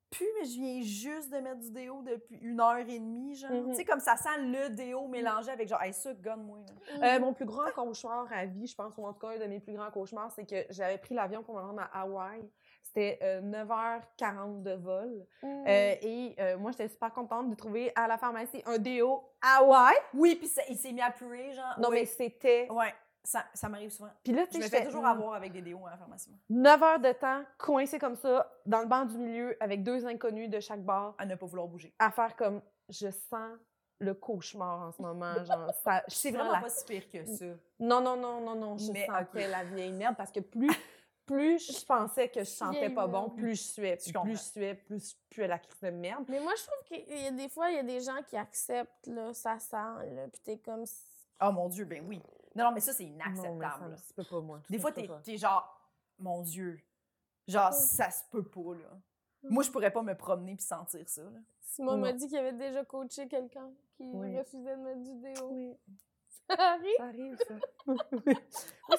Speaker 2: pue, mais je viens juste de mettre du déo depuis une heure et demie, genre.
Speaker 4: Mhm.
Speaker 2: Tu sais, comme ça sent le déo mélangé avec genre, hey, ça, gonne-moi. là. (laughs)
Speaker 4: Euh, mon plus grand cauchemar à vie, je pense, ou en tout cas, un de mes plus grands cauchemars, c'est que j'avais pris l'avion pour me rendre à Hawaï. C'était euh, 9h40 de vol.
Speaker 3: Mm.
Speaker 4: Euh, et euh, moi, j'étais super contente de trouver à la pharmacie un déo Hawaï.
Speaker 2: Oui, puis ça- il s'est mis à puer, genre.
Speaker 4: Non,
Speaker 2: oui.
Speaker 4: mais c'était...
Speaker 2: Ouais, ça, ça m'arrive souvent.
Speaker 4: Puis là,
Speaker 2: Je
Speaker 4: tu sais,
Speaker 2: me
Speaker 4: j'étais
Speaker 2: fais mm. toujours avoir avec des déos à la pharmacie. moi.
Speaker 4: 9 heures de temps, coincée comme ça, dans le banc du milieu, avec deux inconnus de chaque bar.
Speaker 2: À ne pas vouloir bouger.
Speaker 4: à faire comme je sens le cauchemar en ce moment genre ça je
Speaker 2: C'est
Speaker 4: sens
Speaker 2: vraiment Mm.
Speaker 4: la-
Speaker 2: pas si pire que ça.
Speaker 4: non non non non non je
Speaker 2: Mais,
Speaker 4: sentais la vieille merde parce que plus plus je pensais que je sentais
Speaker 3: Vieille
Speaker 4: pas bon
Speaker 3: merde.
Speaker 4: plus je suais
Speaker 2: Je
Speaker 4: puis
Speaker 2: comprends.
Speaker 4: plus je suais plus je puais la crise de merde
Speaker 3: Mais moi, je trouve qu'il y a des fois, il y a des gens qui acceptent, là, ça sent, là, pis t'es comme...
Speaker 2: Oh mon Dieu, ben oui. Non, non, mais ça, c'est
Speaker 4: Non, mais ça
Speaker 2: inacceptable.
Speaker 4: me-
Speaker 2: là.
Speaker 4: c'est pas pour moi
Speaker 2: Des
Speaker 4: Ça,
Speaker 2: fois,
Speaker 4: c'est
Speaker 2: t'es
Speaker 4: (laughs) pas.
Speaker 2: t'es genre, mon Dieu, genre,
Speaker 3: Mm.
Speaker 2: ça se peut pas, là. Moi, je pourrais pas me promener puis sentir ça, là.
Speaker 3: Simon m'a
Speaker 4: Non.
Speaker 3: dit qu'il avait déjà coaché quelqu'un qui
Speaker 4: Oui.
Speaker 3: refusait de mettre du déo.
Speaker 4: oui
Speaker 3: (laughs) Ça arrive.
Speaker 4: ça arrive ça (laughs) oui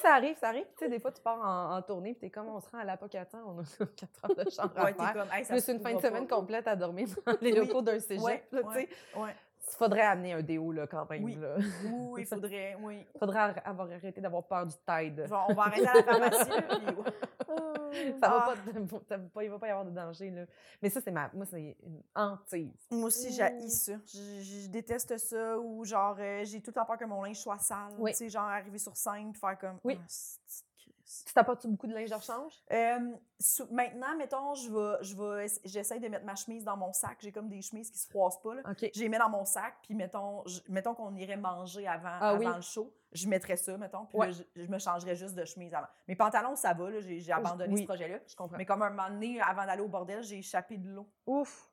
Speaker 4: ça arrive ça arrive tu sais des fois tu pars en, en tournée puis t'es comme on se rend à l'Apocatan on a (laughs) comme quatre heures de chambre
Speaker 2: Ah Ouais,
Speaker 4: à
Speaker 2: t'es
Speaker 4: faire
Speaker 2: comme, hey, ça
Speaker 4: plus
Speaker 2: se
Speaker 4: une fin de
Speaker 2: pourra
Speaker 4: semaine
Speaker 2: pas.
Speaker 4: complète à dormir
Speaker 2: (laughs)
Speaker 4: dans les
Speaker 2: Oui.
Speaker 4: locaux d'un cégep
Speaker 2: Ouais,
Speaker 4: là, tu sais
Speaker 2: ouais,
Speaker 4: (laughs)
Speaker 2: ouais.
Speaker 4: Il faudrait amener un déo, là, quand même.
Speaker 2: Oui.
Speaker 4: là. (laughs)
Speaker 2: Oui, il faudrait, oui.
Speaker 4: faudrait ar- avoir arrêté d'avoir peur du Tide.
Speaker 2: Genre, on va arrêter à la pharmacie, là, puis ouais.
Speaker 3: (laughs) Oh.
Speaker 4: Ça va
Speaker 2: Ah.
Speaker 4: pas, (laughs) te- ça va pas- il va pas y avoir de danger, là. Mais ça, c'est ma... Moi, c'est une hantise.
Speaker 2: Moi aussi, j'haïs ça. Je, je- je déteste ça. Ou genre, euh, j'ai tout le temps peur que mon linge soit sale.
Speaker 4: Oui.
Speaker 2: Tu sais, genre, arriver sur scène puis faire comme.
Speaker 4: Oui.
Speaker 2: Ah, c'est- Christ.
Speaker 4: Tu t'apportes beaucoup de linge de rechange?
Speaker 2: Euh, sou- maintenant, mettons, je vais, je vais, ess- j'essaie de mettre ma chemise dans mon sac. J'ai comme des chemises qui se froissent pas. Là.
Speaker 4: OK.
Speaker 2: Je les mets dans mon sac, puis mettons, je- mettons qu'on irait manger avant,
Speaker 4: Ah
Speaker 2: avant
Speaker 4: oui.
Speaker 2: le show. Je mettrais ça, mettons, puis
Speaker 4: Ouais.
Speaker 2: là, je, je me changerais juste de chemise avant. Mes pantalons, ça va, là, j'ai, j'ai abandonné
Speaker 4: oui.
Speaker 2: ce projet-là.
Speaker 4: Je comprends.
Speaker 2: Mais comme un moment donné, avant d'aller au bordel, j'ai échappé de l'eau.
Speaker 4: Ouf!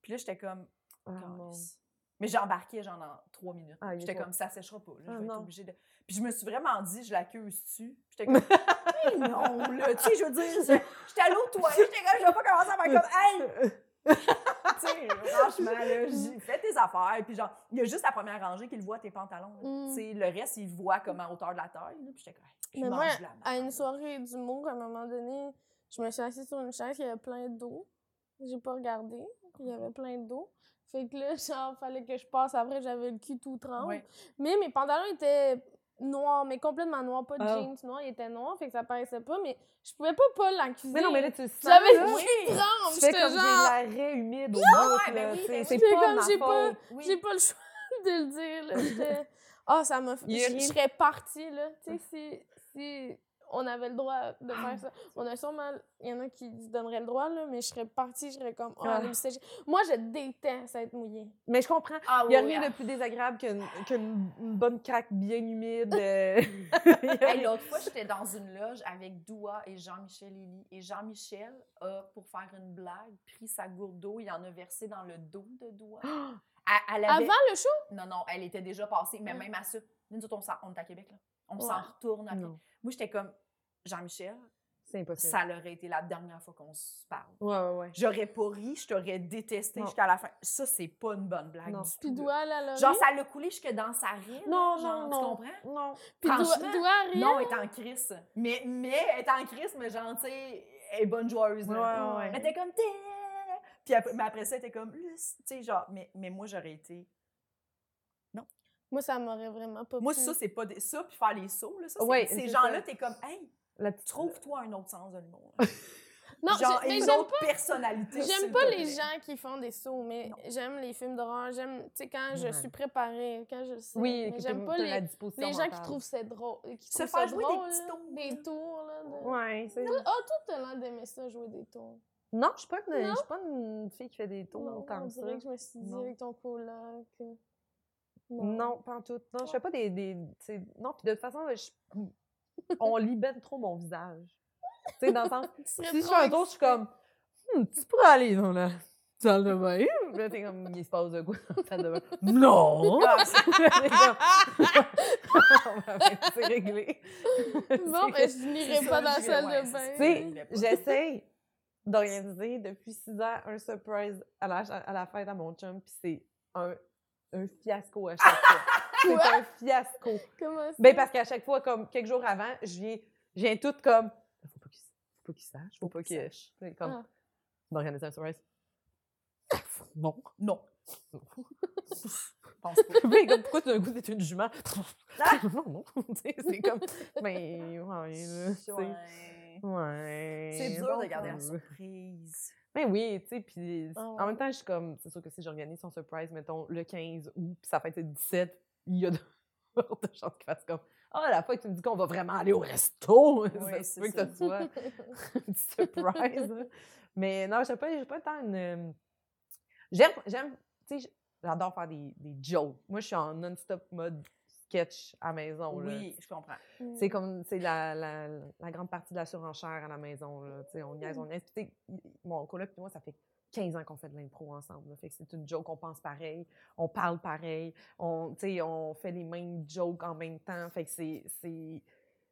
Speaker 2: Puis là, j'étais comme.
Speaker 4: Ah, mon-
Speaker 2: Calisse. Mais j'ai embarqué, genre, dans trois minutes.
Speaker 4: Ah, il est
Speaker 2: J'étais
Speaker 4: toi.
Speaker 2: comme, ça séchera pas. Là,
Speaker 4: Ah,
Speaker 2: je vais être
Speaker 4: non.
Speaker 2: obligée de... Puis je me suis vraiment dit, je l'accuse-tu?
Speaker 4: (laughs)
Speaker 2: J'étais comme, Mais non, là, tu sais, je veux dire, je- j'étais à l'autre toilette, j'étais comme, je vais pas commencer à faire comme, hey! tu
Speaker 4: (laughs)
Speaker 2: sais, franchement, là, j'ai- fais tes affaires. Puis genre, il y a juste la première rangée qui le voit, tes pantalons. là. Tu
Speaker 3: Mm.
Speaker 2: sais, le reste, il le voit comme à hauteur de la taille. là. Puis j'étais comme, hey, je
Speaker 3: Mais moi,
Speaker 2: mange la
Speaker 3: à
Speaker 2: merde.
Speaker 3: une soirée d'humour, à un moment donné, je me suis assise sur une chaise, il y avait plein d'eau. J'ai pas regardé, il y avait plein d'eau. Fait que là, (laughs) genre, fallait que je passe. Après, j'avais le cul tout tremble.
Speaker 2: Ouais.
Speaker 3: Mais mes pantalons étaient noirs, mais complètement noirs, pas de
Speaker 4: Ah.
Speaker 3: jeans noirs, ils étaient noirs, fait que ça paraissait pas, mais je pouvais pas pas l'accuser.
Speaker 4: Mais non, mais là, tu le sens,
Speaker 3: J'avais
Speaker 4: là.
Speaker 3: le cul tremble,
Speaker 4: Tu fais
Speaker 3: j'étais
Speaker 4: comme
Speaker 3: genre...
Speaker 4: j'ai l'air humide au
Speaker 2: ouais,
Speaker 4: bout,
Speaker 2: ben
Speaker 4: là,
Speaker 2: oui,
Speaker 4: tu
Speaker 2: ben
Speaker 4: sais.
Speaker 2: oui.
Speaker 4: C'est
Speaker 3: J'ai
Speaker 4: pas
Speaker 3: comme-
Speaker 4: ma
Speaker 3: j'ai pas-
Speaker 4: faute.
Speaker 2: Oui.
Speaker 3: J'ai pas le choix (laughs) de le dire, là. J'étais- (laughs) Ah, ça m'a fait...
Speaker 4: Il y a
Speaker 3: Je
Speaker 4: rien-
Speaker 3: je serais partie, là. Tu sais, si, si on avait le droit de faire ça. On a sûrement... Il y en a qui se donneraient le droit, là, mais je serais partie, je serais comme... Oh,
Speaker 4: Ah.
Speaker 3: allez me sécher. Moi, je déteste être mouillée.
Speaker 4: Mais je comprends.
Speaker 2: Ah,
Speaker 4: Il n'y a
Speaker 3: Oh,
Speaker 2: oui,
Speaker 4: rien
Speaker 2: ah.
Speaker 4: de plus désagréable qu'une qu'une- une bonne craque
Speaker 3: (laughs)
Speaker 4: bien humide. euh. (laughs)
Speaker 2: Hey, L'autre fois, j'étais dans une loge avec Doua et Jean-Michel Lily. Et Jean-Michel a, pour faire une blague, pris sa gourde d'eau, il en a versé dans le dos de Doua. Elle, elle avait-
Speaker 3: Avant le show,
Speaker 2: Non, non, elle était déjà passée, mais
Speaker 3: Ah.
Speaker 2: même à ça. Nous autres, on, s'en- on est à Québec, là. On
Speaker 3: Ouais.
Speaker 2: s'en retourne après.
Speaker 4: Ah Non,
Speaker 2: Moi, j'étais comme, Jean-Michel,
Speaker 4: c'est impossible.
Speaker 2: ça l'aurait été la dernière fois qu'on se parle.
Speaker 4: Ouais, ouais, ouais.
Speaker 2: J'aurais pas ri, je t'aurais détesté
Speaker 4: Non.
Speaker 2: jusqu'à la fin. Ça, c'est pas une bonne blague
Speaker 4: Non.
Speaker 2: du
Speaker 3: puis
Speaker 2: tout. là.
Speaker 3: doigt, là, là.
Speaker 2: Genre, ça l'a coulé jusque dans sa ride.
Speaker 4: Non,
Speaker 2: genre,
Speaker 4: non,
Speaker 2: Tu
Speaker 4: non.
Speaker 2: comprends?
Speaker 4: Non.
Speaker 3: Puis
Speaker 2: franchement,
Speaker 3: doigt, doigt, rien.
Speaker 2: Non, elle est en crise. Mais, mais elle est en crise, mais genre, tu sais, elle est bonne joueuse.
Speaker 4: Ouais,
Speaker 2: là.
Speaker 4: ouais, ouais.
Speaker 2: Elle était comme... t'es- Puis après, mais après ça, elle était comme, Luc, tu sais, genre, mais, mais moi, j'aurais été.
Speaker 3: Moi, ça m'aurait vraiment pas
Speaker 2: Moi,
Speaker 3: plu.
Speaker 2: ça, c'est pas. des- Ça, puis faire les sauts, là, ça, c'est-
Speaker 4: Ouais,
Speaker 2: ces
Speaker 4: c'est
Speaker 2: gens-là,
Speaker 4: ça.
Speaker 2: t'es comme, hey,
Speaker 4: La petite
Speaker 2: trouve-toi un autre sens de l'humour.
Speaker 3: Non,
Speaker 2: genre,
Speaker 3: j'ai- mais
Speaker 2: une
Speaker 3: j'aime
Speaker 2: autre personnalité. s'il
Speaker 3: J'aime
Speaker 2: te
Speaker 3: pas
Speaker 2: plaît.
Speaker 3: les gens qui font des sauts, mais j'aime les films d'horreur. J'aime, tu sais, quand je
Speaker 4: Ouais.
Speaker 3: suis préparée, quand je le sais.
Speaker 4: Oui,
Speaker 3: mais
Speaker 4: que
Speaker 3: j'aime
Speaker 4: t'as-
Speaker 3: pas
Speaker 4: t'as
Speaker 3: les,
Speaker 4: la disposition
Speaker 3: les gens qui
Speaker 4: mentale.
Speaker 3: trouvent c'est drôle. euh, Qui
Speaker 2: Se
Speaker 3: trouvent
Speaker 2: faire
Speaker 3: ça
Speaker 2: jouer des
Speaker 3: drôle,
Speaker 2: petits
Speaker 3: là,
Speaker 2: tours, là.
Speaker 3: Des tours, là. de-
Speaker 4: Ouais, c'est.
Speaker 3: Ah, toi, t'as l'air d'aimer ça, jouer des tours.
Speaker 4: Non, je suis pas une,
Speaker 3: Non?
Speaker 4: je suis pas une fille qui fait des tours
Speaker 3: Non, on
Speaker 4: comme ça.
Speaker 3: dirait que je me suis dit
Speaker 4: Non.
Speaker 3: avec ton coloc. euh,
Speaker 4: Non, pas en tout. Non, je fais pas des. des tu sais, non, puis de toute façon, je- on lit ben trop mon visage. Tu sais, dans le (laughs) sens.
Speaker 3: Tu serais
Speaker 4: si je
Speaker 3: trop
Speaker 4: fais un tour, je suis
Speaker 3: excitée.
Speaker 4: comme. Hum, tu pourrais aller dans la salle de bain. Puis là, t'es comme, il se passe de quoi dans la salle de bain? (laughs) Non!
Speaker 2: Ah,
Speaker 4: T'es comme, (laughs) C'est réglé.
Speaker 3: (laughs) Bon, ben, je n'irai
Speaker 2: C'est
Speaker 3: pas
Speaker 2: ça,
Speaker 3: dans la
Speaker 2: je vais-
Speaker 3: salle
Speaker 2: ouais,
Speaker 3: de
Speaker 2: c'est
Speaker 3: bain.
Speaker 4: Tu
Speaker 2: ça.
Speaker 4: sais,
Speaker 2: Mais pas.
Speaker 4: j'essaye d'organiser depuis six ans un surprise à la, à la fête à mon chum, puis c'est un, un fiasco à chaque (laughs) fois. C'est un fiasco.
Speaker 3: (laughs) Comment ça?
Speaker 4: Ben, parce qu'à chaque fois, comme quelques jours avant, je viens, je viens toute comme. Faut pas qu'il faut pas qu'il sache, faut pas qu'il sache. Puis Comme.
Speaker 3: Ah.
Speaker 4: Tu m'as organisé un surprise. (laughs) Non.
Speaker 2: Non. Je pense pas.
Speaker 4: (laughs) Mais comme, pourquoi d'un coup, t'es une jument? (laughs) non, non. Tu sais, c'est comme. Mais, ouais, là. (laughs) tu sais.
Speaker 2: Ouais.
Speaker 4: Ouais.
Speaker 2: C'est dur de
Speaker 4: bon,
Speaker 2: garder
Speaker 4: euh,
Speaker 2: la surprise.
Speaker 4: Ben oui, tu sais, puis
Speaker 3: Ah ouais.
Speaker 4: en même temps, je suis comme, c'est sûr que si j'organise son surprise, mettons, le 15 août, puis ça fait le 17, il y a (laughs) de, de chances qu'il fasse comme « Ah, la fois que tu me dis qu'on va vraiment aller au resto! (laughs)
Speaker 2: Ouais,
Speaker 4: ça se
Speaker 2: c'est
Speaker 4: peut que
Speaker 2: ça.
Speaker 4: ce soit
Speaker 3: (laughs)
Speaker 4: un petit surprise. hein. Mais non, j'ai pas, j'ai pas tant une... euh, J'aime, j'aime, tu sais, j'adore faire des, des jokes. Moi, je suis en non-stop mode sketch à la maison, là.
Speaker 2: Oui, je comprends.
Speaker 4: C'est comme, c'est la, la, la grande partie de la surenchère à la maison, là. Tu sais, on
Speaker 2: Mm.
Speaker 4: niaise, on niaise. Puis, tu sais, y- mon coloc et moi, ça fait 15 ans qu'on fait de l'impro ensemble, là. Fait que c'est une joke, on pense pareil, on parle pareil, on, tu sais, on fait les mêmes jokes en même temps. Fait que c'est, c'est,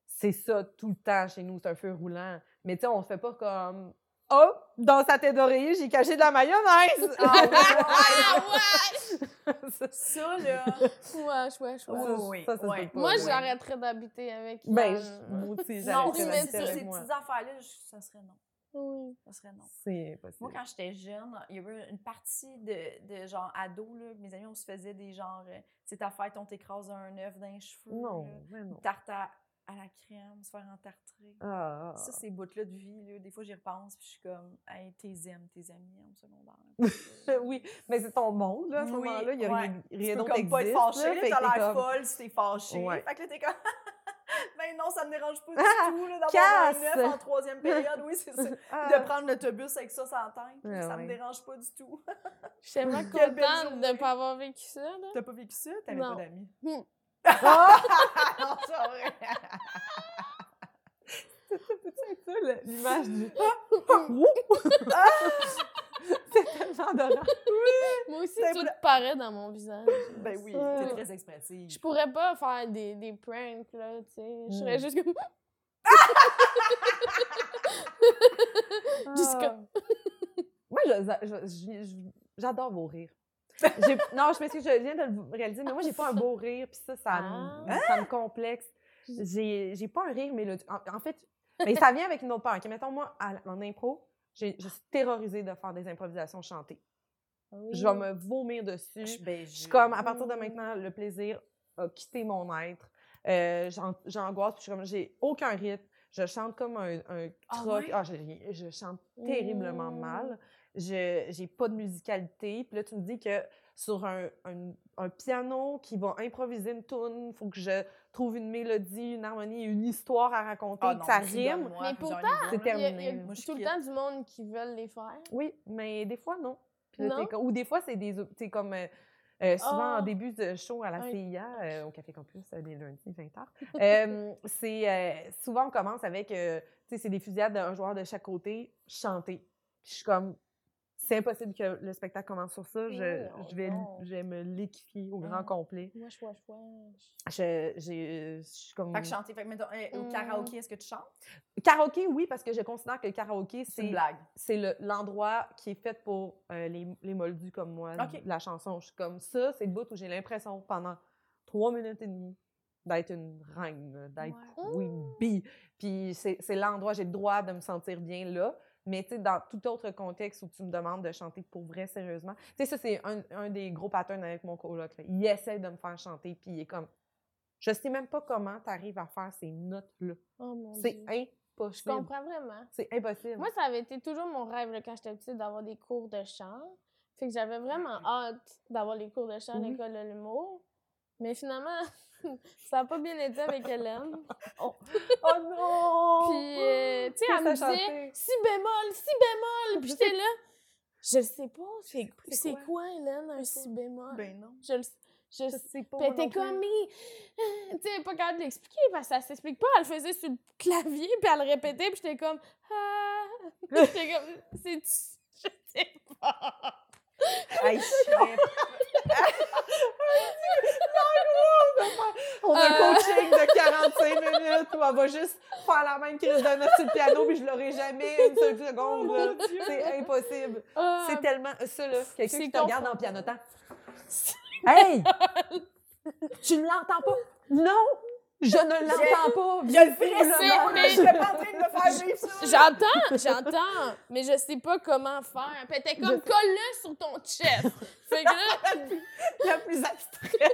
Speaker 4: c'est ça tout le temps chez nous, c'est un feu roulant. Mais, tu sais, on se fait pas comme... Oh, dans sa tête d'oreiller, j'ai caché de la mayonnaise!
Speaker 2: Ah ouais!
Speaker 3: Ah
Speaker 4: Ça,
Speaker 2: (laughs) Ça, là.
Speaker 3: ouais! Wesh, wesh,
Speaker 2: Oui,
Speaker 3: wesh.
Speaker 4: ça,
Speaker 2: oui,
Speaker 4: ça se
Speaker 2: ouais.
Speaker 4: peut pas,
Speaker 3: Moi,
Speaker 4: là.
Speaker 3: j'arrêterais d'habiter avec
Speaker 4: (laughs)
Speaker 3: euh,
Speaker 4: Ben,
Speaker 3: Yann.
Speaker 4: je- moi aussi,
Speaker 2: Euh, Non,
Speaker 4: j'arrêterais
Speaker 2: oui, mais
Speaker 4: d'habiter
Speaker 2: sur
Speaker 4: avec
Speaker 2: ces
Speaker 4: moi.
Speaker 2: petites affaires-là, je- ça serait non.
Speaker 3: Oui.
Speaker 2: Ça serait non.
Speaker 4: C'est possible.
Speaker 2: Moi, quand j'étais jeune, il y avait une partie de, de genre ado, là, mes amis, on se faisait des genre, euh, c'est ta fête, on t'écrase un œuf d'un cheveu. là,
Speaker 4: Non, mais non.
Speaker 2: une tarte à, à la crème, se faire entartrer.
Speaker 4: Ah.
Speaker 2: Ça, ces bouts-là de vie, là, des fois, j'y repense, puis je suis comme, hey, t'es aimes, tes amis en (laughs) secondaire. Puis, euh,
Speaker 4: oui, mais c'est ton monde, là, à ce
Speaker 2: Oui,
Speaker 4: moment-là. Il n'y a
Speaker 2: ouais.
Speaker 4: rien,
Speaker 2: tu
Speaker 4: rien
Speaker 2: peux
Speaker 4: d'autre
Speaker 2: comme pas être
Speaker 4: existe,
Speaker 2: fâchée,
Speaker 4: là,
Speaker 2: là,
Speaker 4: fait que
Speaker 2: t'as
Speaker 4: t'es
Speaker 2: l'air
Speaker 4: comme,
Speaker 2: folle si t'es fâchée.
Speaker 4: Ouais.
Speaker 2: Fait que là, t'es comme, (laughs) ben non, ça me dérange pas du
Speaker 4: Ah,
Speaker 2: tout, là, d'avoir un
Speaker 4: casse!
Speaker 2: œuf en troisième période, oui, c'est ça.
Speaker 4: (laughs) Ah,
Speaker 2: De prendre l'autobus avec ça sans tête, là,
Speaker 4: Ouais,
Speaker 2: ça me
Speaker 4: Ah ouais.
Speaker 2: dérange pas du
Speaker 4: (laughs)
Speaker 2: tout.
Speaker 3: Je suis tellement
Speaker 2: Quelle belle
Speaker 3: contente de
Speaker 2: journée.
Speaker 3: ne pas avoir vécu ça, là.
Speaker 2: T'as pas vécu ça? T'avais
Speaker 3: Non.
Speaker 2: pas d'amis?
Speaker 3: Hmm.
Speaker 4: (laughs) ah!
Speaker 2: (laughs) non, c'est pas vrai.
Speaker 4: C'est ça, le- l'image du...
Speaker 2: Ah!
Speaker 4: (laughs) Ouh! (laughs) c'est tellement adorable.
Speaker 3: Moi aussi,
Speaker 2: C'est
Speaker 3: tout
Speaker 2: vrai.
Speaker 3: paraît dans mon visage.
Speaker 2: Ben oui,
Speaker 3: Ça.
Speaker 2: t'es très expressive.
Speaker 3: Je pourrais pas faire des, des pranks, là, tu sais. Je serais
Speaker 4: Mm.
Speaker 3: juste comme... Jusqu'à-
Speaker 4: Ah. moi, je- je- je- je- j'adore vos rires.
Speaker 2: (laughs)
Speaker 4: J'ai- non, je m'excuse, je viens de le réaliser, mais moi, j'ai pas un beau rire, puis ça, ça, me-
Speaker 2: Ah!
Speaker 4: ça me complexe. J'ai j'ai pas un rire mélodieux. En, en fait, mais ça vient avec une autre peur. OK, mettons, moi, à la- en impro, j'ai- je suis terrorisée de faire des improvisations chantées. Je vais me vomir dessus.
Speaker 2: Je- ben,
Speaker 4: Je
Speaker 2: je-
Speaker 4: suis comme, à partir de maintenant, le plaisir a quitté mon être. Euh, j'an- J'angoisse, puis je suis comme, j'ai aucun rythme. Je chante comme un, un
Speaker 2: Ah
Speaker 4: troc.
Speaker 2: ouais? Oh.
Speaker 4: Ah, j'ai rien. je, chante terriblement
Speaker 3: Mm.
Speaker 4: mal. Je j'ai pas de musicalité. Puis là, tu me dis que sur un, un- un piano qui va improviser une tune, il faut que je trouve une mélodie, une harmonie, une histoire à raconter,
Speaker 2: Ah
Speaker 4: que
Speaker 2: non,
Speaker 4: ça
Speaker 2: tu
Speaker 4: rime.
Speaker 2: donnes-moi
Speaker 3: Mais
Speaker 2: plusieurs
Speaker 3: pourtant,
Speaker 2: niveaux, là.
Speaker 3: Il
Speaker 4: c'est
Speaker 3: y a- il y a
Speaker 4: terminé.
Speaker 2: Moi, je
Speaker 3: tout le
Speaker 2: quitte.
Speaker 3: temps du monde qui veulent les faire.
Speaker 4: Oui, mais des fois, non. Puis là,
Speaker 3: Non?
Speaker 4: t'es comme- ou des fois, c'est des. op- t'es comme. euh, euh, souvent,
Speaker 2: Oh!
Speaker 3: Ah.
Speaker 4: en début de show à la
Speaker 3: Ouais.
Speaker 4: CIA, euh, au Café Campus, euh, les lundis, 20 h.
Speaker 2: (laughs)
Speaker 4: euh, c'est, euh, souvent, on commence avec. euh, tu sais, c'est des fusillades d'un joueur de chaque côté, chanter. Puis je suis comme. C'est impossible que le spectacle commence sur ça. Je,
Speaker 2: oh
Speaker 3: Voyons
Speaker 4: je, vais, l-
Speaker 3: donc.
Speaker 4: je vais me liquifier au grand
Speaker 2: Mmh.
Speaker 3: Ah.
Speaker 4: complet.
Speaker 3: Moi, je vois, je vois.
Speaker 4: Je, j'ai- euh, je suis comme.
Speaker 2: Fait que chanter, fait que mettons, euh, au
Speaker 3: Mm.
Speaker 2: karaoké, est-ce que tu chantes?
Speaker 4: Karaoké, oui, parce que je considère que le karaoké,
Speaker 2: C'est une
Speaker 4: c'est
Speaker 2: blague.
Speaker 4: c'est le- l'endroit qui est fait pour euh, les, les moldus comme moi,
Speaker 2: Ok.
Speaker 4: la chanson. Je suis comme ça, c'est le bout où j'ai l'impression pendant trois minutes et demie d'être une reine, d'être
Speaker 2: Ouais.
Speaker 4: oui, bee. Puis c'est c'est l'endroit, j'ai le droit de me sentir bien là. Mais tu sais, dans tout autre contexte où tu me demandes de chanter pour vrai, sérieusement, tu sais, ça, c'est un, un des gros patterns avec mon coloc. là. Il essaie de me faire chanter, puis il est comme, je sais même pas comment tu arrives à faire ces notes-là.
Speaker 3: Oh mon
Speaker 4: C'est
Speaker 3: Dieu. Je
Speaker 4: impossible.
Speaker 3: comprends vraiment.
Speaker 4: C'est impossible.
Speaker 3: Moi, ça avait été toujours mon rêve là, quand j'étais petite d'avoir des cours de chant. Fait que j'avais vraiment hâte d'avoir les cours de chant à
Speaker 4: Oui.
Speaker 3: l'école de l'humour. Mais finalement, (laughs) ça n'a pas bien été avec (laughs) Hélène.
Speaker 4: oh non!
Speaker 3: Puis, euh, tu sais, elle
Speaker 4: Qu'est-ce
Speaker 3: me
Speaker 4: que ça
Speaker 3: disait
Speaker 4: chantait?
Speaker 3: si bémol, si bémol. Puis j'étais là, je sais pas, c'est
Speaker 4: c'est
Speaker 3: c'est
Speaker 4: quoi.
Speaker 3: quoi, Hélène, un si bémol?
Speaker 2: Ben non.
Speaker 3: Je le sais- je
Speaker 4: Je
Speaker 3: sais
Speaker 4: sais pas.
Speaker 3: Puis
Speaker 4: moi non
Speaker 3: Ben, t'es
Speaker 4: plus.
Speaker 3: commis! Tu sais, pas capable de l'expliquer parce que ça s'explique pas. Elle le faisait sur le clavier, puis elle le répétait, puis j'étais comme.
Speaker 4: (laughs)
Speaker 3: Ah! j'étais comme. C'est. Je sais pas.
Speaker 4: Hey, je suis imp- On a un
Speaker 3: Euh.
Speaker 4: coaching de 45 (laughs) minutes où on va juste faire la même crise de notes sur le piano puis je l'aurai jamais une seule seconde. là. C'est impossible.
Speaker 3: Ah,
Speaker 4: C'est tellement ça là, quelqu'un
Speaker 3: C'est
Speaker 4: qui te regarde en (laughs) pianotant. (laughs) Hey! tu ne l'entends pas? Non! Je ne l'entends pas!
Speaker 2: Je le
Speaker 3: C'est-
Speaker 2: ferais, mais
Speaker 3: mais-
Speaker 2: je suis pas en train de me faire vivre ça.
Speaker 4: (laughs)
Speaker 3: J'entends, j'entends, mais je sais pas comment faire. Puis t'es comme, colle-le sur ton chest. Fait que
Speaker 4: (laughs)
Speaker 3: là, (laughs)
Speaker 4: La plus abstraite.
Speaker 3: fait que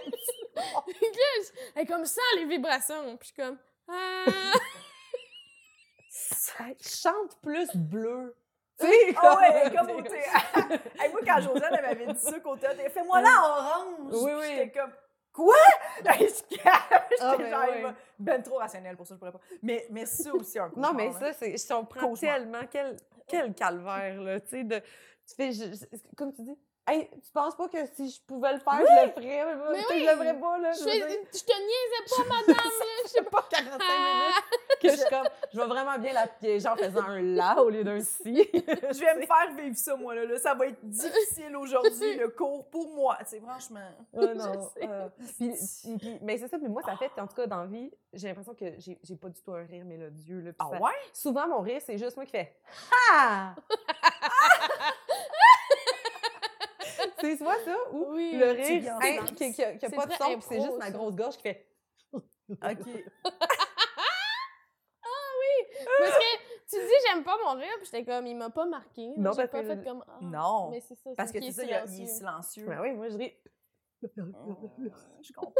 Speaker 3: là, je- elle est comme ça, les vibrations. Puis je suis comme, ah!
Speaker 4: (laughs) Hey, Chante plus bleu. Tu sais, (laughs)
Speaker 2: Ah ouais, comme au thé. Hey, moi, quand Josiane elle m'avait dit ça qu'au théâtre, elle fait moi là orange.
Speaker 4: Hein? Oui,
Speaker 2: Puis
Speaker 4: oui.
Speaker 2: J'étais comme Quoi? J'étais
Speaker 4: Ah,
Speaker 2: (laughs) j'étais
Speaker 4: ben
Speaker 2: genre
Speaker 4: ouais.
Speaker 2: ben, ben trop rationnel pour ça, je pourrais pas. Mais, mais ça aussi, un coup.
Speaker 4: Non, mais
Speaker 3: euh,
Speaker 4: ça, c'est, je comprends
Speaker 2: Cauchemar.
Speaker 4: tellement quel, quel calvaire, là, tu sais, de, tu fais, je- je- comme tu dis, hey, tu penses pas que si je pouvais le faire, je le ferais, là,
Speaker 3: Mais
Speaker 4: tu sais,
Speaker 3: oui.
Speaker 4: je le ferais pas, là,
Speaker 3: Je,
Speaker 4: je veux
Speaker 3: fais- (laughs)
Speaker 4: dire,
Speaker 3: je te niaisais pas, madame, là. Je sais pas.
Speaker 4: pas 45
Speaker 3: Ah!
Speaker 4: minutes que je suis comme, je vais vraiment bien la piéger en faisant un là au lieu
Speaker 3: (laughs)
Speaker 4: d'un si.
Speaker 2: (laughs) Je vais me faire vivre ça, moi, là. là. Ça va être difficile
Speaker 4: (laughs)
Speaker 2: aujourd'hui, le cours, pour moi. C'est franchement.
Speaker 4: Ah non,
Speaker 3: sais. Ah!
Speaker 4: ah. Puis- puis- puis- mais c'est ça, mais moi, ça fait, en tout cas, dans la vie, j'ai l'impression que j'ai, j'ai pas du tout un rire mélodieux, là, puis
Speaker 2: Ah
Speaker 4: ça-
Speaker 2: ouais?
Speaker 4: Souvent, mon rire, c'est juste moi qui fais Ha! (laughs) c'est soit ça ou
Speaker 3: Oui.
Speaker 4: le
Speaker 2: C'est
Speaker 4: rire
Speaker 2: bien
Speaker 4: hein,
Speaker 2: ça.
Speaker 4: qui qui- qui a
Speaker 3: C'est
Speaker 4: pas de
Speaker 3: très
Speaker 4: son, puis c'est
Speaker 3: impro,
Speaker 4: juste ma
Speaker 3: ça.
Speaker 4: grosse gorge qui fait
Speaker 2: OK.
Speaker 3: Parce que tu dis, j'aime pas mon rire, puis j'étais comme, il m'a pas marqué.
Speaker 4: Non,
Speaker 3: Non, j'ai
Speaker 4: parce
Speaker 3: pas
Speaker 4: que-
Speaker 3: fait comme. Ah.
Speaker 2: Non.
Speaker 3: Mais c'est ça.
Speaker 2: Parce que
Speaker 3: c'est
Speaker 2: c'est ça,
Speaker 3: qu'il
Speaker 2: il y
Speaker 3: est
Speaker 2: a- il est
Speaker 3: silencieux.
Speaker 2: silencieux.
Speaker 4: Ben oui, moi, je ris.
Speaker 2: Hum, Je comprends.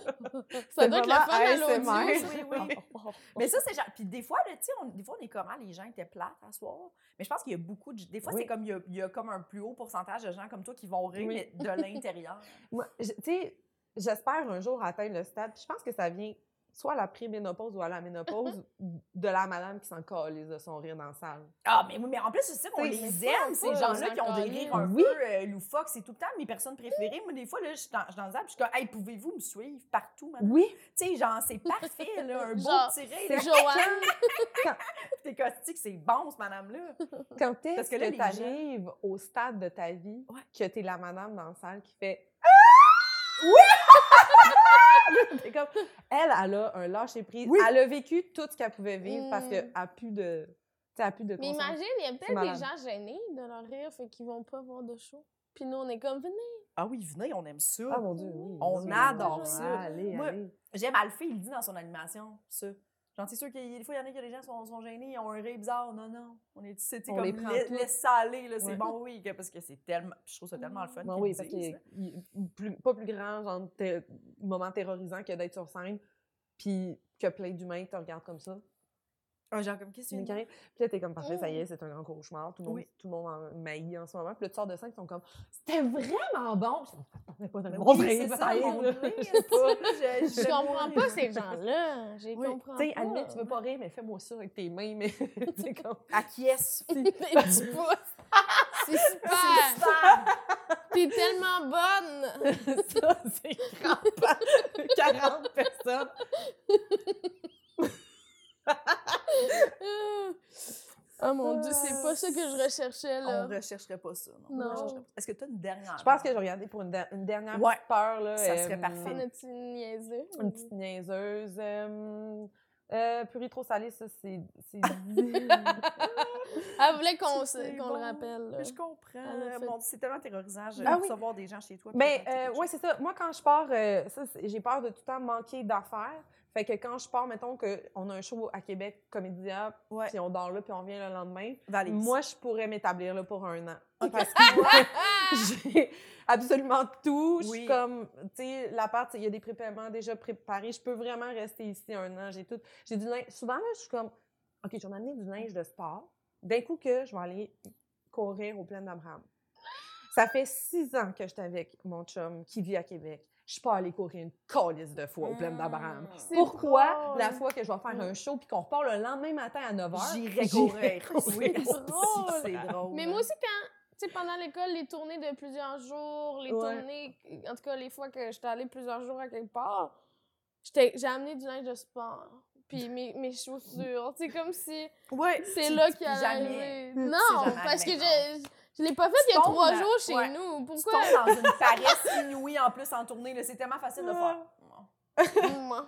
Speaker 3: (laughs) Ça doit être le fun à l'audio.
Speaker 2: (laughs) l'audio, ça. Oui, Mais ça, c'est genre. Puis des fois, là, tu sais, on- des fois, on est comment les gens étaient plates à soir. Mais je pense qu'il y a beaucoup de. Des fois,
Speaker 4: Oui.
Speaker 2: c'est comme il y, a, il y a comme un plus haut pourcentage de gens comme toi qui vont rire
Speaker 4: Oui.
Speaker 2: mais
Speaker 4: (laughs)
Speaker 2: de l'intérieur.
Speaker 4: (laughs) Moi, je- tu sais, j'espère un jour atteindre le stade. puis Je pense que ça vient soit à la préménopause ou à la ménopause de la madame qui s'en calise de son rire dans la salle.
Speaker 2: Ah, mais oui, mais en plus, tu sais, on
Speaker 4: Oui,
Speaker 2: les
Speaker 4: mais ça,
Speaker 2: aime,
Speaker 3: on
Speaker 2: ces gens-là
Speaker 3: s'en
Speaker 2: qui ont des
Speaker 3: calisse.
Speaker 2: rires un
Speaker 4: Oui.
Speaker 2: peu euh, loufoques. C'est tout le temps mes personnes préférées. Moi, des fois, là, je suis dans, je suis dans le zap, je suis comme, hey, pouvez-vous me suivre partout, madame?
Speaker 4: Oui,
Speaker 2: Tu sais, genre, c'est parfait,
Speaker 4: (laughs)
Speaker 2: là, un beau
Speaker 3: Genre,
Speaker 2: tiré.
Speaker 3: C'est
Speaker 2: Là, (laughs)
Speaker 3: Joanne.
Speaker 2: t'es caustique, c'est bon, ce
Speaker 4: (laughs)
Speaker 2: madame-là.
Speaker 4: Quand
Speaker 2: Parce
Speaker 4: est-ce
Speaker 2: que
Speaker 4: que,
Speaker 2: là, les
Speaker 4: tu
Speaker 2: gens-
Speaker 4: arrives au stade de ta vie
Speaker 2: Ouais.
Speaker 4: que tu es la madame dans la salle qui fait
Speaker 2: Ah!
Speaker 4: (laughs) Oui! T'es comme, elle, elle a un lâcher prise.
Speaker 2: Oui.
Speaker 4: Elle a vécu tout ce qu'elle pouvait vivre parce
Speaker 3: Mm.
Speaker 4: qu'elle a plus de. tu sais, elle a plus de
Speaker 3: Mais
Speaker 4: conscience.
Speaker 3: imagine, il y a peut-être des
Speaker 4: malade.
Speaker 3: gens gênés de leur rire, fait qu'ils vont pas voir de show. Puis nous, on est comme,
Speaker 2: (laughs)
Speaker 3: venez.
Speaker 2: Ah oui, venez, on aime ça.
Speaker 4: Ah mon Dieu, oui.
Speaker 2: On
Speaker 4: oui, oui,
Speaker 2: adore
Speaker 4: oui.
Speaker 2: ça.
Speaker 4: Allez,
Speaker 2: Moi-
Speaker 4: allez.
Speaker 2: J'aime Alphée, il dit dans son animation, ça. Genre, c'est sûr qu'il y a des fois, il y en a qui, les gens sont, sont gênés, ils ont un rire bizarre. Non, non, on est c'est tu sais,
Speaker 4: On
Speaker 2: comme,
Speaker 4: les prend
Speaker 2: lai-
Speaker 4: toutes.
Speaker 2: laisse ça aller, là, c'est
Speaker 4: Ouais.
Speaker 2: bon, oui, que- parce que c'est tellement, je trouve ça tellement le fun.
Speaker 4: Ouais,
Speaker 2: qu'ils
Speaker 4: oui,
Speaker 2: le
Speaker 4: parce
Speaker 2: disent,
Speaker 4: qu'il il- plus- pas plus grand genre, ter- moment terrorisant que d'être sur scène, puis que plein d'humains te regardent comme ça.
Speaker 2: là. Un genre comme, qu'est-ce que
Speaker 4: Puis
Speaker 2: tu viens de-
Speaker 4: Puis là, t'es comme, parfait, ça y est, c'est un grand cauchemar. Tout le monde,
Speaker 2: Mmh. Oui.
Speaker 4: tout le monde en maillit en ce moment. Puis là, tu sors de scène, ils sont comme, c'était vraiment bon. Je suis comme, T'attendais pas
Speaker 2: Ben
Speaker 4: d'un
Speaker 2: oui,
Speaker 4: bon
Speaker 2: c'est
Speaker 4: rire,
Speaker 2: ça,
Speaker 4: peut-être,
Speaker 2: mon
Speaker 4: là.
Speaker 2: rire, c'est
Speaker 4: (laughs)
Speaker 2: ça,
Speaker 3: Je comprends pas ces gens-là. J'ai
Speaker 2: Oui.
Speaker 3: comprends
Speaker 4: Tu sais,
Speaker 3: pas.
Speaker 4: admets,
Speaker 3: (laughs)
Speaker 4: tu veux pas rire, mais fais-moi ça avec tes mains.
Speaker 2: (laughs)
Speaker 4: Mais (laughs) t'es comme,
Speaker 2: À qui
Speaker 4: (laughs)
Speaker 2: est-ce?
Speaker 3: Mais tu vois,
Speaker 2: (laughs)
Speaker 3: C'est
Speaker 2: C'est
Speaker 3: super.
Speaker 2: ça!
Speaker 3: T'es
Speaker 2: (laughs)
Speaker 3: tellement bonne.
Speaker 4: ça, (laughs) c'est crampant. 40 personnes.
Speaker 3: Oh mon dieu, c'est pas ça que je recherchais, là.
Speaker 2: Ah. On rechercherait pas ça. Non. on
Speaker 3: Non.
Speaker 2: rechercherait pas. Est-ce que tu as une dernière?
Speaker 4: Je pense que je vais regarder pour une, der- une dernière
Speaker 2: Ah, Ouais.
Speaker 4: petite peur. Là,
Speaker 2: Ça serait
Speaker 3: On
Speaker 2: parfait.
Speaker 3: a-tu niaisé?
Speaker 4: Une petite niaiseuse. Euh, euh, purée trop salée, ça, c'est.
Speaker 2: (laughs)
Speaker 4: c'est-
Speaker 3: Elle voulait qu'on se-
Speaker 2: C'est
Speaker 3: qu'on
Speaker 2: bon.
Speaker 3: le rappelle. là.
Speaker 2: Mais Je
Speaker 3: Elle a
Speaker 2: comprends.
Speaker 3: fait-
Speaker 2: Mon Dieu, c'est tellement terrorisant. Je
Speaker 4: Ah oui.
Speaker 2: recevoir des gens chez toi. puis
Speaker 4: Mais
Speaker 2: raconter quelque
Speaker 4: euh, oui, c'est ça. Moi, quand je pars, euh, ça, c'est- j'ai peur de tout le temps manquer d'affaires. Fait que quand je pars, mettons qu'on a un show à Québec, Comédia,
Speaker 2: Ouais.
Speaker 4: puis on dort là, puis on vient le lendemain,
Speaker 2: Valise.
Speaker 4: moi, je pourrais m'établir là pour un an.
Speaker 2: Ok.
Speaker 4: Parce que moi,
Speaker 2: (laughs)
Speaker 4: j'ai absolument tout. Je
Speaker 2: Oui.
Speaker 4: suis comme, tu sais, l'appart, il y a des prépaiements déjà préparés. Je peux vraiment rester ici un an. J'ai tout. J'ai du linge. Souvent, là, je suis comme, OK, j'en ai amené du linge de sport. D'un coup que je vais aller courir au plein d'Abraham. Ça fait six ans que je suis avec mon chum qui vit à Québec. Je suis pas allée courir une colisse de fois au plein d'Abraham.
Speaker 2: Mm.
Speaker 3: C'est
Speaker 4: Pourquoi
Speaker 3: drôle.
Speaker 4: la fois que je vais faire un show puis qu'on repart le lendemain matin à 9 h?
Speaker 2: J'irai courir. Oui,
Speaker 4: (laughs) courir.
Speaker 2: c'est drôle.
Speaker 4: C'est
Speaker 3: Mais moi aussi, quand, tu sais, pendant l'école, les tournées de plusieurs jours, les
Speaker 4: Ouais.
Speaker 3: tournées, en tout cas, les fois que j'étais allée plusieurs jours à quelque part, j'étais- j'ai amené du linge de sport,
Speaker 2: (laughs)
Speaker 3: puis mes, mes chaussures. C'est comme si
Speaker 2: Ouais.
Speaker 3: c'est
Speaker 2: Tu-
Speaker 3: là
Speaker 2: tu-
Speaker 3: qu'il allait
Speaker 2: Jamais.
Speaker 3: arriver.
Speaker 2: Mm,
Speaker 3: Non,
Speaker 2: c'est jamais
Speaker 3: parce que
Speaker 2: arrivé,
Speaker 3: je, je l'ai pas fait il y a
Speaker 2: Tu tombes
Speaker 3: trois
Speaker 2: dans-
Speaker 3: jours chez
Speaker 2: ouais.
Speaker 3: nous.
Speaker 2: Tu
Speaker 3: Pourquoi?
Speaker 2: tombes dans une paresse inouïe en plus en tournée. là. C'est tellement facile de faire.
Speaker 3: (laughs) Moi.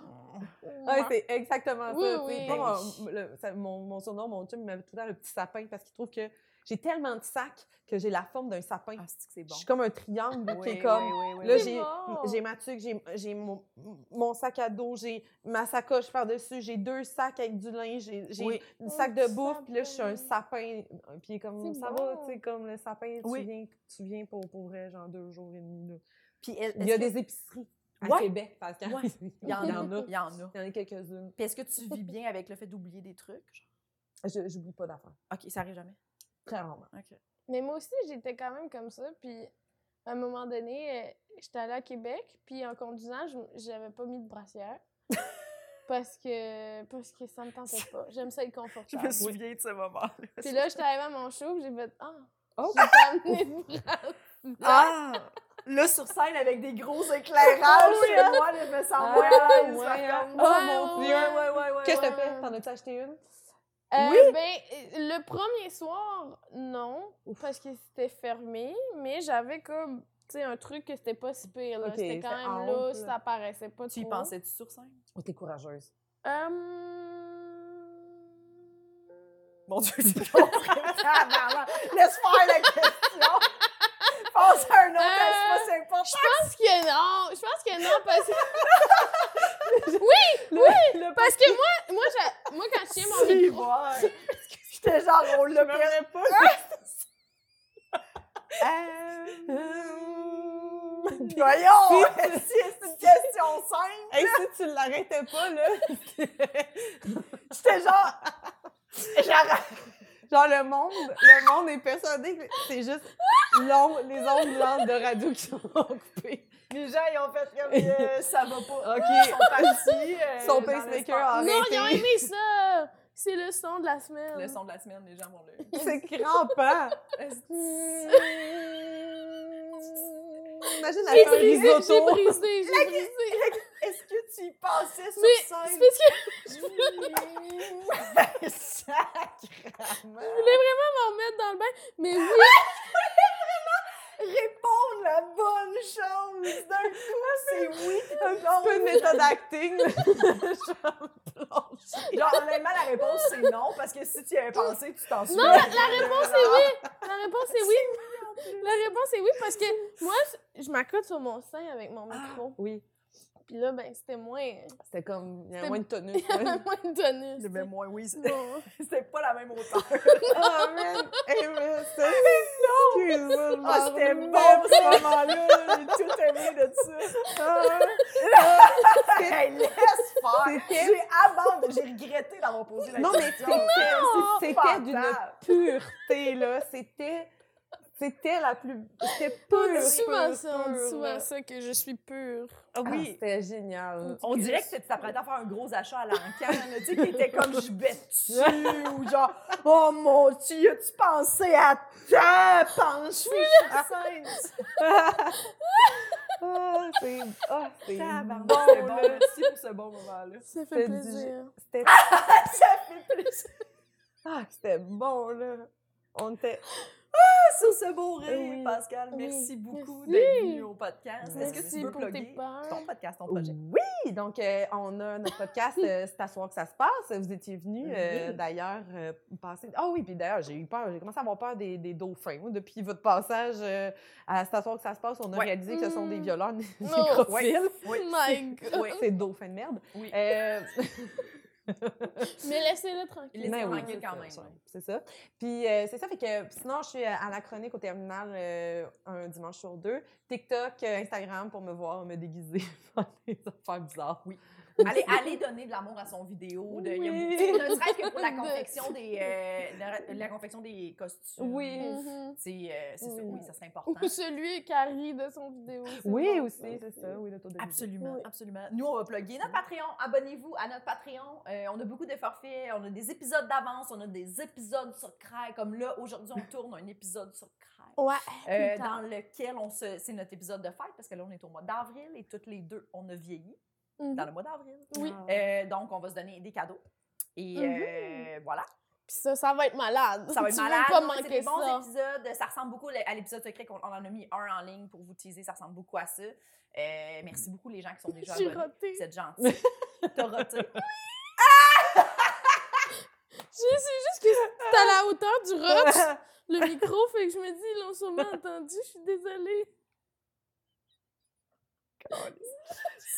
Speaker 4: Ouais, c'est exactement
Speaker 3: Oui,
Speaker 4: ça. tu
Speaker 3: oui.
Speaker 4: sais.
Speaker 3: Ben
Speaker 4: Moi, mon, le- ça- mon- mon surnom, mon chum, il m'avait tout le temps le petit sapin parce qu'il trouve que j'ai tellement de sacs que j'ai la forme d'un sapin.
Speaker 2: Ah, c'est que c'est
Speaker 4: Je
Speaker 2: bon.
Speaker 4: suis comme un triangle qui est
Speaker 2: Oui,
Speaker 4: comme.
Speaker 2: oui, oui, oui,
Speaker 4: Là,
Speaker 2: oui.
Speaker 3: C'est
Speaker 4: j'ai
Speaker 3: bon.
Speaker 4: j'ai ma tuque, j'ai- j'ai mon, mon sac à dos, j'ai ma sacoche par-dessus, j'ai deux sacs avec du linge, j'ai j'ai
Speaker 2: Oui. Oh,
Speaker 4: un
Speaker 3: Un
Speaker 4: sac de
Speaker 3: petit
Speaker 4: bouffe, puis là, je suis un
Speaker 3: sapin.
Speaker 4: sapin. euh, Puis il est comme,
Speaker 3: C'est
Speaker 4: ça va,
Speaker 3: bon.
Speaker 4: tu sais, comme le sapin,
Speaker 2: Oui.
Speaker 4: tu, viens, tu viens pour, pour vrai, genre deux jours et demi. là.
Speaker 2: Puis elle-
Speaker 4: Il y a
Speaker 2: est-ce que-
Speaker 4: des épiceries à
Speaker 2: Ouais.
Speaker 4: Québec, parce qu'il (laughs)
Speaker 2: Ouais. Il y en a. (laughs) Il y en a.
Speaker 4: Il y en a quelques-unes.
Speaker 2: Puis est-ce que tu vis bien avec le fait d'oublier des trucs? genre?
Speaker 4: Je J'oublie pas d'affaires.
Speaker 2: OK, ça arrive jamais.
Speaker 4: Très rarement.
Speaker 2: OK.
Speaker 3: Mais moi aussi, j'étais quand même comme ça. Puis, à un moment donné, euh, j'étais allée à Québec. Puis, en conduisant, je- j'avais pas mis de
Speaker 2: (laughs)
Speaker 3: brassière. parce que parce que ça me tentait pas. J'aime ça être
Speaker 2: Je
Speaker 3: confortable.
Speaker 2: me souviens de ce moment-là.
Speaker 3: Puis là, j'étais arrivée à mon show, puis j'ai fait « Ah!
Speaker 4: Oh!
Speaker 3: J'ai pas amené de brassière!
Speaker 2: Ah! Là, sur scène, avec des gros éclairages,
Speaker 4: Oui,
Speaker 2: chez moi, là, je me sens
Speaker 4: Ah,
Speaker 2: moins à l'aise.
Speaker 4: ouais,
Speaker 2: par
Speaker 4: hein.
Speaker 2: contre.
Speaker 3: Ah,
Speaker 2: Oh,
Speaker 3: mon
Speaker 2: ouais,
Speaker 3: Dieu.
Speaker 2: ouais, ouais, ouais,
Speaker 4: Qu'est-ce que
Speaker 2: ouais.
Speaker 4: t'as fait? T'en as-tu acheté une?
Speaker 3: Euh,
Speaker 2: Oui!
Speaker 3: Ben, euh, le premier soir, non, parce que c'était fermé, mais j'avais comme, tu sais, un truc que c'était pas si pire, là.
Speaker 4: Ok,
Speaker 3: c'était quand
Speaker 4: c'était
Speaker 3: même
Speaker 4: ample,
Speaker 3: là,
Speaker 4: là.
Speaker 3: ça paraissait pas
Speaker 2: Tu y
Speaker 3: trop.
Speaker 2: pensais-tu sur scène?
Speaker 4: Oh, t'es (laughs) courageuse.
Speaker 3: Euh,
Speaker 2: Mon Dieu, (laughs) c'est trop Laisse
Speaker 4: (laughs)
Speaker 2: faire la question! Pense à un autre,
Speaker 3: Euh,
Speaker 2: c'est pas- c'est important!
Speaker 3: Je pense que non, je pense que non, parce que...
Speaker 2: (laughs)
Speaker 4: Le
Speaker 3: Parce que moi, moi, j'a- moi quand je tiens mon micro...
Speaker 2: ouais. J'étais genre, on Ah, le perd pas. Euh, (laughs)
Speaker 4: Oh,
Speaker 2: Voyons! Si c'est une question simple,
Speaker 4: Hey, si tu l'arrêtais pas, (laughs) là!
Speaker 2: j'étais genre. J'arrête.
Speaker 4: Genre, le monde, le monde est persuadé que c'est juste l'ongle- les ongles blancs de radio qui sont coupés.
Speaker 2: Les gens, ils ont fait comme euh, ça va pas. Ils sont
Speaker 4: OK.
Speaker 2: partis. euh,
Speaker 4: Son
Speaker 2: dans
Speaker 4: pacemaker
Speaker 2: l'espace.
Speaker 4: a
Speaker 3: Non, ils ont
Speaker 4: arrêté.
Speaker 3: aimé ça! C'est le son de la semaine.
Speaker 2: Le son de la semaine, les gens vont le.
Speaker 4: C'est crampant! Imagine
Speaker 3: J'ai
Speaker 4: la un
Speaker 3: brisé, j'ai
Speaker 4: (laughs) risotto.
Speaker 3: brisé, j'ai brisé.
Speaker 2: (laughs) Est-ce que tu y pensais sur
Speaker 3: Mais C'est
Speaker 2: scène?
Speaker 3: parce que
Speaker 2: Sacrement!
Speaker 3: je voulais vraiment m'en remettre dans le bain, mais oui,
Speaker 2: Répondre la bonne chose
Speaker 4: Ah,
Speaker 2: d'un coup, c'est oui.
Speaker 4: Un petit peu de (laughs) méthode acting. Je plonge.
Speaker 2: Genre, honnêtement, la réponse, c'est non, parce que si tu y avais pensé, tu t'en souviens.
Speaker 3: la- réponse est oui. La réponse
Speaker 2: (laughs)
Speaker 3: est oui. La réponse est oui parce que moi, je, je m'accote sur mon sein avec mon
Speaker 2: Ah.
Speaker 3: micro.
Speaker 4: Oui,
Speaker 3: Puis là, ben, c'était moins. (laughs)
Speaker 4: c'était comme. Il y
Speaker 3: C'était-
Speaker 4: a moins de tonus. (laughs)
Speaker 3: moins tonus.
Speaker 2: Ah, Mais moi, oui, (laughs) c'est-
Speaker 3: Bon.
Speaker 2: c'était pas la même hauteur.
Speaker 4: Oh, man! Hey, man, ça- Excuse-moi, je
Speaker 2: Ah,
Speaker 4: m'en
Speaker 2: c'était
Speaker 4: remets.
Speaker 2: bon ce moment-là, là, j'ai tout aimé de ça.
Speaker 4: Ah,
Speaker 2: Hey, laisse faire!
Speaker 4: C'était-
Speaker 2: J'ai abandonné, j'ai regretté d'avoir posé la
Speaker 4: Non, mais
Speaker 2: question.
Speaker 4: c'était- c'était d'une
Speaker 2: Fatal.
Speaker 4: pureté, là. C'était. C'était la plus. C'était pure.
Speaker 3: C'est souvent
Speaker 4: pure,
Speaker 3: ça, on
Speaker 4: pure,
Speaker 3: dit souvent
Speaker 4: là.
Speaker 3: ça que je suis pure.
Speaker 2: Ah
Speaker 4: Ah,
Speaker 2: oui,
Speaker 4: C'était génial.
Speaker 2: On dirait que tu t'apprêtais à faire un gros achat à l'encan, là, tu sais, qui était comme je bête dessus, ou genre, oh mon Dieu, as-tu pensé à ta penche
Speaker 4: Ah, c'est. Ah, (laughs) c'est.
Speaker 2: Tabarnak,
Speaker 4: bon,
Speaker 2: c'était bon,
Speaker 4: là.
Speaker 2: merci pour ce bon moment-là.
Speaker 3: Ça
Speaker 4: C'était
Speaker 3: fait plaisir.
Speaker 4: C'était.
Speaker 2: Ça fait plaisir.
Speaker 4: Ah, c'était bon, là. On était.
Speaker 2: Ah, sur ce beau rire,
Speaker 4: Oui.
Speaker 2: Pascal,
Speaker 3: Oui.
Speaker 2: merci beaucoup
Speaker 3: Merci.
Speaker 2: d'être venu au podcast. Est-ce que
Speaker 3: Merci
Speaker 2: tu veux
Speaker 3: pour tes
Speaker 2: plugger
Speaker 3: peurs.
Speaker 2: ton podcast,
Speaker 4: Oh.
Speaker 2: ton
Speaker 4: (laughs)
Speaker 2: projet?
Speaker 4: Oui, donc euh, on a notre podcast, euh, c'est à soir que ça se passe. Vous étiez venu
Speaker 2: Oui.
Speaker 4: d'ailleurs euh, passer. Ah oui, puis d'ailleurs, j'ai eu peur, j'ai commencé à avoir peur des, des dauphins. moi, depuis votre passage euh, à c'est à soir que ça se passe, on a
Speaker 2: Ouais. Oh,
Speaker 4: réalisé que ce sont des
Speaker 3: Mm.
Speaker 4: violeurs
Speaker 3: Non.
Speaker 2: (laughs)
Speaker 4: nécrophiles. (laughs)
Speaker 2: Oui.
Speaker 3: Oh my god.
Speaker 2: Oui.
Speaker 4: C'est dauphins de merde.
Speaker 2: Oh Oui. (laughs)
Speaker 4: Euh,
Speaker 3: Mais laissez-le tranquille.
Speaker 2: Laissez-le
Speaker 4: Mais oui,
Speaker 2: tranquille
Speaker 4: c'est
Speaker 2: quand
Speaker 4: ça,
Speaker 2: même,
Speaker 4: ça,
Speaker 2: ouais.
Speaker 4: C'est ça. Puis euh, c'est ça, fait que sinon, je suis euh, à la chronique au terminal euh, un dimanche sur deux. TikTok, euh, Instagram pour me voir me déguiser (laughs) faire des affaires bizarres. Oui.
Speaker 2: Allez, allez donner de l'amour à son vidéo. De, il y a
Speaker 4: Oui.
Speaker 2: beaucoup- tu sais, ne serait-ce que pour la
Speaker 3: De-
Speaker 2: confection des, euh, la, la confection des costumes.
Speaker 4: Oui.
Speaker 3: Mhm.
Speaker 2: C'est euh, c'est ça,
Speaker 4: Oui.
Speaker 2: oui, ça c'est important.
Speaker 3: Ou celui qui rit de son vidéo. c'est
Speaker 4: Oui,
Speaker 3: bon,
Speaker 4: aussi, c'est ça. Oui, le taux de
Speaker 2: Absolument,
Speaker 3: Oui.
Speaker 2: absolument. Nous, on va plugger notre Patreon. Abonnez-vous à notre Patreon. Euh, on a beaucoup d'efforts faits. On a des épisodes d'avance. On a des épisodes sur Craig. Comme là, aujourd'hui, on tourne un épisode sur Craig.
Speaker 3: Ouais.
Speaker 2: Euh,
Speaker 3: Putain.
Speaker 2: dans lequel on se. C'est notre épisode de fête parce que là, on est au mois d'avril et toutes les deux, on a vieilli
Speaker 3: Mhm.
Speaker 2: dans le mois d'avril.
Speaker 3: Oui.
Speaker 2: Euh, donc, on va se donner des cadeaux. Et
Speaker 3: Mm-hmm.
Speaker 2: euh, voilà.
Speaker 3: Puis ça, ça va être malade.
Speaker 2: Ça va être
Speaker 3: Oh, tu
Speaker 2: malade.
Speaker 3: veux pas
Speaker 2: non, c'est
Speaker 3: manquer
Speaker 2: des bons
Speaker 3: ça.
Speaker 2: épisodes. Ça ressemble beaucoup à l'épisode secret qu'on on en a mis un en ligne pour vous teaser. Ça ressemble beaucoup à ça. Euh, merci beaucoup les gens qui sont déjà
Speaker 3: J'ai
Speaker 2: abonnés.
Speaker 3: roté.
Speaker 2: Vous êtes gentils. T'as roté.
Speaker 3: Je- C'est juste que c'est à la hauteur
Speaker 2: (laughs)
Speaker 3: du
Speaker 4: Ah, (laughs)
Speaker 3: rot, le micro, fait que je me dis, ils l'ont sûrement entendu, je suis désolée.
Speaker 2: (laughs)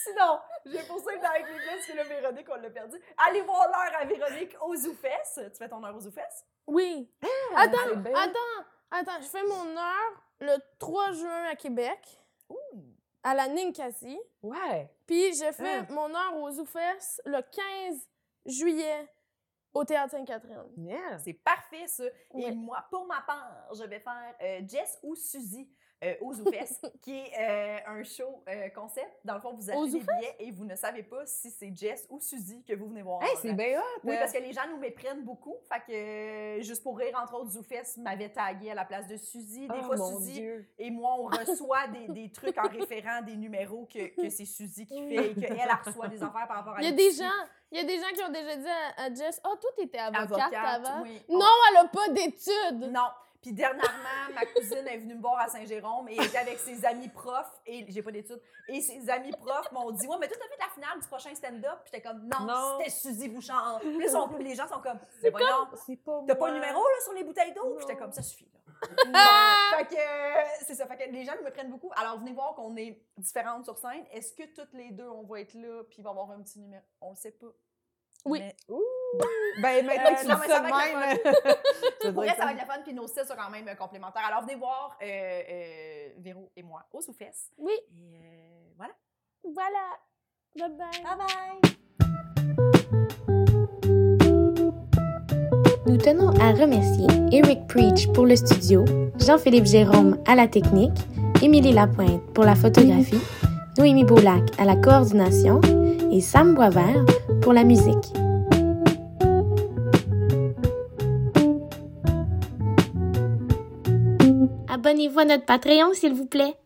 Speaker 2: Sinon, j'ai poursuivi avec les parce que là, Véronique, on l'a perdu. Allez voir l'heure à Véronique aux Zoufesses. Tu fais ton heure aux Zoufesses?
Speaker 3: Oui.
Speaker 4: Attends,
Speaker 3: Attends, attends, je fais mon heure le 3 juin à Québec, à la Ninkasi.
Speaker 4: Ouais.
Speaker 3: Puis je fais
Speaker 4: Hein.
Speaker 3: mon heure aux Zoufesses le 15 juillet au Théâtre Sainte-Catherine.
Speaker 4: Yeah.
Speaker 2: C'est parfait, ça. Et
Speaker 3: Ouais.
Speaker 2: moi, pour ma part, je vais faire euh, Jess ou Suzy euh, aux Zoufesses, qui est euh, un show euh, concept. Dans le fond, vous achetez
Speaker 3: Aux
Speaker 2: des
Speaker 3: Zoufesses?
Speaker 2: billets et vous ne savez pas si c'est Jess ou Suzy que vous venez voir.
Speaker 4: Hey, c'est bien hot.
Speaker 2: Oui,
Speaker 4: euh,
Speaker 2: parce que les gens nous méprennent beaucoup. Fait que, euh, juste pour rire, entre autres, Zoufès m'avait tagué à la place de Suzy. Des
Speaker 4: oh,
Speaker 2: fois,
Speaker 4: mon
Speaker 2: Suzy
Speaker 4: Dieu.
Speaker 2: et moi, on reçoit des, des trucs en référant des numéros que, que c'est Suzy qui fait et qu'elle elle reçoit des affaires par rapport à
Speaker 3: Il y a des
Speaker 2: l'épicerie.
Speaker 3: gens, il y a des gens qui ont déjà dit à, à Jess, « Ah, oh, toi, t'étais avocate,
Speaker 2: Avocate,
Speaker 3: avant.
Speaker 2: oui.
Speaker 3: Non, elle a pas d'études!
Speaker 2: Non. Puis dernièrement, ma cousine est venue me voir à Saint-Jérôme et elle était avec ses amis profs, et j'ai pas d'études, et ses amis profs m'ont dit Ouais, mais toi, t'as fait la finale du prochain stand-up. Puis j'étais comme Non,
Speaker 4: Non.
Speaker 2: c'était Suzy Bouchard. Puis là, ils sont- les gens sont comme C'est voyons,
Speaker 4: C'est pas
Speaker 2: T'as pas le
Speaker 4: moi.
Speaker 2: numéro là, sur les bouteilles d'eau?
Speaker 4: Non.
Speaker 2: Puis j'étais comme ça suffit. Là. Bon, (laughs) fait que euh, c'est ça. Fait que les gens me prennent beaucoup. Alors venez voir qu'on est différentes sur scène. Est-ce que toutes les deux on va être là puis il va y avoir un petit numéro? On le sait pas.
Speaker 3: Oui.
Speaker 2: Mais
Speaker 4: Ben, maintenant que
Speaker 2: Euh,
Speaker 4: tu
Speaker 2: non,
Speaker 4: dis
Speaker 2: mais
Speaker 4: (laughs) ça
Speaker 2: ça va
Speaker 4: de
Speaker 2: être
Speaker 4: même. je
Speaker 2: pour
Speaker 4: dirais
Speaker 2: vrai,
Speaker 4: que
Speaker 2: ça va être la fun, puis nos styles sont quand même euh, complémentaires. Alors venez voir euh, euh, Véro et moi aux sous-fesses.
Speaker 3: Oui,
Speaker 2: Et euh, voilà.
Speaker 3: voilà. Bye-bye.
Speaker 2: Bye bye!
Speaker 5: Nous tenons à remercier Eric Preach pour le studio, Jean-Philippe Jérôme à la technique, Émilie Lapointe pour la photographie, Noémie Boulac à la coordination et Sam Boisvert pour la musique. Abonnez-vous à notre Patreon, s'il vous plaît.